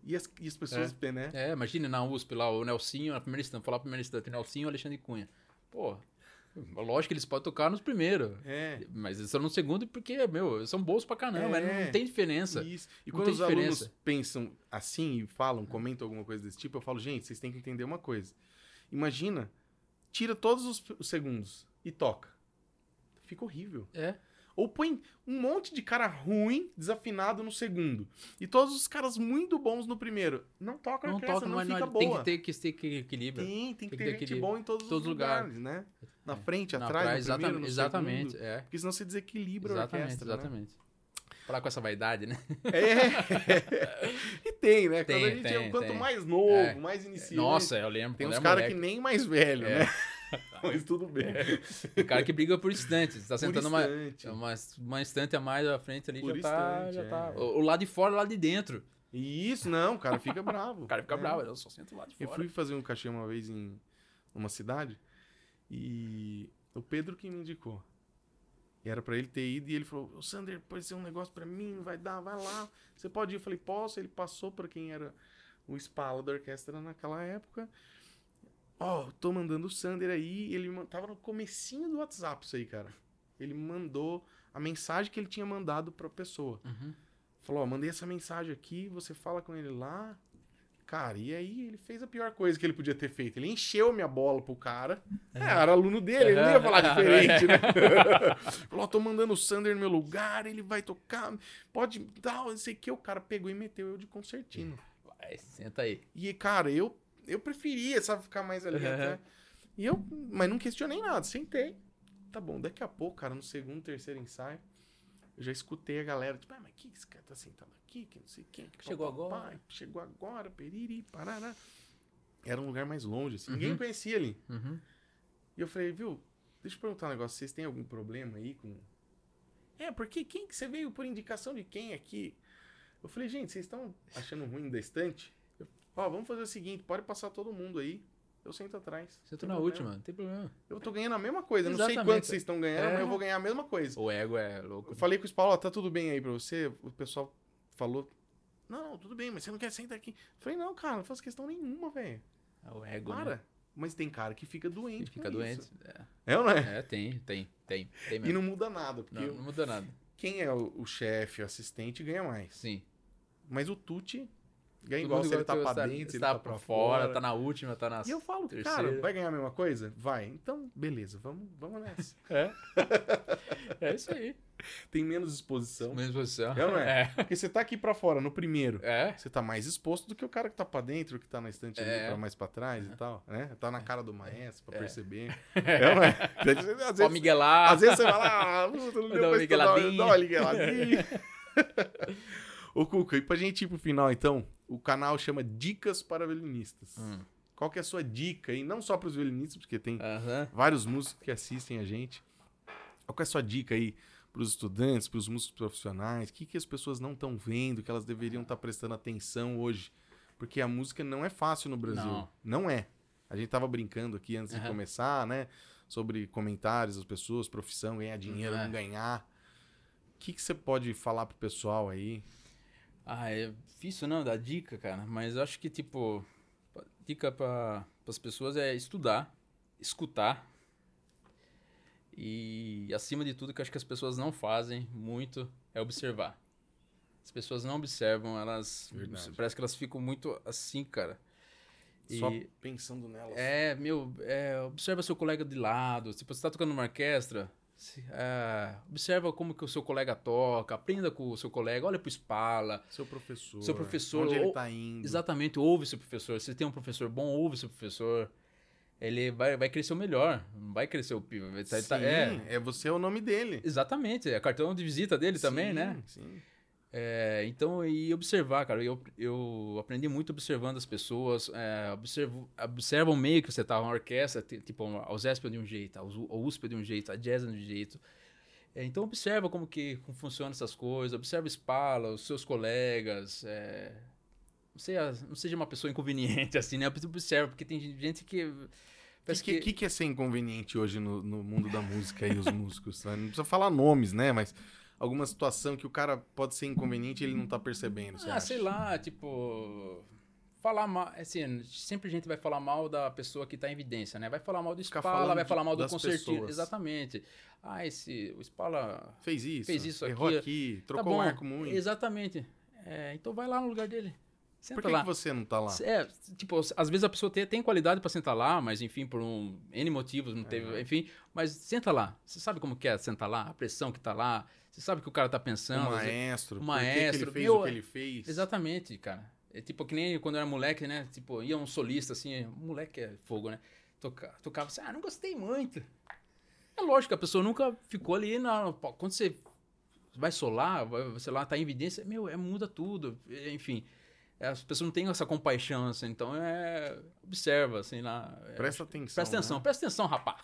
E as, e as pessoas, né? É, imagina na USP lá, o Nelsinho, na primeira instância, falar primeira instância, Nelsinho e Alexandre Cunha. Pô, lógico que eles podem tocar nos primeiros. É. Mas eles estão no segundo porque, meu, eles são bons pra caramba, É. né? não tem diferença. Isso. E Não quando tem os alunos diferença. É. pensam assim e falam, comentam alguma coisa desse tipo, eu falo, gente, vocês têm que entender uma coisa. Imagina, tira todos os, os segundos e toca. Fica horrível. É. Ou põe um monte de cara ruim, desafinado no segundo. E todos os caras muito bons no primeiro. Não toca a Não orquestra, toca, não mas fica não, tem boa. que ter que ter que equilíbrio. tem, tem que tem que ter ter gente equilíbrio. bom em todos, Todos os os lugares. lugares, né? Na frente, Não, atrás, pra- no primeiro, no exatamente, exatamente, segundo. é. Porque senão você desequilibra a Exatamente, orquestra, né? exatamente. Falar com essa vaidade, né? É. e tem, né? Quando Tem, a gente é, tem, quanto tem. mais novo, É. mais iniciante. Nossa, eu lembro. né? tem quando uns era caras que moleque. nem mais velho, É. né? Mas tudo bem. Tem cara que briga por instante. Você tá Por sentando uma, instante. uma, uma instante a mais à frente ali, Por já tá. instante, já tá. é. O, o lado de fora, o lado de dentro. E isso, não, o cara fica bravo. O cara fica É. bravo, eu só sento lá de Eu fora. fui fazer um cachê uma vez em uma cidade e O Pedro que me indicou. E era pra ele ter ido e ele falou: "Ô, Sander, pode ser um negócio pra mim, vai dar, vai lá. Você pode ir?" Eu falei: "Posso?" Ele passou pra quem era o espala da orquestra naquela época. Ó, tô mandando o Sander aí, ele man- tava no comecinho do WhatsApp isso aí, cara. Ele mandou a mensagem que ele tinha mandado pra pessoa. Uhum. Falou, ó, mandei essa mensagem aqui, você fala com ele lá. Cara, e aí ele fez a pior coisa que ele podia ter feito. Ele encheu minha bola pro cara. É, era aluno dele, ele não ia falar diferente, né? Falou, ó, tô mandando o Sander no meu lugar, ele vai tocar, pode tal, não sei o que. O cara pegou e meteu eu de concertino. Vai, senta aí. E, cara, eu, eu preferia, sabe, ficar mais ali Uhum. até. E eu, mas não questionei nada, sentei. Tá bom, daqui a pouco, cara, no segundo, terceiro ensaio, eu já escutei a galera, tipo, ah, mas que esse cara tá sentado aqui, que não sei quem. Que Chegou papapá, agora." Chegou agora, periri, parará. Era um lugar mais longe, assim, ninguém conhecia ali. Uhum. E eu falei, viu, deixa eu perguntar um negócio, vocês têm algum problema aí com... É, porque quem que você veio por indicação de quem aqui? Eu falei, gente, vocês estão achando ruim da estante? Eu- Ó, vamos fazer o seguinte, pode passar todo mundo aí, eu sento atrás. não Senta tem tá na problema. última, não tem problema. Eu tô ganhando a mesma coisa, eu não sei Exatamente. quanto vocês estão ganhando, É. mas eu vou ganhar a mesma coisa. O ego é louco. Eu falei com o Paulo, ó, tá tudo bem aí pra você? O pessoal falou, não, não, tudo bem, mas você não quer sentar aqui. Eu falei, não, cara, não faço questão nenhuma, velho. O ego, né? Para. Mas tem cara que fica doente. Fica com doente. isso. É ou não é? É, tem, tem, tem. Tem E mesmo. não muda nada, porque Né? Não, não muda nada. quem é o, o chefe, o assistente, ganha mais. Sim. Mas o Tuti ganha Todo igual, mundo se ele tá gosta- pra tá- dentro, se ele tá tá pra pra fora, fora. tá na última, tá na. E eu falo, cara, terceira. vai ganhar a mesma coisa? Vai. Então, beleza, vamos, vamos nessa. É isso aí. Tem menos exposição. Menos posição. É ou não é? É. Porque você tá aqui pra fora, no primeiro. É. Você tá mais exposto do que o cara que tá pra dentro, que tá na estante ali, É. pra mais pra trás e tal, né? Tá na cara do maestro pra É. perceber. É ou não é? Às Ó, vezes, Miguelar. às vezes você vai lá, ah, puta, Vai não deu dar uma pra estudar, migueladinha. dá uma migueladinha. Ô, Cuca, e pra gente ir pro final, então, o canal chama Dicas para Violinistas. Hum. Qual que é a sua dica, e não só pros violinistas, porque tem Aham. vários músicos que assistem a gente. Qual que é a sua dica aí pros estudantes, pros músicos profissionais? O que, que as pessoas não estão vendo, que elas deveriam estar prestando atenção hoje? Porque a música não é fácil no Brasil. Não. Não é. A gente tava brincando aqui antes de Aham. começar, né? Sobre comentários das pessoas, profissão, ganhar dinheiro, É. não ganhar. O que, que você pode falar pro pessoal aí? Ah, é difícil não dar dica, cara, mas eu acho que, tipo, pa- dica para as pessoas é estudar, escutar e, acima de tudo, que eu acho que as pessoas não fazem muito é observar. As pessoas não observam, elas. Verdade. Parece que elas ficam muito assim, cara. Só E- pensando nelas. é, meu, é, observa seu colega de lado. Tipo, você tá tocando numa orquestra, se- é, observa como que o seu colega toca, aprenda com o seu colega, olha pro espala. Seu professor. Seu professor, Onde ele ou- tá indo. Exatamente, ouve seu professor. Se tem um professor bom, ouve seu professor. Ele vai, vai crescer o melhor, não vai crescer o pivo. Ele tá- ele tá- Sim, é, é você é o nome dele. exatamente, é cartão de visita dele também, Sim, né? Sim. É, então, e observar, cara. Eu, eu aprendi muito observando as pessoas. É, observo, observa o meio que você tá, uma orquestra, ti- tipo, a USESP é de um jeito, a Usu- a USP é de um jeito, a Jazz é de um jeito. É, então, observa como que como funcionam essas coisas. Observa o Spala, os seus colegas. é, não, seja, não seja uma pessoa inconveniente, assim, né? Observa, porque tem gente que... O Parece que, que... que é ser inconveniente hoje no, no mundo da música e os músicos? né? Não precisa falar nomes, né? Mas alguma situação que o cara pode ser inconveniente e ele não tá percebendo. você Ah, acha? sei lá, tipo. Falar mal. Assim, sempre a gente vai falar mal da pessoa que tá em evidência, né? Vai falar mal do Ficar Spala, falando vai de- falar mal do das concertino. pessoas. Exatamente. Ah, esse. O Spala. Fez isso. Fez isso Errou aqui, aqui, trocou tá o bom. arco muito. Exatamente. É, então vai lá no lugar dele. Senta Por que, lá. que você não tá lá? É, tipo, às vezes a pessoa tem, tem qualidade pra sentar lá, mas enfim, por um N motivos, não teve, enfim, mas senta lá. Você sabe como que é sentar lá, a pressão que tá lá, você sabe o que o cara tá O pensando. às vezes- o maestro. por que que ele maestro, fez meu, o que ele fez? Exatamente, cara. É tipo que nem quando eu era moleque, né? Tipo, ia um solista assim, moleque é fogo, né? Toca, tocava assim, ah, não gostei muito. É lógico, que a pessoa nunca ficou ali na. pô, Quando você vai solar, vai, sei lá, tá em evidência, meu, é, muda tudo, é, enfim. É, As pessoas não têm essa compaixão, assim, então é. Observa, assim, lá. é, Presta atenção. presta atenção, né? presta atenção, rapá.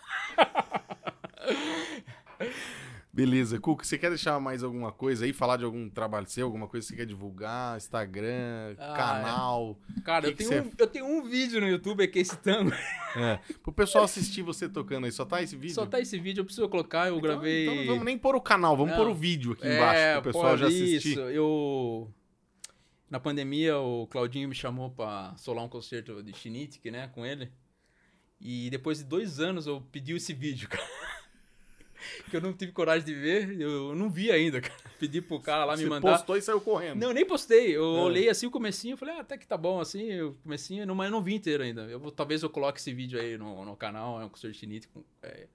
Beleza, Cuca, você quer deixar mais alguma coisa aí? Falar de algum trabalho seu, alguma coisa que você quer divulgar? Instagram, Ah, canal. Cara, Que eu, que tenho um, eu tenho um vídeo no YouTube aqui, esse tango. É. Pro pessoal assistir você tocando aí, só tá esse vídeo? Só tá esse vídeo, eu preciso colocar, eu Então- gravei. Então, não vamos nem pôr o canal, vamos Não. pôr o vídeo aqui embaixo pro pessoal É, pô, já assistir. Isso, eu... Na pandemia, o Claudinho me chamou pra solar um concerto de Shinitik, né, com ele. E depois de dois anos eu pedi esse vídeo, cara. que eu não tive coragem de ver, eu não vi ainda, cara. Pedi pro cara lá você me mandar. postou e saiu correndo. Não, eu nem postei. Eu Ah. olhei assim o comecinho e falei, ah, até que tá bom assim, o comecinho, não, mas eu não vi inteiro ainda. Eu vou- talvez eu coloque esse vídeo aí no, no canal, é um concerto chinito, com- é,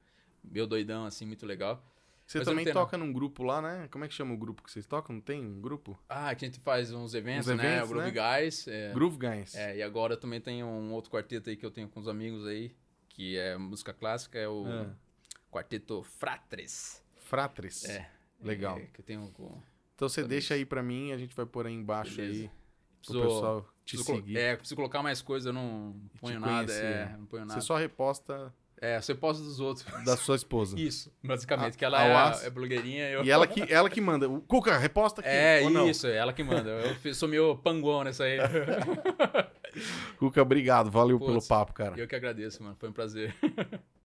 meu doidão, assim, muito legal. você mas eu também não tenho, toca num grupo lá, né? Como é que chama o grupo que vocês tocam? Não tem um grupo? Ah, que a gente faz uns eventos, Uns né? eventos, O Groove Guys. É, Groove Guys. é, e agora eu também tem um outro quarteto aí que eu tenho com os amigos aí, que é música clássica, é o Ah. Quarteto Fratres. Fratres. É. Legal. É, que eu tenho com... Então você deixa aí pra mim, a gente vai pôr aí embaixo Beleza. aí pro Preciso, pessoal te preciso colo- seguir. É, preciso colocar mais coisa, eu não te ponho nada. conhecer. É, não ponho nada. Você só reposta É, você posta dos outros. da sua esposa. Isso, basicamente. A- que ela ao é, aço. é blogueirinha. Eu... E ela que, ela que manda. O Cuca, reposta aqui. É, ou não? isso, é ela que manda. Eu fi- sou meio panguão nessa aí. Cuca, obrigado. Valeu Putz, pelo papo, cara. Eu que agradeço, mano. Foi um prazer.